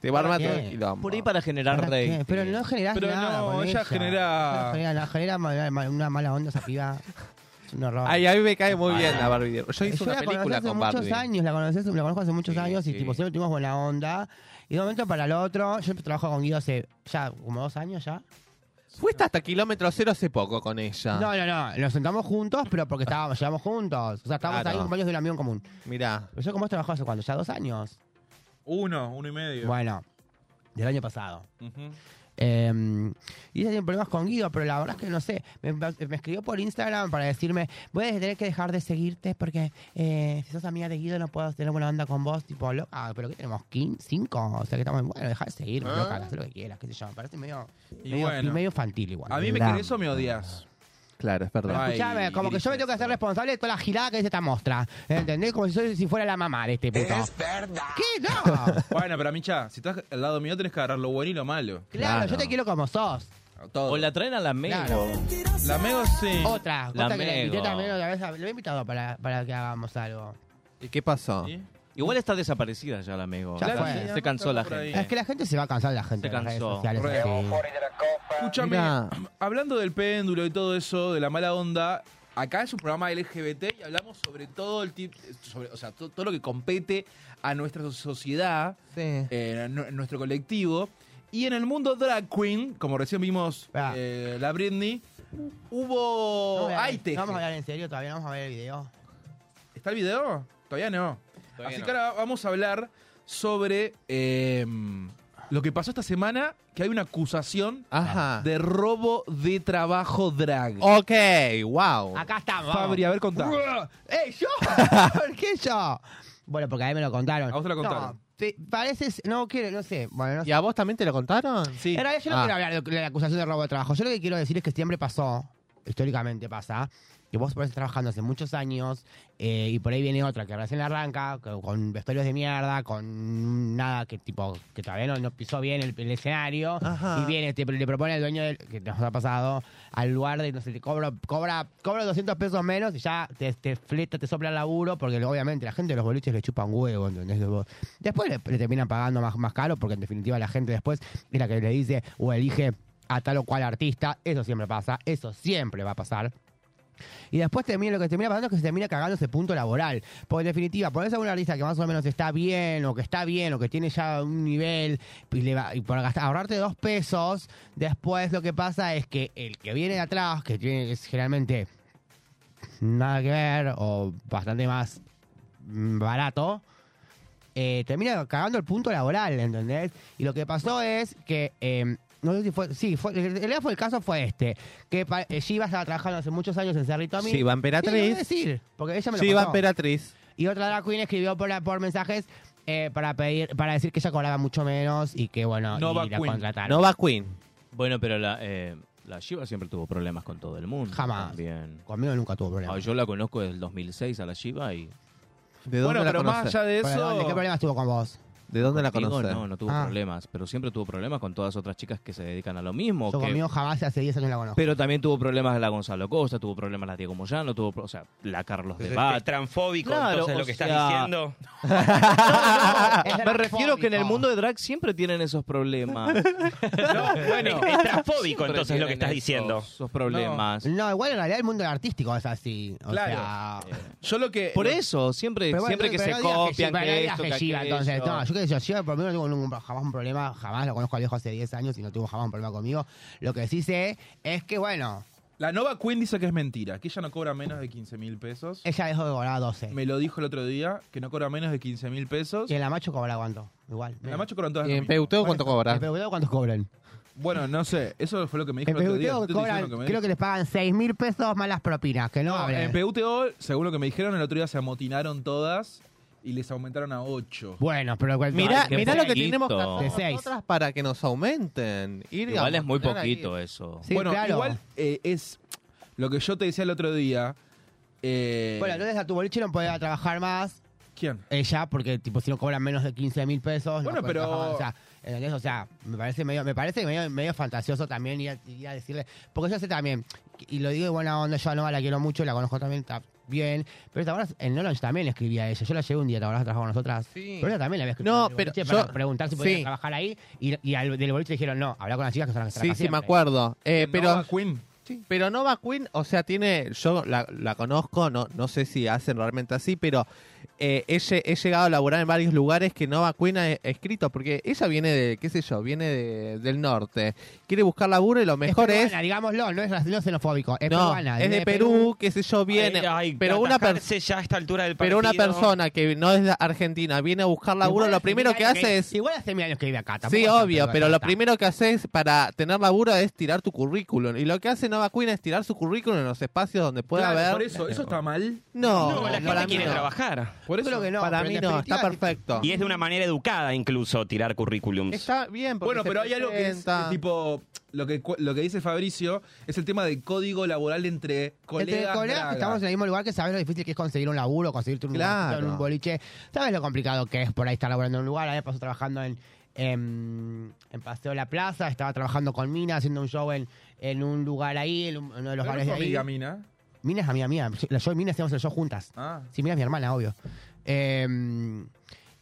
Te va a armar ¿Para todo qué? el quilombo. Por ahí para generar ¿Para rey. qué? Pero no generás Pero nada. no, con ella genera- No genera, nada, genera ma- ma- una mala onda esa piba. Es un horror. Ay, a mí me cae muy bien la Barbie de Rock. Yo Eh, hice Yo una la conocí película hace con muchos Barbie. años, la, conocí, la conozco hace muchos años y tipo, siempre tuvimos buena onda. Y de un momento para el otro, yo trabajo con Guido hace ya como dos años ya. Fuiste hasta kilómetro cero hace poco con ella. No, no, no, nos sentamos juntos, pero porque estábamos, llegamos juntos. O sea, estábamos Claro. ahí compañeros de un amigo en común. Mirá. Pero yo como has trabajado hace cuánto, ya dos años. Uno, uno y medio. Bueno, del año pasado. Ujú. Eh, y ella tiene problemas con Guido, pero la verdad es que no sé. Me, me escribió por Instagram para decirme: Voy a tener que dejar de seguirte porque eh, si sos amiga de Guido no puedo tener buena onda con vos. Tipo, lo- ah, pero ¿qué tenemos? ¿Quin- ¿Cinco? O sea, que estamos. Bueno, dejar de seguirme, Ah. loca, haz lo que quieras, qué sé yo. Me parece medio, Y medio, bueno. medio infantil igual. A mí me Nah. querés o me odias. Claro, es Pero verdad. escuchame, como que yo me tengo que hacer responsable de toda la gilada que dice esta mostra. ¿Entendés? Como si, soy- si fuera la mamá de este puto. verdad. ¿Qué? No. Claro, Bueno, pero Micha, si estás al lado mío tenés que agarrar lo bueno y lo malo. yo te quiero como sos. O la traen a la Mego. Claro. La Mego sí. Otra, La otra que le invité Mego. también otra vez. a- Lo he invitado para, para que hagamos algo. ¿Y qué pasó? Igual está desaparecida ya la Mego. Ya La- fue. se cansó la gente. [LAUGHS] Es que la gente se va a cansar de la gente Se de las redes cansó. sociales. Re. así. Escúchame, Mirá. hablando del péndulo y todo eso, de la mala onda, acá es un programa LGBT y hablamos sobre todo el tip, sobre, o sea, to- todo lo que compete a nuestra sociedad, eh, a nu- nuestro colectivo. Y en el mundo drag queen, como recién vimos Ah. eh, la Britney, hubo... No, ¡Ay, Oh, te- no vamos a hablar en serio, todavía no vamos a ver el video. ¿Está el video? Todavía no. Todavía Así no. que ahora vamos a hablar sobre eh, lo que pasó esta semana, que hay una acusación Ajá. Ah. de robo de trabajo drag. Ok, wow. Acá estamos. Fabri, a ver, contá. ¡Ey, [LAUGHS] yo! ¿Por qué yo? Bueno, porque a mí me lo contaron. A vos te lo No, contaron. te- parece... No quiero, no sé. Bueno, no sé. ¿Y a vos también te lo contaron? Sí. En realidad yo no Ah. quiero hablar de la acusación de robo de trabajo. Yo lo que quiero decir es que siempre pasó, históricamente pasa, que vos podés estar trabajando hace muchos años eh, y por ahí viene otra que recién arranca, que- con vestuarios de mierda, con nada que tipo que todavía no, no pisó bien el, el escenario y viene, te- le propone al dueño, del- que nos ha pasado, al lugar de, no sé, te cobro, cobra, cobra 200 pesos menos y ya te, te fleta, te sopla el laburo, porque obviamente la gente de los boliches le chupan huevo, ¿entendés? Después le, le terminan pagando más, más caro, porque en definitiva la gente después es la que le dice o elige a tal o cual artista. Eso siempre pasa, eso siempre va a pasar. Y después termina, lo que termina pasando es que se termina cagando ese punto laboral. Porque en definitiva, pones a un artista que más o menos está bien, o que está bien, o que tiene ya un nivel, y, le va- y por gastar- ahorrarte dos pesos, después lo que pasa es que el que viene de atrás, que tiene, es generalmente nada que ver, o bastante más mm, barato, eh, termina cagando el punto laboral, ¿entendés? Y lo que pasó es que, eh, no sé si fue, sí, fue, en realidad fue el caso fue este, que pa- eh, Shiva estaba trabajando hace muchos años en Cerrito a mí. Shiva Emperatriz. Sí, lo voy a decir, porque ella me lo Sí, va contó. emperatriz. Y otra drag queen escribió por, por mensajes eh, para pedir, para decir que ella cobraba mucho menos y que, bueno, Nova y la Queen. contrataron. Nova Queen. Bueno, pero la, eh, la Shiva siempre tuvo problemas con todo el mundo. Jamás. También. Conmigo nunca tuvo problemas. Ah, yo la conozco desde el 2006 a la Shiva y... ¿De Bueno, dónde la pero más conoces? allá de eso... ¿Pero dónde? ¿Qué problemas tuvo con vos? ¿De dónde la Digo, conoces? no, no tuvo Ah. problemas, pero siempre tuvo problemas con todas otras chicas que se dedican a lo mismo. Yo que- conmigo jamás hace 10 años la [LAUGHS] conozco. pero también tuvo problemas la Gonzalo Costa, tuvo problemas la Diego Moyano, tuvo, pro- o sea, la Carlos de Es Bat. [LAUGHS] transfóbico, Claro, entonces, o lo que sea, estás diciendo. Ah, Me refiero que en el mundo de drag siempre tienen esos problemas. [LAUGHS] No, bueno, es, es transfóbico, entonces, lo que estás Tienen diciendo. Esos, esos problemas. No, igual en realidad el mundo artístico es así. O Claro. sea... Yo lo que... Por eso, siempre, Pero bueno, Eh, siempre que pero se no digas copian, Shiva, no que digas esto, que que Shiva, entonces, aquello. no, yo qué sé yo, Shiva por mí no tengo ningún- jamás un problema, jamás lo conozco a viejo hace 10 años y no tuvo jamás un problema conmigo. Lo que sí sé es que, bueno, La Nova Queen dice que es mentira, que ella no cobra menos de 15 mil pesos. ella dejó de cobrar 12. Me lo dijo el otro día, que no cobra menos de 15 mil pesos. Y en la macho cobra cuánto, igual. La macho cobran todas ¿Y lo en mismo. Peuteo cuánto cobra? ¿En PBU cuántos cobran? Bueno, no sé, eso fue lo que me dijo En el otro día. PBU Estoy diciendo cobran, lo que me creo que les pagan 6 mil pesos más las propinas, que no, No, hablen. en PUTO, según lo que me dijeron, el otro día se amotinaron todas y les aumentaron a 8. Bueno, pero igual- Mirá, Ay, qué mirá lo que poquito. tenemos que De hacer seis. nosotras para que nos aumenten. Ir y Igual es muy aumentar ahí. poquito eh, eso. Sí, bueno, claro. igual eh, es lo que yo te decía el otro día. eh, Bueno, entonces a tu boliche no podía trabajar más. ¿Quién? Ella, porque tipo si no cobran menos de 15 mil pesos. no Bueno, pueden pero- trabajar, o sea, ¿entendés? O sea, me parece medio, me parece medio, medio fantasioso también ir a, ir a decirle. Porque yo sé también, y lo digo de buena onda, yo a Nova la quiero mucho, la conozco también está bien. Pero esta verdad, en No Lunch también escribía ella. Yo la llevé un día, ¿te acordás? Trabajaba con nosotras. Sí. Pero ella también la había escrito. No, en el boliche pero para yo- preguntar si podía sí. trabajar ahí. Y, y al del boliche dijeron, no, habla con las chicas que son las que Sí, trabajan. sí, me siempre". acuerdo. Eh, pero, Nova Sí, pero Nova Queen, o sea, tiene. Yo la, la conozco, no, no sé si hacen realmente así, pero eh, he, lle- he llegado a laburar en varios lugares que Nova Queen ha, ha escrito, porque ella viene de, qué sé yo, viene de- del norte. Quiere buscar laburo y lo mejor es es. peruana, digámoslo, no es, raci- no es xenofóbico, es no, peruana. es viene de Perú, qué sé yo, viene. Ay, ay, pero una persona. atacarse ya a esta altura del Pero una partido. persona que no es de Argentina viene a buscar laburo, Igual lo hace primero mil que años hace es... Igual hace mil años que vive acá. tampoco Sí, es tan obvio, peruana, pero lo está. primero que haces para tener laburo es tirar tu currículum. Y lo que hace Nova Queen es tirar su currículum en los espacios donde pueda Claro, haber... Por eso, ¿eso está mal? No, No, la gente para mí quiere no. trabajar. Por eso que no, para pero mí en no, está definitiva, perfecto. Y es de una manera educada incluso tirar currículums. Está bien, porque Bueno, se pero hay algo que es, presenta. es tipo lo que cu- lo que dice Fabricio es el tema del código laboral entre colegas. Entre colegas dragas. que estamos en el mismo lugar que sabes lo difícil que es conseguir un laburo, conseguirte un, Claro. en un boliche. Sabes lo complicado que es por ahí estar laburando en un lugar. A mí me pasó trabajando en, en, en Paseo La Plaza, estaba trabajando con Mina, haciendo un show en, en un lugar ahí, en un- uno de los ¿No bares es tu de ahí. amiga Mina? Mina es amiga mía. La yo y Mina hacíamos el show juntas. Ah. Sí, mira, mi hermana, obvio. Eh,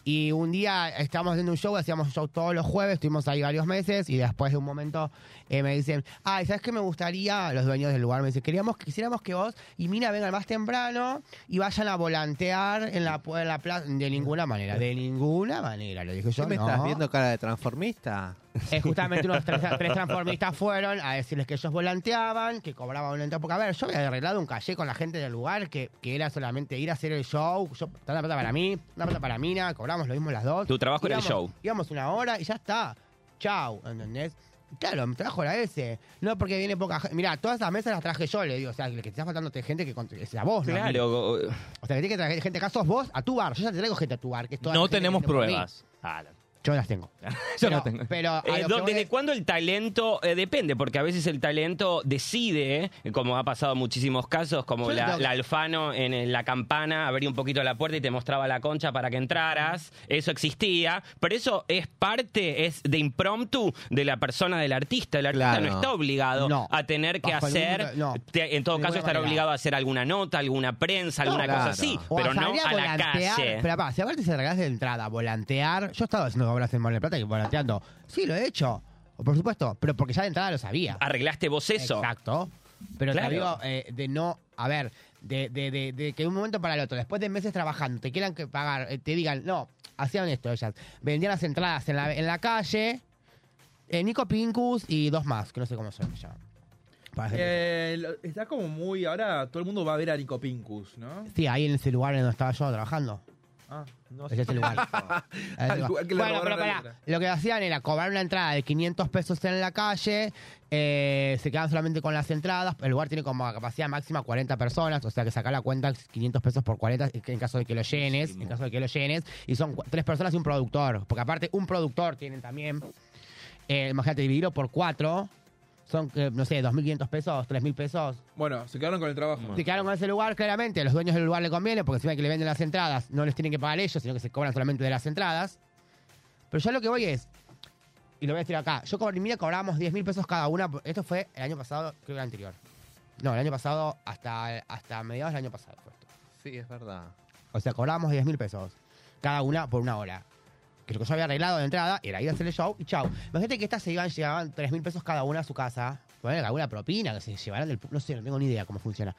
y un día estábamos haciendo un show, hacíamos un show todos los jueves, estuvimos ahí varios meses y después de un momento eh, me dicen, ay, ¿sabes qué me gustaría? Los dueños del lugar me dicen, queríamos, quisiéramos que vos y Mina vengan más temprano y vayan a volantear en la, pu- en la plaza. De ninguna manera, de ninguna manera, le dije yo. ¿Qué me no. estás viendo cara de transformista? Eh, justamente unos tres, tres transformistas fueron a decirles que ellos volanteaban, que cobraban una entrada. Porque, a ver, yo había arreglado un calle con la gente del lugar que, que era solamente ir a hacer el show. Yo, tanta plata para mí, una plata para Mina, cobramos lo mismo las dos. Tu trabajo era el Íbamos- show. Íbamos una hora y ya está. Chau, ¿entendés? Claro, me trajo la S. No porque viene poca gente. Mirá, todas esas mesas las traje yo, le digo. O sea, que te está faltando gente que cont- es la voz, ¿no? a mí. Claro. O sea, que tiene que traer gente acá, sos vos a tu bar. Yo ya te traigo gente a tu bar. Que es toda la No gente que tenemos viene por mí. pruebas. Alan. Yo las tengo. Yo Pero- no tengo. Pero a Eh, lo do- que voy ¿Desde es- cuándo el talento eh, depende? Porque a veces el talento decide, eh, como ha pasado en muchísimos casos, como Yo le la, tengo que- la Alfano en, en la campana abría un poquito la puerta y te mostraba la concha para que entraras. Eso existía, pero eso es parte, es de impromptu de la persona del artista. El artista Claro. no está obligado No. a tener que Bajo hacer, ningún- no. te- en todo De caso ninguna estar manera. obligado a hacer alguna nota, alguna prensa, alguna claro. cosa así, O pero no salir a la volantear. calle. Pero apá, si aparte se regalás de entrada, volantear. Yo estaba haciendo obras en Mar del Plata y volanteando. Sí, lo he hecho. Por supuesto, pero porque ya de entrada lo sabía. Arreglaste vos Ah, eso. Exacto. Pero Claro. te digo, eh, de no, a ver, de, de, de, de que de un momento para el otro, después de meses trabajando, te quieran que pagar, eh, te digan, no, hacían esto ellas. Vendían las entradas en la, en la calle, eh, Nico Pincus y dos más, que no sé cómo son, se llaman. Parece- Eh, lo- está como muy. Ahora todo el mundo va a ver a Nico Pincus, ¿no? sí, ahí en ese lugar en donde estaba yo trabajando. Ah, no Ese es el [LAUGHS] lugar. Al lugar que le bueno, robaron pero la pará. letra. Lo que hacían era cobrar una entrada de 500 pesos en la calle, eh, se quedaban solamente con las entradas. El lugar tiene como capacidad máxima 40 personas, o sea que sacá la cuenta 500 pesos por 40 en caso de que lo llenes, en caso de que lo llenes. Y son cu- tres personas y un productor, porque aparte un productor tienen también. Eh, imagínate, dividirlo por cuatro, son, eh, no sé, 2.500 pesos, 3.000 pesos. Bueno, se quedaron con el trabajo. Se quedaron con ese lugar, claramente. A los dueños del lugar le conviene, porque encima que le venden las entradas, no les tienen que pagar ellos, sino que se cobran solamente de las entradas. Pero yo lo que voy es, y lo voy a decir acá, yo con Mira cobrábamos 10 mil pesos cada una. Esto fue el año pasado, creo que el anterior. No, el año pasado, hasta, hasta mediados del año pasado fue esto. Sí, es verdad. O sea, cobrábamos 10 mil pesos cada una por una hora. Que lo que yo había arreglado de entrada era ir a hacer el show y chau. Imagínate que estas se iban, llegaban 3 mil pesos cada una a su casa. Poner alguna propina que se llevaran del. pu- No sé, no tengo ni idea cómo funciona.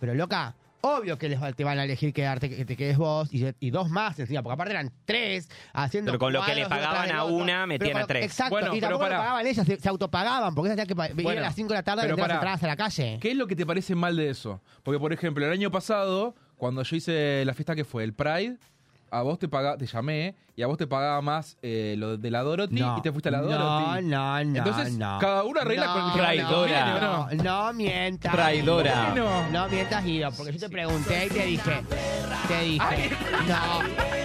Pero loca, obvio que les va- te van a elegir quedarte, que te quedes vos y, y dos más encima, porque aparte eran tres haciendo. Pero con lo que le cuadros de otra pagaban del a otro. una, metían Pero con a lo- tres. Exacto, Bueno, y pero tampoco lo pará. pagaban ellas, se, se autopagaban, porque ellas tenían que venir Bueno, a las 5 de la tarde a pero vender las pará. entradas a la calle. ¿Qué es lo que te parece mal de eso? Porque, por ejemplo, el año pasado, cuando yo hice la fiesta que fue el Pride, a vos te pagaba, te llamé y a vos te pagaba más eh, lo de la Dorothy No. y te fuiste a la No, Dorothy. no, no, Entonces, no. cada uno arregla con el que Traidora. conviene, ¿o No, no? no mientas. Traidora. Bueno. No mientas, Guido, porque yo te pregunté y te dije. Te dije. No.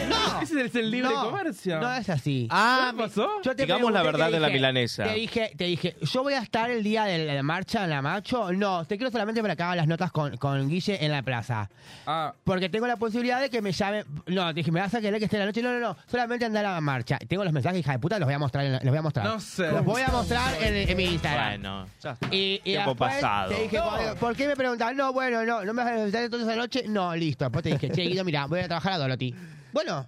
No. [LAUGHS] ese es el libre comercio. No es así. Ah, ¿Qué pasó? Yo te Digamos la pregunté, verdad te de la dije- milanesa. Te dije, te dije, yo voy a estar el día de la marcha en la macho. No, te quiero solamente para que haga las notas con, con Guille en la plaza. Ah, Porque tengo la posibilidad de que me llame. No, te dije, me vas a querer que esté en la noche. No, no, no. Solamente andar a la marcha. Tengo los mensajes, hija de puta, los voy a mostrar. en la- Los voy a mostrar. No sé. Los voy a mostrar en, en mi Instagram. Bueno, ya está. Y, y Tiempo después pasado. Te dije, cuando- ¿por qué me preguntaban? No, bueno, no, no me vas a visitar entonces anoche. No, listo. Después te dije, che, Guido, mira, voy a ir a trabajar a Dorothy. Bueno.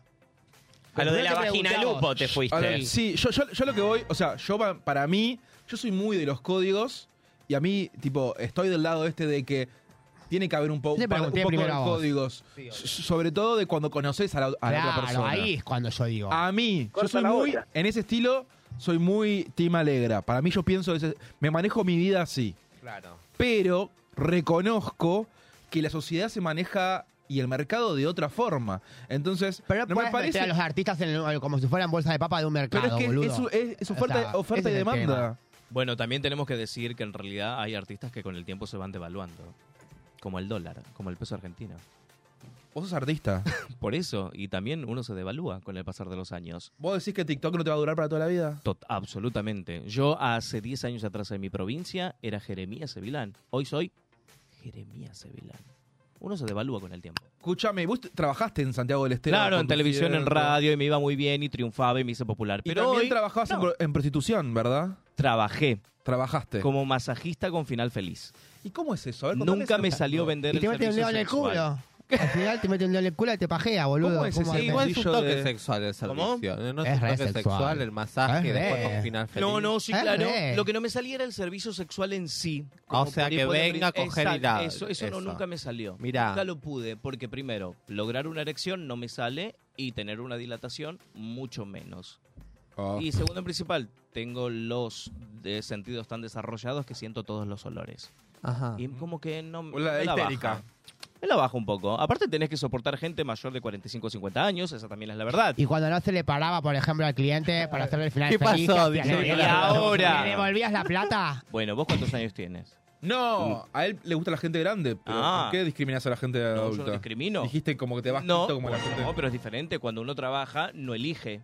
A lo de la Pero no te vagina preguntamos. lupo te fuiste. A ver, sí, yo, yo, yo lo que voy, o sea, yo pa- para mí, yo soy muy de los códigos y a mí, tipo, estoy del lado este de que tiene que haber un, po- Te pa- un pregunté poco de primero a vos. códigos. So- sobre todo de cuando conoces a la, a la otra Claro, persona. Ah, ahí es cuando yo digo. A mí, yo Corta soy la muy, olla. en ese estilo, soy muy team alegra. Para mí yo pienso, ese- me manejo mi vida así. Claro. pero reconozco que la sociedad se maneja y el mercado de otra forma. Entonces, no me Puedes meter parece. a los artistas en el- como si fueran bolsas de papa de un mercado, Pero es que boludo. es su- es- es oferta- O sea, oferta ese y es el demanda. tema. Bueno, también tenemos que decir que en realidad hay artistas que con el tiempo se van devaluando. Como el dólar, como el peso argentino. Vos sos [LAUGHS] artista. Por eso, y también uno se devalúa con el pasar de los años. ¿Vos decís que TikTok no te va a durar para toda la vida? Tot- absolutamente. Yo hace 10 años atrás en mi provincia era Jeremías Sevilán. Hoy soy Jeremías Sevilán. Uno se devalúa con el tiempo. Escúchame, vos t- trabajaste en Santiago del Estero. claro, con en televisión, en conciertos. radio, y me iba muy bien, y triunfaba, y me hice popular. Y Pero también hoy trabajabas en no. pro- en prostitución, ¿verdad? Trabajé. Trabajaste. Como masajista con final feliz. ¿Y cómo es eso? A ver, contame Nunca ese me caso. salió vender Y te el mete un servicio dedo en el sexual. culo. Al final te mete un dedo en el culo y te pajea, boludo. ¿Cómo es ese haces? igual es un toque de- sexual el ¿Cómo? servicio. eh, No es, Es un re toque sexual. sexual. el masaje, Es después re. con final feliz. No, no, sí, Es claro. re. Lo que no me salía era el servicio sexual en sí. como Eh. Ah, sea, por- que por- venga, Exacto, coger y dar. Eso, eso, No, Eso. nunca me salió. Mirá. Nunca lo pude, porque primero, lograr una erección no me sale y tener una dilatación mucho menos. Oh. Y segundo en principal, tengo los eh, sentidos tan desarrollados que siento todos los olores. Ajá. Y como que no me La me la histérica. baja. Me la baja un poco. Aparte tenés que soportar gente mayor de 45 o 50 años, esa también es la verdad. Y cuando no se le paraba, por ejemplo, al cliente para hacerle el final ¿Qué feliz, pasó? que Dice, hacía- "Y ahora?" ¿Le devolvías la plata? Bueno, ¿vos cuántos años tienes? No, a él le gusta la gente grande, pero Mm. Ah. ¿por qué discriminás a la gente adulta? yo no discrimino. Dijiste como que te vas No, quito como la bueno, gente. no, pero es diferente. Cuando uno trabaja, no elige,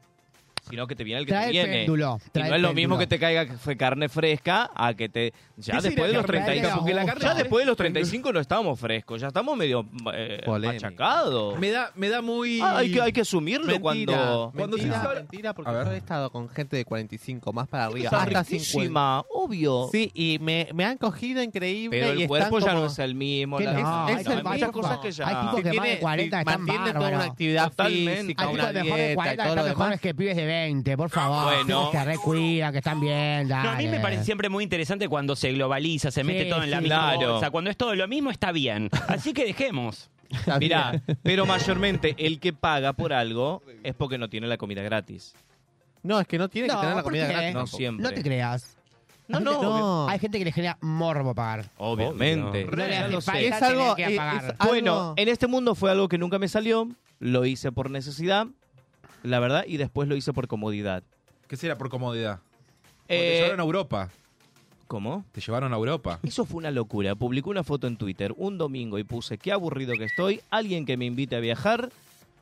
sino que te viene el que Trae te el viene. péndulo, Y trae no el es lo mismo péndulo. que te caiga fe- carne fresca a que te... Ya ¿Qué después de sería carne los 35... fresca? Porque la carne ya fresca- después de los 35 no estamos frescos, ya estamos medio eh, machacados. Me da, me da muy. Ah, hay, que, hay que asumirlo Mentira, cuando... Cuando mentira, se hizo- mentira, porque A ver. yo he estado con gente de 45 más para arriba. Está Hasta riquísima, 50. obvio. Sí, y me, me han cogido increíble. Pero y el están cuerpo ya como- no es el mismo. Que la- no, Ay, es no, el hay muchas mismo. cosas que ya... Hay tipos que más de Tiene- 40 están mantiene toda una bárbaros. actividad Totalmente. física, Hay una tipos de mejores de dieta y 40 que todo lo están demás. mejores que pibes de 20, por favor. Bueno. Tipos que recuidan, que están bien, No, a mí me dale. parece siempre muy interesante cuando se globaliza, se mete Sí, todo en la sí. misma Claro. bolsa. [LAUGHS] Cuando es todo lo mismo, está bien. Así que dejemos. Mirá, pero mayormente el que paga por algo es porque no tiene la comida gratis. No, es que no tiene No, que tener la ¿por comida qué? gratis. No tampoco. siempre. No te creas. No, Hay no, gente- obvio. Hay gente que le genera morbo pagar. Obviamente. No le Ya hace lo sé. falta Es tener algo- eh, que es- es pagar. algo- Bueno, en este mundo fue algo que nunca me salió. Lo hice por necesidad, la verdad, y después lo hice por comodidad. ¿Qué será por comodidad? Porque te Eh, llevaron a Europa. ¿Cómo? Te llevaron a [LAUGHS] Europa. Eso fue una locura. Publicó una foto en Twitter un domingo y puse qué aburrido que estoy. Alguien que me invite a viajar.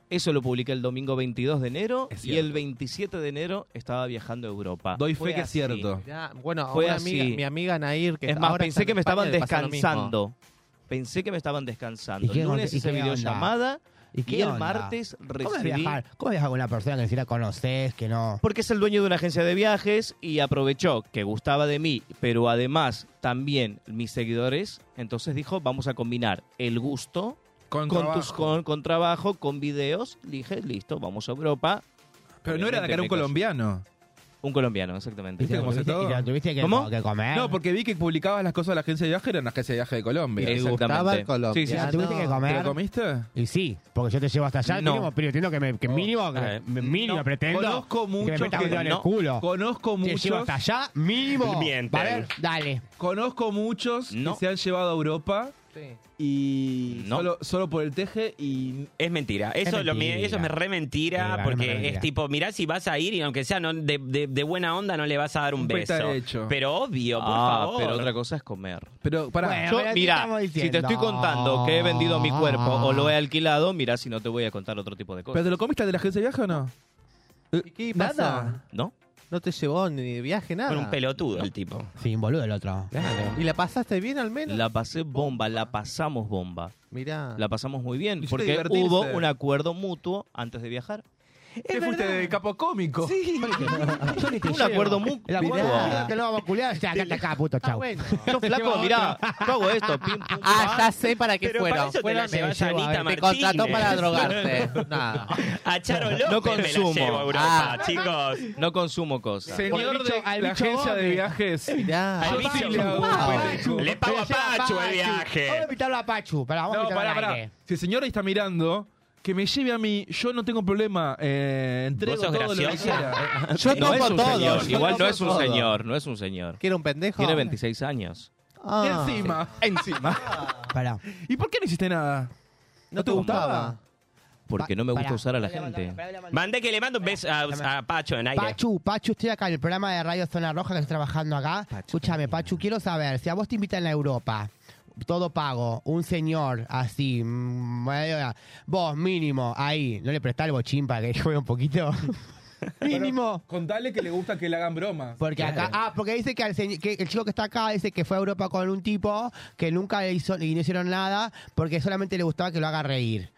Eso lo publiqué el domingo 22 de enero Es y el cierto. 27 de enero estaba viajando a Europa. Doy Fue fe que es así. cierto. Mirá, bueno, Fue una así. amiga, mi amiga Nair, que es más, ahora está pensé en que me España, estaban le pasó lo mismo. descansando. Pensé que me estaban descansando. ¿Y qué El onda? lunes ¿Y hice qué onda? videollamada y, qué el onda? martes ¿Cómo es recibí... viajar? ¿Cómo es viajar con una persona que ni siquiera conoces, que no...? Porque es el dueño de una agencia de viajes y aprovechó que gustaba de mí, pero además también mis seguidores. Entonces dijo, vamos a combinar el gusto Con, con, trabajo. tus, con, con trabajo, con videos. Le dije, listo, vamos a Europa. Pero no era de Obviamente acá, era me un colombiano. Un colombiano, exactamente. ¿Viste cómo se ¿Y te- todo? y te tuviste que, ¿Cómo? que comer? No, porque vi que publicabas las cosas de la agencia de viaje, era una agencia de viaje de Colombia. Le Exactamente. gustaba el Sí, sí, ¿Te la tuviste que ¿Te lo comer? comiste? Y sí, porque yo te llevo hasta allá, No. mínimo, pero entiendo que, me, que mínimo, que eh, me- mínimo No, pretendo Conozco que me muchos metas un dedo en el no, culo. Conozco te llevo muchos. hasta allá, mínimo. Mienten. A ver, dale. Conozco muchos No. que se han llevado a Europa Y solo, solo por el teje y... Es mentira. Eso, Es lo mi- mentira. eso es re mentira, Sí, va, porque es re mentira. es tipo, mirá si vas a ir y aunque sea no- de, de- de buena onda no le vas a dar un, Un beso. petarecho. Pero obvio, por Ah, favor. pero otra cosa es comer. Pero para Bueno, Yo, pero ¿qué mira, estamos si te diciendo? estoy contando que he vendido mi cuerpo o lo he alquilado, mira si no te voy a contar otro tipo de ¿Pero cosas. te lo comiste de la agencia de viaje o no? ¿Qué pasó? Nada. ¿No? No te llevó ni de viaje, nada. pelotudo el tipo. Sí, un boludo el otro. ¿Y la pasaste bien al menos? La pasé bomba, la pasamos bomba. Mirá. La pasamos muy bien Hiciste porque divertirse. hubo un acuerdo mutuo antes de viajar. ¿Qué fuiste de capo cómico? Sí. un llevo. acuerdo mutuo. El acuerdo mutuo que lo vamos a culiar, ya, acá, acá, puto, chau. [LAUGHS] Yo flaco, mirá, yo hago esto, pim, pum, Ah, pam. ya sé para qué Pero fueron. para eso te Fueron- la llevas a Me llevó- Anita Te contrató Martínez. para drogarte. [LAUGHS] Nada. A Charo López No me la consumo. llevo a Europa, Ah. chicos. No consumo cosas. Señor bicho- de al la bicho agencia de Gómez. viajes. Mirá. Yo Al sí bicho le hago Gómez. un Le pago a Pero ya Pachu va, el Vamos a viaje. invitarlo a Pachu, pero vamos a No, invitarlo pará, al pará. aire. Si el señor está mirando, que me lleve a mí, yo no tengo problema. Eh, entrego ¿Vos sos todo lo que gracioso? quiera. Yo No tomo es un todo. señor, yo Igual no tomo es un todo. señor, no es un señor. ¿Quiere un pendejo? Tiene 26 años. Ah. Encima, encima. Pará. [LAUGHS] ¿Y por qué no hiciste nada? ¿No, te gustaba? Porque no me gusta Pará. usar a la gente. Mandé que le mando un beso a, a Pacho en aire. Pachu, Pachu, estoy acá en el programa de Radio Zona Roja que estoy trabajando acá. Escúchame, Pachu, quiero saber, si a vos te invitan a Europa, todo pago, un señor así, mm, medio- vos mínimo, ahí, ¿no le prestás el bochín para que [LAUGHS] juegue un poquito? mínimo. Contale que le gusta que le hagan bromas. Porque acá, ah, porque dice que, al señ- que el chico que está acá dice que fue a Europa con un tipo que nunca le hizo y no hicieron nada porque solamente le gustaba que lo haga reír.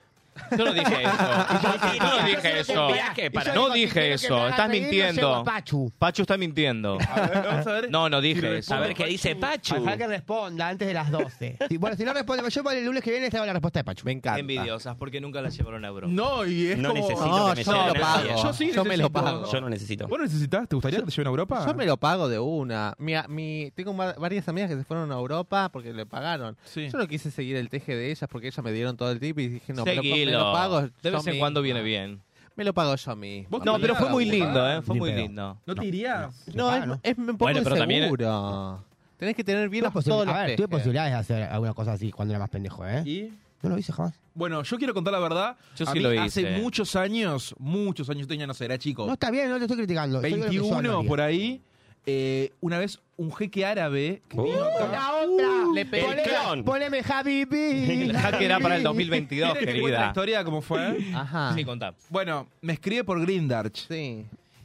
Yo no dije eso. Yo [LAUGHS] no dije eso. Viaje para- No dije eso. Estás mintiendo. Pachu. Pachu está mintiendo. Vamos a ver. No, no Si dije lo eso. A ver qué dice Pachu. Ojalá que responda antes de las 12. [LAUGHS] Sí, bueno, si no responde, yo para el lunes que viene te hago la respuesta de Pachu. Me encanta. Envidiosas, porque nunca las llevaron a Europa. No, y es No como... necesito No, que me yo lleven lo a pago. nadie. Yo sí Yo me lo necesito. pago. Yo no necesito. ¿Vos necesitas? ¿Te gustaría que te lleven a Europa? Yo me lo pago de una. Mi, mi- tengo va- varias amigas que se fueron a Europa porque le pagaron. Sí. Yo no quise seguir el teje de ellas porque ellas me dieron todo el tip y dije, no, me lo, me Seguilo. lo pago. De yo vez en mi- cuando viene bien. Me lo pago yo a mí. ¿Vos No, pero fue muy Ni lindo, ¿eh? Fue ni muy pedo. lindo. ¿No te irías? No, es, es un poco Bueno, pero también- seguro. Tenés que tener bien Tuve los posi- todos los a ver, tuve tejes. posibilidades de hacer alguna cosa así cuando era más pendejo, ¿eh? ¿Y? No lo hice jamás. Bueno, yo quiero contar la verdad. Yo a sí mí lo hice. Hace muchos años, muchos años, yo tenía, no sé, era chico. No está bien, no te estoy criticando. Estoy con lo que son 21 los por ahí. eh, una vez un jeque árabe que vino días. acá. La otra. le pegué poneme, el clon. poneme Habibi. [LAUGHS] El hack era para el ¿Quieren 2022, que te cuente la querida. historia cómo fue? Ajá. Sí, Sí. contá. [LAUGHS] Bueno, me escribe por Grindarch.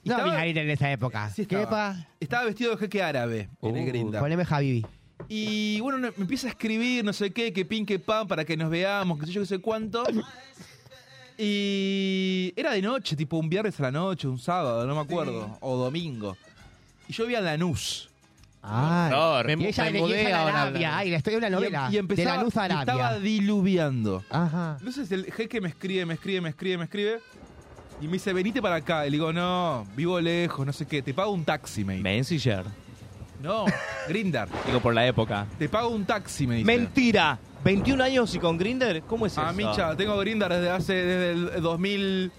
No Estaba- había aire en esa época. Sí ¿Qué estaba. pa? Uh, Estaba vestido de jeque árabe en el Grindr. Poneme Habibi. Y bueno, me empieza a escribir, no sé qué, que pin, que pan, para que nos veamos, que sé yo, que sé cuánto. Y era de noche, tipo un viernes a la noche, un sábado, no me acuerdo, o domingo. Y yo vi a Lanús. Ay, me, Y ella me le mudé guía a ahora. Arabia. Ay, la estoy en una novela. y, em- y empezaba, de la luz a y estaba Arabia. diluviando. Ajá. Entonces el jeque me escribe, me escribe, me escribe, me escribe. Y me dice, venite para acá. Y le digo, no, vivo lejos, no sé qué. Te pago un taxi, me dice. Messenger. No, Grindar. Digo, por la época. Te pago un taxi, me dice. Mentira. 21 años y con Grinder, ¿cómo es eso? A mí, chao, tengo Grindar desde hace, desde el 2000...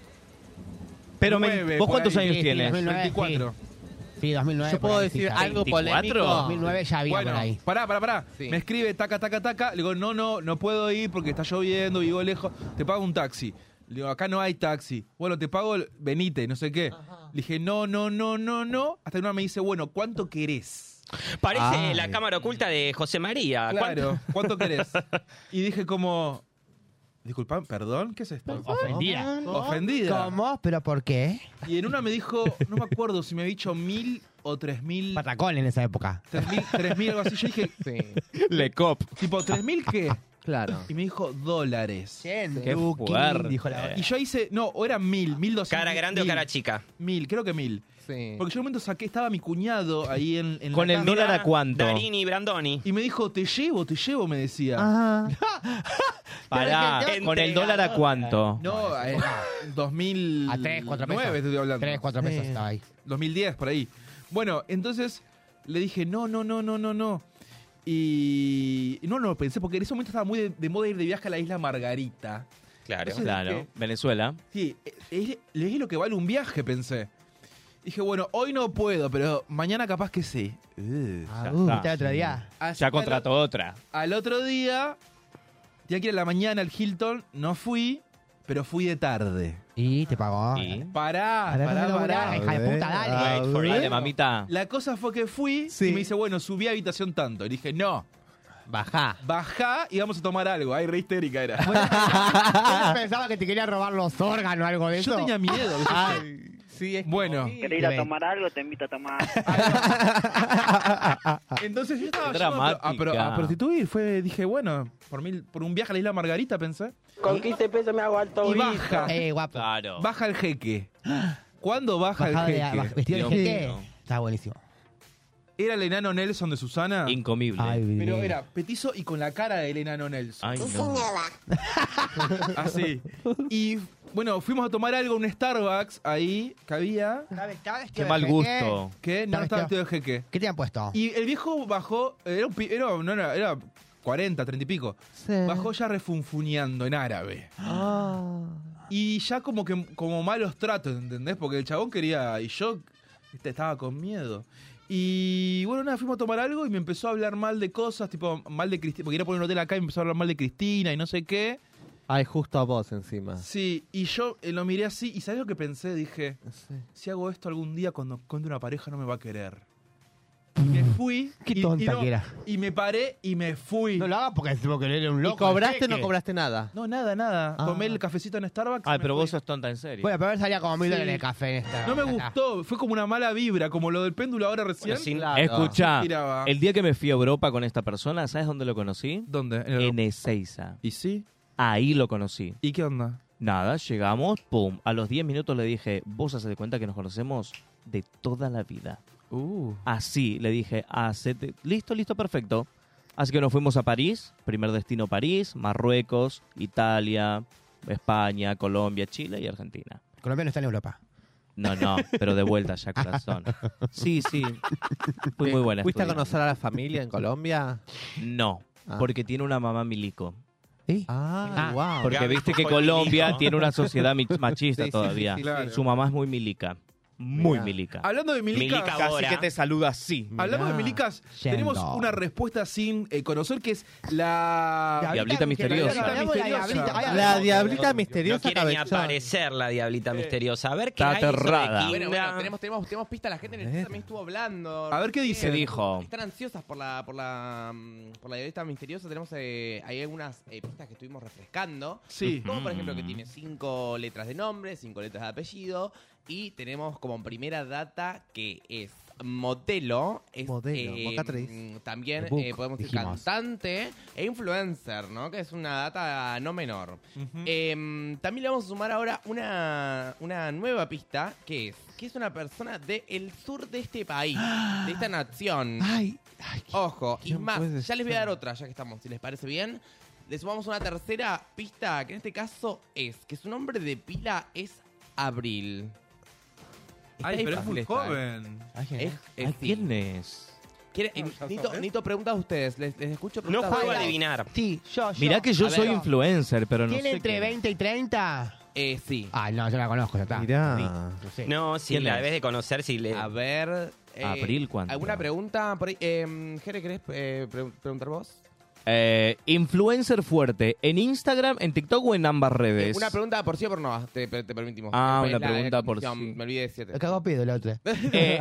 Pero me- nueve, vos por cuántos ahí. [LAUGHS] años Sí, tienes? 2009, 24. Sí, 2009. Yo por puedo ahí, sí, decir está bien. algo 24. polémico. 2009 ya había por ahí. Bueno, pará, pará, pará. Sí. Me escribe taca, taca, taca. Le digo, no, no, no puedo ir porque está lloviendo, vivo lejos. Te pago un taxi. Le digo, acá no hay taxi. Bueno, te pago, el- venite, no sé qué. Le dije, no, no, no, no, no. Hasta que una me dice, bueno, ¿cuánto querés? Parece Ay. la cámara oculta de José María. Claro, ¿cuánto querés? Y dije como, disculpa, perdón, ¿qué es esto? Ofendida. Ofendida. ¿Cómo? ¿Pero por qué? Y en una me dijo, no me acuerdo si me había dicho mil o tres mil. Patacón en esa época. Tres mil, tres mil, algo así. Yo dije, Sí, Le cop. tipo, ¿tres mil qué? claro. Y me dijo, dólares. Qué Luquín, fuerte. dijo la- Y yo hice, no, o eran mil, mil doscientos. ¿Cara grande o mil, cara chica? Mil, creo que mil. Sí. Porque yo en un momento saqué, estaba mi cuñado ahí en, en ¿Con la el casa, dólar a cuánto? Darini, Brandoni. Y me dijo, te llevo, te llevo, me decía. Ajá. Pará, Entregador. ¿con el dólar a cuánto? No, eh, dos mil A 3, 4 pesos. nueve te estoy hablando. 3, 4 pesos estaba ahí. 2010, por ahí. Bueno, entonces le dije, no, no, no, no, no, no. Y y no, no, pensé, porque en ese momento estaba muy de, de moda ir de viaje a la isla Margarita. Claro. Entonces Claro, dije, Venezuela. Sí, e, es, es lo que vale un viaje, pensé. Dije, bueno, hoy no puedo, pero mañana capaz que sí. Ah, Ya uh, está. ¿viste el otro día? Así que Ya al- contrató otra. Al, otro día Tenía que ir a la mañana al Hilton, no fui, pero fui de tarde. Y te pagó. Ah, Pará, Pará, pará, no pará. laburás, hija de puta, dale. Wait for it. Bueno, mamita. La cosa fue que fui y me dice, bueno, subí a habitación tanto. Y le dije, no. Bajá. Bajá y vamos a tomar algo. Ay, re histérica era. [LAUGHS] Yo pensaba que te quería robar los órganos o algo de eso. [LAUGHS] Yo tenía miedo. sí, es bueno. ¿Querés ir a tomar algo? Te invito a tomar. Entonces yo estaba Qué yendo a, pro- a pro- dramática. a prostituir, fue, dije, bueno, por, mil- por un viaje a la isla Margarita pensé. Con 15 pesos me hago alto Y baja. Eh, guapo. Baja el jeque. ¿Cuándo baja Bajado el de- jeque? baj- vestido de Dios jeque. mío. Está buenísimo. ¿Era el enano Nelson de Susana? Incomible. Ay, Pero Dios. era petizo y con la cara del enano Nelson. Ay, no. Así. Y bueno, fuimos a tomar algo, un Starbucks ahí que había. Qué de mal jeque. gusto. Que no Estaba estaba vestido- vestido de jeque. ¿Qué te han puesto? Y el viejo bajó, era un pi- era, no, era, era 40, 30 y pico. Bajó ya refunfuñando en árabe. Y ya como que como malos tratos, ¿entendés? Porque el chabón quería. Y yo este, estaba con miedo. Y bueno, nada, fuimos a tomar algo y me empezó a hablar mal de cosas, tipo mal de Cristina. Porque quería poner un hotel acá y me empezó a hablar mal de Cristina y no sé qué. Ay, justo a vos encima. Sí, y yo eh, lo miré así y ¿sabés lo que pensé? Dije, si hago esto algún día cuando encuentre una pareja no me va a querer. Y me fui. Qué y- y tonta no- que era. Y me paré y me fui. No lo hagas porque estuvo que era un ¿Y cobraste o no cobraste nada? No, nada, nada. Tomé el cafecito en Starbucks. Ay, pero vos sos tonta en serio. Bueno, pero él salía como mil Sí. dólares de café en esta. No me gustó, fue como una mala vibra, como lo del péndulo ahora recién. Escucha, Se tiraba. el día que me fui a Europa con esta persona, ¿sabes dónde lo conocí? ¿Dónde? En, Ezeiza. ¿Y sí? Ahí lo conocí. ¿Y qué onda? Nada, llegamos, pum. A los 10 minutos le dije, vos haces de cuenta que nos conocemos de toda la vida. Uh. Así, le dije, hacete. Listo, listo, perfecto. Así que nos fuimos a París, primer destino París, Marruecos, Italia, España, Colombia, Chile y Argentina. Colombia no está en Europa. No, no, pero de vuelta ya, corazón. Sí, sí. Fui muy buena. ¿Fuiste a estudiante. conocer a la familia en Colombia? No, Ah. porque tiene una mamá milico. Ah, wow. Porque viste que Colombia tiene una sociedad mi- machista Sí, sí, todavía. sí, sí, claro. Su mamá es muy milica. Muy Mirá. milica. Hablando de milicas, Milica ahora. Así que te saluda así. Hablamos de milicas, Yendo. tenemos una respuesta sin eh, conocer que es la... Diablita misteriosa. Hablamos de la diablita. Ay, La diablita misteriosa No quiere ni cabezón. aparecer la diablita misteriosa. A ver qué Está hay sobre aterrada. Kinda. Bueno, Ah, Bueno, tenemos, tenemos, tenemos pista, la gente en el chat también estuvo hablando. A ver qué dice. Eh, ¿Qué dijo? Están ansiosas por la por la mm, por la diablita misteriosa. Tenemos eh, hay algunas eh, pistas que estuvimos refrescando. Sí. Como por ejemplo que tiene cinco letras de nombre, cinco letras de apellido y tenemos como primera data que es modelo, es, Modelo, mocatriz. mm, también The Book, eh, podemos decir dijimos. cantante e influencer, ¿no? Que es una data no menor. Em, también le vamos a sumar ahora una, una nueva pista, que es que es una persona del sur de este país, de esta [GASPS] nación. Ojo, y ¿quién más, puede ya les voy a ser? dar otra, ya que estamos, si les parece bien. Le sumamos una tercera pista, que en este caso es que su nombre de pila es Abril. Está Ay, pero es difícil muy esta, ¿eh? joven. Es- es- Ay, sí. ¿Quién es? Quiere- eh, Nito, Nito, preguntas a ustedes. Les, les escucho preguntas juego a ustedes. adivinar. Sí, yo, yo. Mirá que yo A ver, soy no. influencer, pero no ¿Tiene sé. entre 20 y 30? Eh, sí. Ah, no, yo la conozco, ya está. Mirá. No, sí, ¿Quién la es? debes de conocer si le... Ah, A ver... eh, Abril, ¿cuándo? ¿Alguna pregunta por ahí? Eh, Jere, ¿querés eh, pre- preguntar vos? Eh, influencer fuerte. ¿En Instagram, en TikTok o en ambas Eh, redes? Una pregunta por sí o por no, te, te permitimos. Ah, Pues una la- pregunta la por condición, sí. Me olvidé de siete. Me cagó pedo la otra. Eh,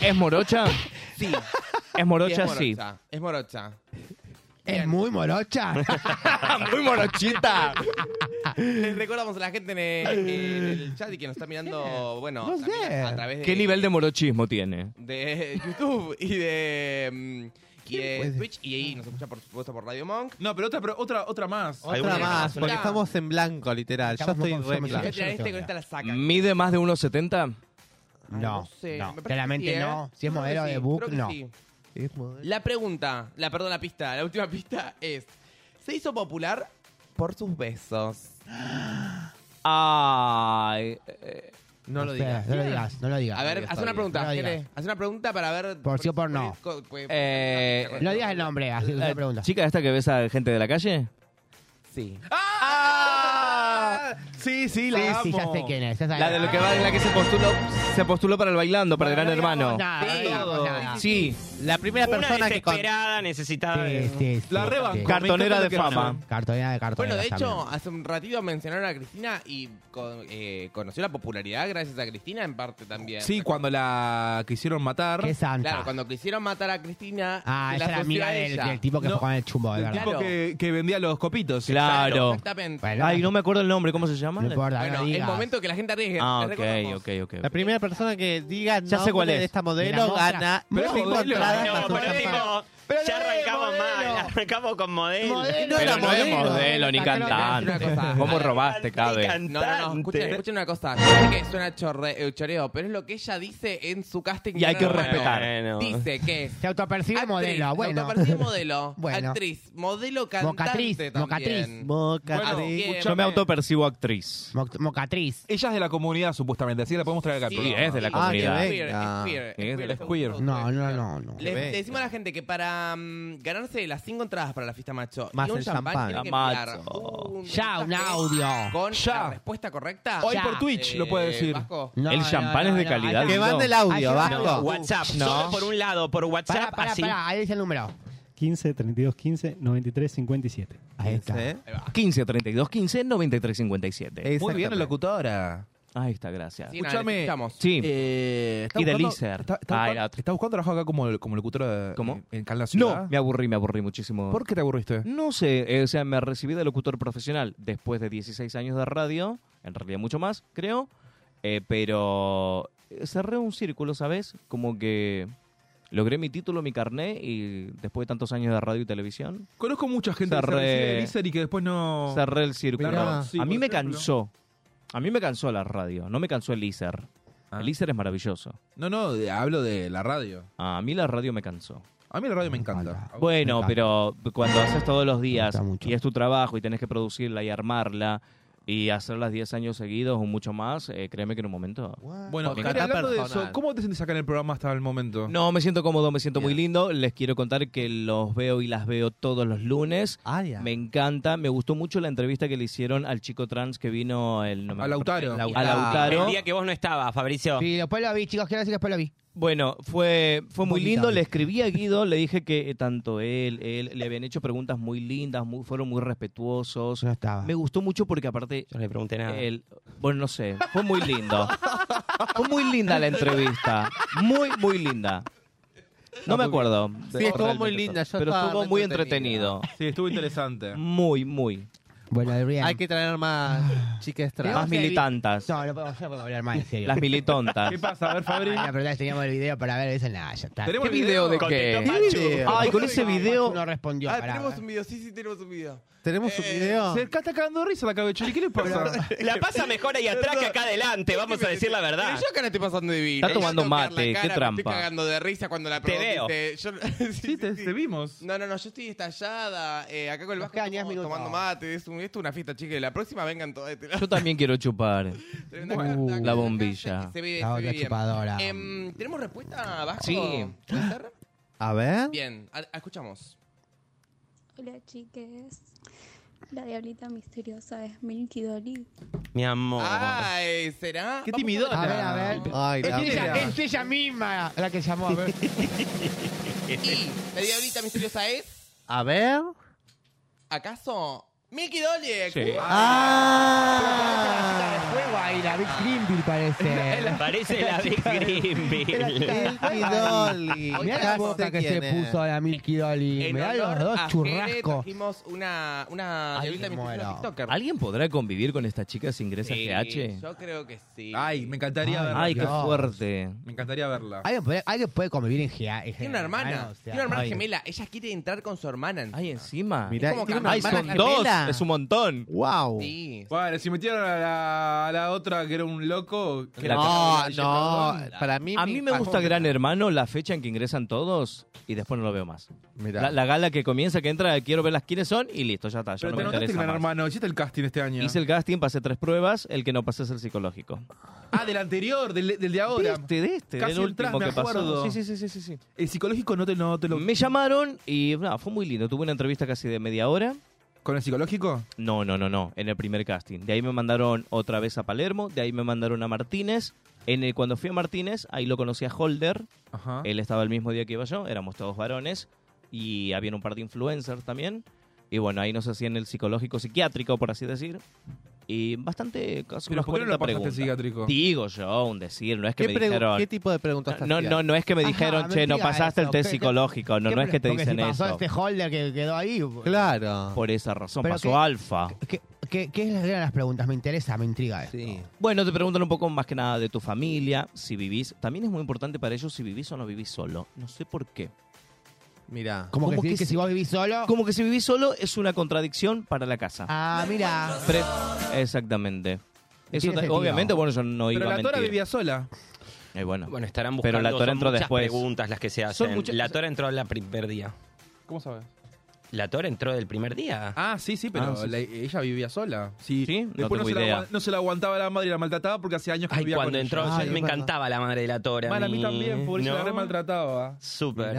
¿Es morocha? [LAUGHS] Sí. ¿Es [LAUGHS] morocha? Sí. Es morocha. Es muy morocha. Ah, Muy morochita. Les Eh, recordamos a la gente en el, en el chat y que nos está [LAUGHS] mirando, bueno, No también sé. a, a través de, ¿Qué nivel de morochismo tiene? de [LAUGHS] YouTube y de, mm, y de Twitch y ahí nos escucha por supuesto por Radio Monk. No, pero otra, pero otra, otra más. Otra más, porque estamos en blanco, literal. Yo Estamos estoy muy re en conformes. blanco. Voy a tirar este con esta la saca. ¿Mide más de 1,70? No, sé, me no. parece Claramente que sí, ¿eh? no. Si es Creo que modelo sí, de book, creo que no. sí. Es modelo. La pregunta, la perdón, la pista, la última [LAUGHS] pista es, ¿se hizo popular por sus besos? Ay. eh, No lo O sea, digas. No lo digas, no lo digas. A ver, haz una pregunta, No lo Jere, digas. haz una pregunta para ver... Por sí o por no. co- pues- eh, No digas el nombre, así una eh, pregunta. Ah, ah, ¿Chica esta que besa a gente de la calle? Sí. Ah, Sí, sí, la Sí, sí, ya amo. sé quién es. ya Ah, sé- La de lo que va, la que se postuló, se postuló para el bailando, para el gran hermano. Nada, no digamos nada. Sí, la primera Una persona que con- desesperada, necesitada. de- Sí, sí, sí, La sí. rebanco, Cartonera me encanta de lo que fama. era. Cartonera de cartonera. Bueno, de hecho, hace un ratito mencionaron a Cristina y con- eh, conoció la popularidad gracias a Cristina en parte también. Sí, cuando la quisieron matar. Qué santa. Claro, cuando quisieron matar a Cristina, Ah, se esa la era asoció amiga a del, ella. del tipo que No, fue con el chumbo, de del verdad. tipo eh, que, que vendía los copitos. Claro. Exactamente. Ay, no me acuerdo el nombre, ¿cómo se llama? No importa, Bueno, no el digas. momento que la gente arriesgue. Ah, ¿te ok, recordamos? ok, ok. La primera persona que diga Ya sé nombre cuál es. de esta Mira, modelo mostra. gana Pero dos es modelo. encontradas No, para su pero champán. tipo, ya arrancamos mal, arrancamos con modelo. Modelo. Pero no es modelo ni Acá lo que voy a cantante. decir una cosa. [LAUGHS] ¿Cómo robaste, cabe? No, no, no, escuchen, escuchen una cosa. Yo sé que suena chorre- eh, choreo, pero es lo que ella dice en su casting. Y hay que Gran Hermano. respetar. Dice que es Se autopercibe modelo, bueno. autopercibe modelo, [LAUGHS] Bueno. actriz, modelo cantante Mocatriz, también. mocatriz. Bueno, eh, Mocatriz. bien. Yo me autopercibo actriz. Mo- Mocatriz. Ella es de la comunidad, supuestamente. Así la podemos traer acá. Ah, al Sí, programa. es de la sí, comunidad. es queer, Ah, es queer, es es queer, del es un queer. grupo No, queer. no, no, no. Le, Qué le bestia. decimos a la gente que para mm, ganarse las cinco entradas para la fiesta macho Más y un el champán, champán. tienen que La enviar macho. un Ya, un mensaje audio. Con Ya. la respuesta correcta. Hoy Ya. por Twitch lo puede Eh, decir. Vasco. No, El no, champán no, es de no, calidad. ahí Que está. mande el audio, Ahí va. Vasco. WhatsApp, No. solo por un lado, por WhatsApp, Pará, pará, así. pará, ahí dice el número. 15, 32, 15, 93, 57. Ahí está. ¿Eh? 15 32 15 93 Muy 57. bien, Exactamente. la locutora. Ahí está, gracias. Sí, nada, Escúchame. le escuchamos. Sí. Eh, está Y de buscando- Lizard. Está, Ah, está, era buscando, otro. está buscando trabajo acá como, como locutora ¿Cómo? en- en Canal No, me aburrí, me aburrí muchísimo. ¿Por qué te aburriste? No sé, eh, o sea, me recibí de locutor profesional después de 16 años de radio, en realidad mucho más, creo, eh, pero eh, cerré un círculo, ¿sabes? Como que logré mi título, mi carné y después de tantos años de radio y televisión, Conozco mucha gente que se Cerré. recibe de Lizard y que después no... cerré el círculo. Mirá, sí, a mí por me ejemplo. cansó, a mí me cansó la radio, no me cansó el ISER. Ah. El ISER es maravilloso. No, no, de- hablo de la radio. A mí la radio me cansó. A mí la radio me encanta. Bueno, encanta. pero cuando haces todos los días gusta mucho. y es tu trabajo y tenés que producirla y armarla y hacerlas 10 años seguidos o mucho más, eh, créeme que en un momento... Bueno, Jari, Me encanta hablando de personal. eso, ¿cómo te sentís acá en el programa hasta el momento? No, me siento cómodo, me siento muy Bien. lindo. Les quiero contar que los veo y las veo todos los lunes. Ah, Aria. Me encanta, me gustó mucho la entrevista que le hicieron al chico trans que vino el... no me A Lautaro. acuerdo. A Lautaro. El día que vos no estabas, Fabricio. Sí, después lo vi, chicos, quiero decir que después lo vi. Bueno, fue, fue muy Bonita, lindo. Le ¿viste? escribí a Guido, le dije que eh, tanto él, él, le habían hecho preguntas muy lindas, muy, fueron muy respetuosos. Yo no estaba. Me gustó mucho porque aparte Yo no le pregunté nada. El- bueno, no sé, fue muy lindo. fue muy linda la entrevista. Muy, muy linda. No me acuerdo. de- estuvo realmente muy linda, yo Pero estaba estuvo re muy entretenida. entretenido. Sí, estuvo [LAUGHS] interesante. Muy, muy. Bueno, de Brian. Hay que traer más chicas trans. Más Vamos a evi- militantas. [SIGHS] No, no podemos, ya podemos hablar más en serio. Las militontas. ¿Qué [LAUGHS] pasa? A ver, Fabri. Ah, no, pero ya teníamos el video para ver eso. Nada, ya está. ¿Tenemos ¿Qué video de Contestó qué? Pachu. Ay, con ese video. No respondió. Ah, pará. eh. tenemos un video, sí, sí, tenemos un video. ¿Tenemos un video? Se acá está cagando de risa la cabechera. ¿Qué le [LAUGHS] pasa? La pasa mejor ahí atrás que acá adelante, vamos a decir la Pero verdad. yo acá no estoy pasando de vida. Está tomando mate, qué Estoy trampa. cagando de risa cuando la Te veo. pregunta dice, yo- [LAUGHS] sí, Sí, te, sí, te sí. vimos. No, no, no, yo estoy estallada. eh, acá con el Nos Vasco quedan diez estamos minutos. tomando mate. Es un- esto es una fiesta, chiques. La próxima vengan todos. Yo también quiero chupar. Tremenda Bueno. carta, La carta, bombilla. carta, Se La ve, se otra ve bien. chupadora. Em, ¿Tenemos respuesta, Vasco? Sí. ¿Puede ser? A ver. Bien, a- a- escuchamos. Hola chiques, la diablita misteriosa es Milky Dory. Mi amor. Ah. Ay, ¿será? Qué Vamos timidona. A ver, a ver. Ay, Es la ella, mira. es ella misma la que llamó. A ver. a- Y la diablita misteriosa es, A ver. ¿acaso? Milky Dory. Sí. Ah. La ¡Ah! fuego ahí, la Big Greenville parece. Parece la Big Greenville. [LAUGHS] Milky Dolly. Ay, Mirá Ya la sé boca que quién se es. puso la Milky Dolly. En Mirá los honor a dos Jere, churrascos. trajimos una, una Ay, diablita me misteriosa muero. TikToker. ¿Alguien podrá convivir con esta chica si ingresa Sí, a GH? Yo creo que sí. Ay, me encantaría verla. Ay, qué Dios. fuerte. Me encantaría verla. ¿Alguien puede, alguien puede convivir en GA. en Tiene una hermana. o sea. tiene una hermana ay. gemela. Ella quiere entrar con su hermana. encima. Ay, encima. Mirá, Es como tiene que- una Ay, hermana son dos. gemela. Es un montón. Wow. Sí. Bueno, si metieron a la, a la otra que era un loco... Que la No, cagaba, no, Perdón. para mí... A mí me gusta Gran Hermano la fecha en que ingresan todos y después no lo veo más. La, la gala que comienza, que entra, quiero ver las quiénes son y listo, ya está. Ya Pero no te me notaste interesa gran más. hermano. Hiciste el casting este año. Hice el casting, pasé tres pruebas, el que no pasé es el psicológico. Ah, del anterior, del, del de ahora. Este, de este, Casi del último entras, me que acuerdo. pasó. Sí, sí, sí, sí, sí, sí. El psicológico no te, no te lo... Me llamaron y nada, fue muy lindo. Tuve una entrevista casi de media hora ¿Con el psicológico? No, no, no, no. En el primer casting. De ahí me mandaron otra vez a Palermo, de ahí me mandaron a Martínez. En el, cuando fui a Martínez, ahí lo conocí a Holder. Ajá. Él estaba el mismo día que iba yo, éramos todos varones. Y había un par de influencers también. Y bueno, ahí nos hacían el psicológico psiquiátrico, por así decir. Y bastante casi ¿Pero unas por qué no lo 40 pasaste preguntas. psiquiátrico? Digo yo, un decir, no es que ¿Qué me pregu- dijeron. qué tipo de preguntas te No, hacían? no, no es que me Ajá, dijeron, me che, no diga pasaste el eso, test ¿qué- qué- psicológico. No, qué no es que te Porque dicen si pasó eso. este holder que quedó ahí. Claro. Por esa razón, Pero pasó que- alfa. ¿Qué, qué, qué eran las preguntas? Me interesa, me intriga esto. Bueno, te preguntan un poco más que nada de tu familia, si vivís. También es muy importante para ellos si vivís o no vivís solo. No sé por qué. Mira. Como que, si, que si vos vivís solo. Como que si vivís solo es una contradicción para la casa. Ah, mira. Pre- Exactamente. Eso Tiene ta- sentido. obviamente, bueno, yo no Pero iba a la Tora mentir. vivía sola. Eh, bueno. Bueno, estarán buscando. Pero la Tora son entró muchas después. preguntas las que se Son hacen. muchas- La Tora entró el primer día. ¿Cómo sabes? La Tora entró del primer día. Ah, sí, sí, pero Ah, sí, la- ella vivía sola. Sí, tengo Después no, se la, idea. agua- no se la aguantaba la madre y la maltrataba porque hacía años que Ay, vivía cuando con entró, ella. yo- me encantaba la madre de la Tora. Mal, a mí también, por eso ¿no? la re maltrataba. Súper.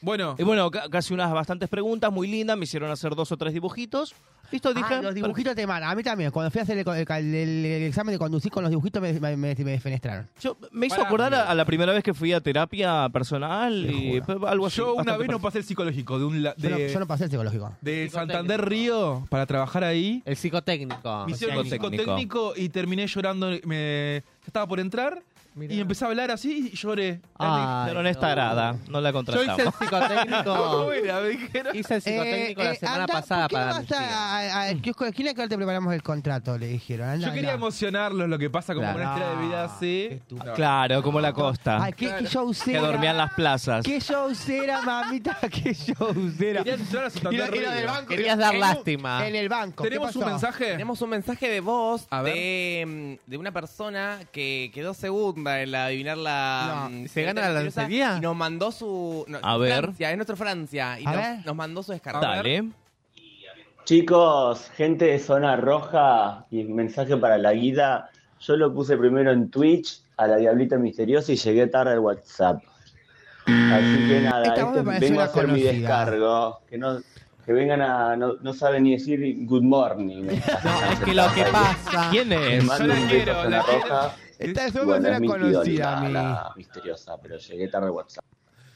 Bueno. Y bueno, ca- casi unas bastantes preguntas, muy lindas. Me hicieron hacer dos o tres dibujitos. Listo, dije. Ah, los dibujitos te mandan. A mí también. Cuando fui a hacer el, el- el- el examen de conducir con los dibujitos me, me, me- me defenestraron. Yo, Me hizo Pará. acordar a, a la primera vez que fui a terapia personal y pe- algo así. Yo una bastante vez no pasé el psicológico de un la- yo, no, de, yo no pasé el psicológico. de Santander Río para trabajar ahí. El psicotécnico. Me hicieron un psicotécnico y terminé llorando. Me, ya estaba por entrar y empecé a hablar así y lloré. Ah, pero no es tarada, no la Yo hice el contratamos. [LAUGHS] psicotécnico. ¿Cómo era? Me dijeron. Hice el Eh, Eh, psicotécnico la semana pasada para ¿Qué Amnistía. al kiosco de esquina que ahora te preparamos el contrato? Le dijeron. Anda, Yo quería anda. emocionarlos lo que pasa como Claro. Ah, una estrella de vida así. No. Claro, como la costa. Ay, qué, qué que showcera. dormía en las plazas. Qué showcera, mamita, [LAUGHS] qué showcera. Querías entrar a Y Santander lo- y lo Río. del banco. Querías dar En un- lástima. En el banco. ¿qué ¿Tenemos un pasó? mensaje? Tenemos un mensaje de voz A ver. de, mm, de una persona que quedó segunda en la adivinar la. No, mm, ¿se gana la letra misteriosa lencería? Y nos mandó su. no, A ver. Francia, es nuestro Francia. Y A nos, ver. nos mandó su descarga. Dale. Chicos, gente de Zona Roja y mensaje para la guida. Yo lo puse primero en Twitch a la Diablita Misteriosa y llegué tarde al WhatsApp. Así que nada, Esta voz me este- pareció vengo a una hacer mi conocida. descargo. Que no que vengan a. No, no saben ni decir good morning. [LAUGHS] es que lo que pasa. ¿Quién Les mando un beso a Zona Roja. Esta es Bueno, una es mi conocida ídola, a mí. la misteriosa, pero llegué tarde al WhatsApp.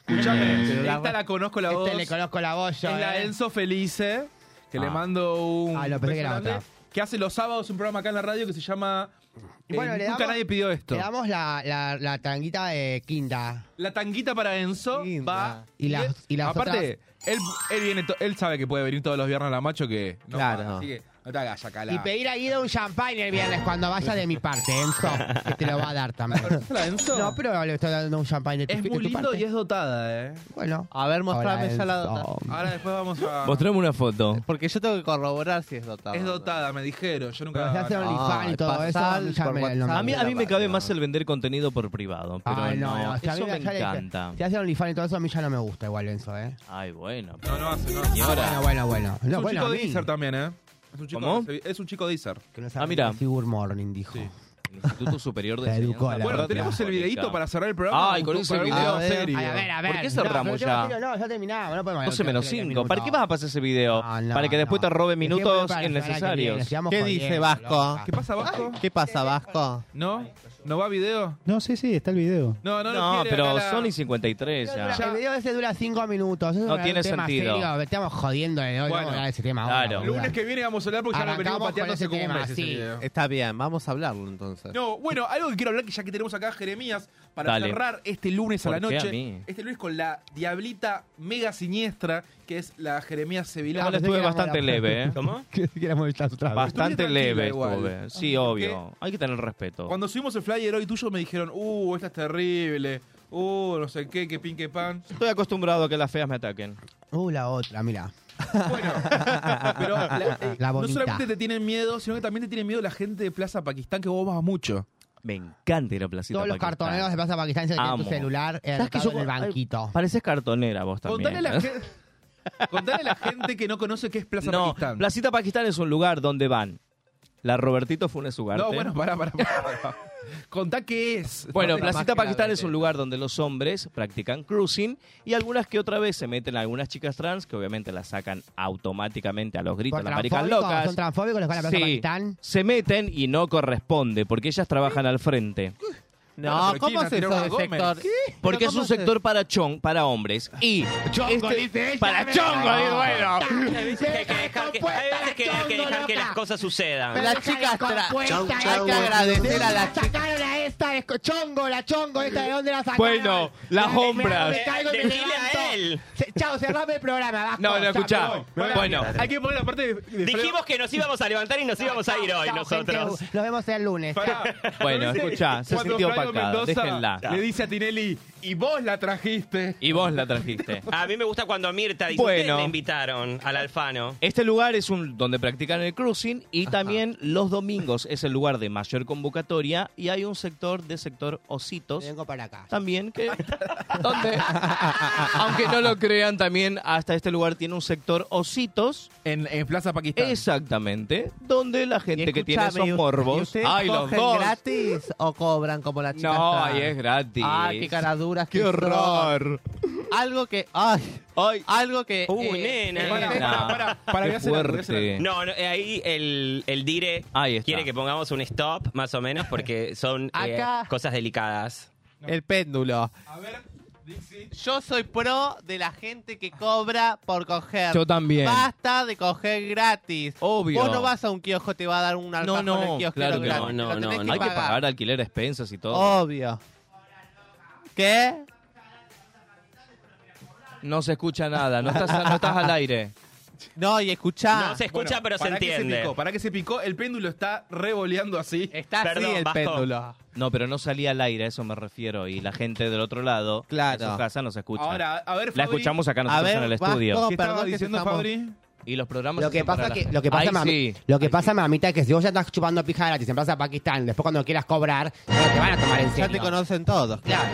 Escuchame, la- esta la conozco la voz. Este le conozco la voz yo. es la eh. Enzo Felice, que le Ah. mando un Ah, lo pensé que era grande, otra. que hace los sábados un programa acá en la radio que se llama Y bueno, eh, le Nunca damos- nadie pidió esto. Le damos la, la, la tanguita de Quinta. La tanguita para Enzo va. Y las- y las Aparte, él, él viene to- él sabe que puede venir todos los viernes a la macho que. no Claro. va, así que no te hagas acá la. Y pedir a Guido un champagne el viernes cuando vaya de mi parte, Enzo. Que te lo va a dar también. No, pero le estoy dando un champagne de tu, es de muy tu lindo parte. y es dotada, eh. Bueno. A ver, mostrame Hola, ya la Enzo. dota. Ahora después vamos a. Mostrame una foto. Porque yo tengo que corroborar si es dotada. Es dotada, me dijeron. Yo nunca. se hace no. OnlyFans y Ay, todo eso. pasar ya por me- WhatsApp. no me- A mí, a mí me Bárbaro. cabe más el vender contenido por privado, pero Ay, no, no, no, si a mí eso me ya le- encanta. Si hace OnlyFans y todo eso, a mí ya no me gusta igual Enzo, ¿eh? Ay, bueno. No, no hace, no hace. Y ahora, Bueno, bueno, bueno. Es No, un bueno, chico a de mí. Deezer también, eh. Es un chico, ¿Cómo? de- Es un chico de Deezer. Ah, mira. Sí, good morning, dijo. el Instituto Superior de Te educó Enseñanza la Media Bueno, verdad. tenemos el Telefónica. videito para cerrar el programa. Ay, con ese Para un video serio. Ay, a ver, a ver. ¿Por qué No, cerramos pero tema ya? serio No, ya terminamos. No podemos 12 menos 5. ¿Para qué vas va? a pasar ese video? Ah, no, para que después no. te robe Dejemos minutos para la semana que viene, innecesarios. sigamos ¿Qué jodiendo, dice Vasco? loca. ¿Qué pasa, Vasco? ¿Qué pasa, Vasco? ¿No? ¿No va video? No, sí, sí, está el video. No, no, No, lo quiere, pero acá la- Sony 53 ya. El video ese dura 5 minutos. Eso No es un tiene tema sentido. Serio. Estamos jodiendo de hoy. Bueno. vamos a hablar de ese tema ahora. Ah, Claro. El boluda. lunes que viene vamos a hablar porque ya lo venimos Arrancamos pateando con ese hace como un tema, mes ese sí. video. Está bien, vamos a hablarlo entonces. No, bueno, algo que quiero hablar, que ya que tenemos acá a Jeremías, para Dale. cerrar este lunes a la ¿Por qué noche. a mí? este lunes con la diablita mega siniestra, que es la Jeremías Sevilá. Igual pensé estuve que éramos bastante la- [LAUGHS] leve, ¿eh? ¿Cómo? Que si queremos estar otra vez. Bastante Estuve tranquila leve igual. estuve. Sí, obvio. Hay que tener respeto. Cuando subimos el flyer hoy tuyo me dijeron, uh, esta es terrible, uh, no sé qué, que pin, que pan. Estoy acostumbrado a que las feas me ataquen. Uh, la otra, mira. Bueno, Ah, pero la- eh, La no bonita. solamente te tienen miedo, sino que también te tienen miedo la gente de Plaza Pakistán, que vos vas mucho. Me encanta ir a Placita Todos los Pakistán. cartoneros de Plaza Pakistán se tienen tu Amo. celular eh, ¿Sabes que anotado en yo- el banquito. Pareces cartonera vos también. Contale a, ¿eh? la gente, contale a la gente que no conoce qué es Plaza no, Pakistán. Placita Pakistán es un lugar donde van la Robertito Funes Ugarte. No, bueno, pará, pará, pará, pará. Contá qué es. Bueno, No te- Placita más que Pakistán nada, es un lugar donde los hombres practican cruising y algunas que otra vez se meten algunas chicas trans que obviamente las sacan automáticamente a los gritos, Por las maricas transfóbicos, locas. Son transfóbicos los van a Plaza Sí, Pakistán. se meten y no corresponde porque ellas trabajan al frente. No, ¿cómo es eso de sector? Porque es ¿Cómo un se- sector para chon, para hombres. Y este Chongo, dice ella, para ¿eh? me- chongo, y bueno. Hay veces que [LAUGHS] hay que dejar que, hay veces que hay que dejar que las cosas sucedan. Las chicas tra- Chau, Hay que agradecer a las Sacaron a esta, es- chongo, la chongo, esta, ¿de dónde la sacaron? Bueno, las Me- me- hombras. Me, caigo y me Decile levanto. a él. Se- Chau, cerrame el programa, Vasco. No, no, Chau, escuchá. Ah, me voy. Bueno, Hay que poner la parte de. de- Dijimos que nos íbamos a levantar y nos íbamos a ir hoy Chau, gente, nosotros. Nos vemos el lunes. Bueno, escuchá, se Cuando sintió Flavio opacado, Mendoza déjenla. Le dice a Tinelli, y vos la trajiste. Y vos la trajiste. A mí me gusta cuando Mirta dice, Bueno. ustedes me invitaron al Alfano. Este lugar es un donde practican el cruising y también los domingos es el lugar de mayor convocatoria y hay un sector de sector [LAUGHS] ositos Vengo para acá. [LAUGHS] también que donde aunque no lo crean también hasta este lugar tiene un sector ositos en, Plaza Pakistán exactamente donde la gente que tiene esos Escúchame, ¿y- ¿y morbos ustedes ay los cogen dos gratis o cobran como la chica? no ahí es gratis Ah, Ay, qué caraduras. qué que son. horror Algo que. Ay, Algo que. Uh, eh, nena. eh, Nena. para, Qué voy a hacer- voy a hacer- fuerte. No, no, eh, ahí el, el dire quiere que pongamos un stop, más o menos, porque son eh, Acá. cosas delicadas. El péndulo. Yo soy pro de la gente que cobra por coger. Yo también. Basta de coger gratis. Obvio. Vos no vas a un kiosco, te va a dar un alfajor no, en el kiosco claro que no. gratis. Lo tenés Hay que pagar alquiler a expensas y Oh, todo. Obvio. ¿Qué? No se escucha nada, no estás, no estás al aire. No, y escuchá. No, se escucha, pero Bueno, se pará que entiende. picó, pará que se picó, el péndulo está revoleando así. Está así Perdón, el Vasco. péndulo. No, pero no salía al aire, a eso me refiero. Y la gente del otro lado, Claro. en su casa, nos escucha. Ahora, a ver, La Fabri. escuchamos acá A nosotros ver, en el Vasco, estudio. ¿qué estaba diciendo Fabri? Y los programas. Lo que son para pasa la que, gente. lo que pasa, Ahí mami- sí. lo que pasa, mamita, es que si vos ya estás chupando pija gratis en Plaza Pakistán, después cuando quieras cobrar, te van a tomar en Ya serio. te conocen todos, claro.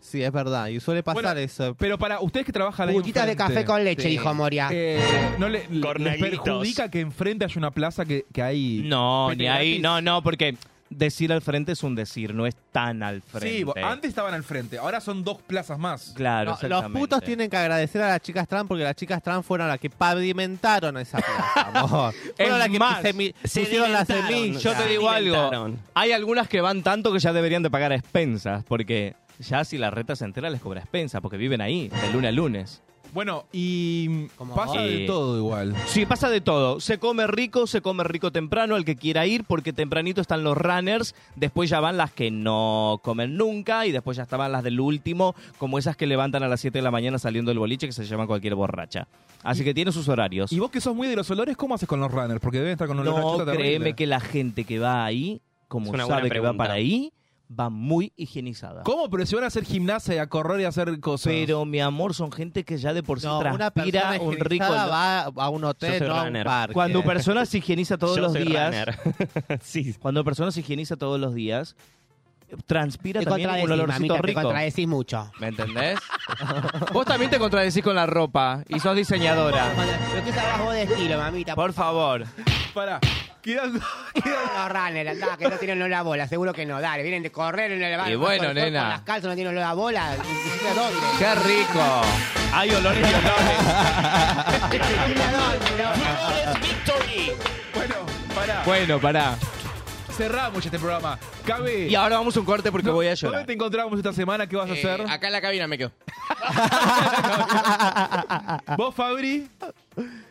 Sí, es verdad. Y suele pasar eso. Pero para ustedes que trabajan ahí Putitas de enfrente. café con leche, Sí. dijo Moria. Eh, no le, les Cornelitos. perjudica que enfrente haya una plaza que, que hay. No, pene ni ahí, gratis? no, no, porque decir al frente es un decir, no es tan al frente. Sí, bo- antes estaban al frente, ahora son dos plazas más. No, Claro, los exactamente. putos tienen que agradecer a las chicas trans porque las chicas trans fueron las que pavimentaron esa [LAUGHS] plaza, amor. fueron las que más, semi- pusieron las semillas. Yo te digo algo. Sedimentaron. Hay algunas que van tanto que ya deberían de pagar a expensas, porque ya si la reta se entera les cobra expensas, porque viven ahí, de lunes a lunes. Bueno, y pasa vos. de todo igual. Sí, pasa de todo. Se come rico, se come rico temprano, el que quiera ir, porque tempranito están los runners, después ya van las que no comen nunca, y después ya estaban las del último, como esas que levantan a las 7 de la mañana saliendo del boliche, que se llaman cualquier borracha. Así que tiene sus horarios. Y vos que sos muy de los olores, ¿cómo haces con los runners? Porque deben estar con olor a No, chota terrible. créeme que la gente que va ahí, Es como una buena sabe que va pregunta. para ahí, va muy higienizada. ¿Cómo? Pero si van a hacer gimnasia y a correr y a hacer cosas. Pero, mi amor, son gente que ya de por sí No, una transpira persona un rico... higienizada olor. va a un Yo hotel, soy no a un runner. parque. Cuando personas se higieniza todos Yo los soy días... runner. [LAUGHS] sí. [LAUGHS] Cuando personas se higieniza todos los días, eh, transpira Te también un contradecís, olorcito mamita, te rico. contradecís mucho. ¿Me entendés? Vos también te contradecís con la ropa y sos diseñadora. Lo que usabas vos de estilo, mamita. Por favor. Pará, [LAUGHS] quedan, No, runner, andá, que no tienen olor a bola, seguro que no. Dale, vienen de correr en el Y bueno, con- con- nena. Con las calzas no tienen olor a bola. ¿A [LAUGHS] dónde? ¡Qué rico! Hay olores y ¿A dónde, no? Bueno, pará. Bueno, pará. Cerramos ya este programa. Cabe. Y ahora vamos a un corte porque voy a llorar. ¿Dónde te encontramos esta semana? ¿Qué vas a Eh, hacer? acá en la cabina me quedo. [LAUGHS] [LAUGHS] ¿Vos, Fabri?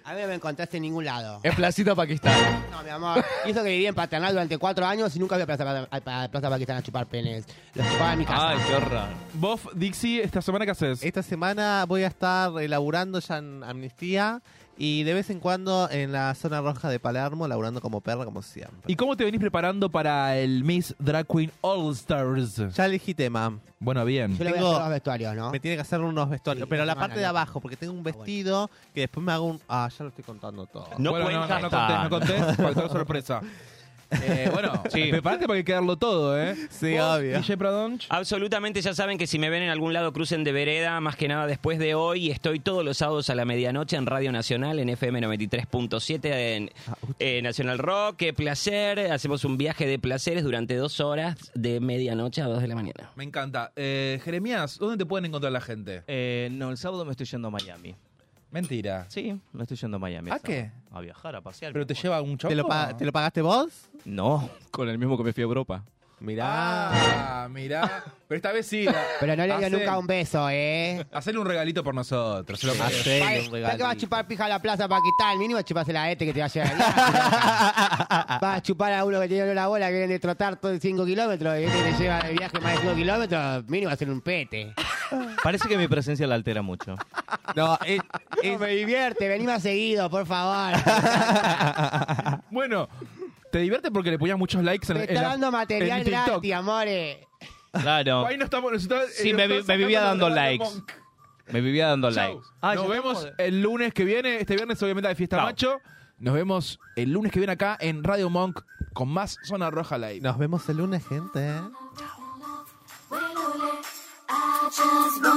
A mí no me encontraste en ningún lado. ¿Eh? Es Placita Pakistán. No, mi amor. Y eso que viví en Paternal durante cuatro años y nunca fui a Plaza, a- a Plaza Pakistán a chupar penes. Los chupaba en mi casa. Ay, qué horror. ¿Vos, Dixie, esta semana qué haces? Esta semana voy a estar elaborando ya en Amnistía y de vez en cuando en la zona roja de Palermo, laburando como perra, como siempre. ¿Y cómo te venís preparando para el Miss Drag Queen All Stars? Ya elegí tema. Bueno, bien. Yo le voy a tengo- hacer los vestuarios, ¿no? Me tiene que hacer unos vestuarios, Sí, pero la semana, parte de ¿no? abajo, porque tengo un vestido que después me hago un... Ah, ya lo Ah, estoy contando todo. No bueno, no, cuenta. no, no contés, no contés, porque es sorpresa. [LAUGHS] Eh, bueno, Sí. preparate para que quedarlo todo, ¿eh? Sí, ¿Vos, obvio. DJ Pradonch? Absolutamente, ya saben que si me ven en algún lado crucen de vereda, más que nada después de hoy, estoy todos los sábados a la medianoche en Radio Nacional, en FM 93.7, en eh, Nacional Rock, qué placer, hacemos un viaje de placeres durante dos horas, de medianoche a dos de la mañana. Me encanta. Eh, Jeremías, ¿dónde te pueden encontrar la gente? Eh, no, el sábado me estoy yendo a Miami. Mentira. Sí, me estoy yendo a Miami. ¿A el qué? sábado. A viajar, a pasear. ¿Pero te lleva un chavo? ¿Te lo pa- te lo pagaste vos? No, con el mismo que me fui a Europa. Mirá. Ah, mirá. Pero esta vez sí. la- Pero no le dio Hacel- nunca un beso, ¿eh? Hacerle un regalito por nosotros. Se lo Pa- merece. ¿Sabes que vas a chupar pija a la plaza para quitar? El mínimo chuparse la este que te va a llegar. vas a chupar a uno que tiene la bola que viene de trotar todo 5 kilómetros y este te lleva de viaje más de 5 kilómetros. Mínimo va a ser un pete. Parece que mi presencia la altera mucho. Ah, No, eh, me divierte, vení más seguido, por favor. Bueno, te divierte porque le ponías muchos likes en, Me en está la- dando material en TikTok. gratis, amores. Claro. Ahí no estamos. no está- Sí, eh, me está vi- me sacando vivía la dando mano likes. Monk. Me vivía dando like. Nos vemos el lunes que viene. Este viernes, obviamente, de Fiesta Macho. Nos vemos el lunes que viene acá en Radio Monk con más Zona Roja Live. Nos vemos el lunes, gente. Well, Ole, I just want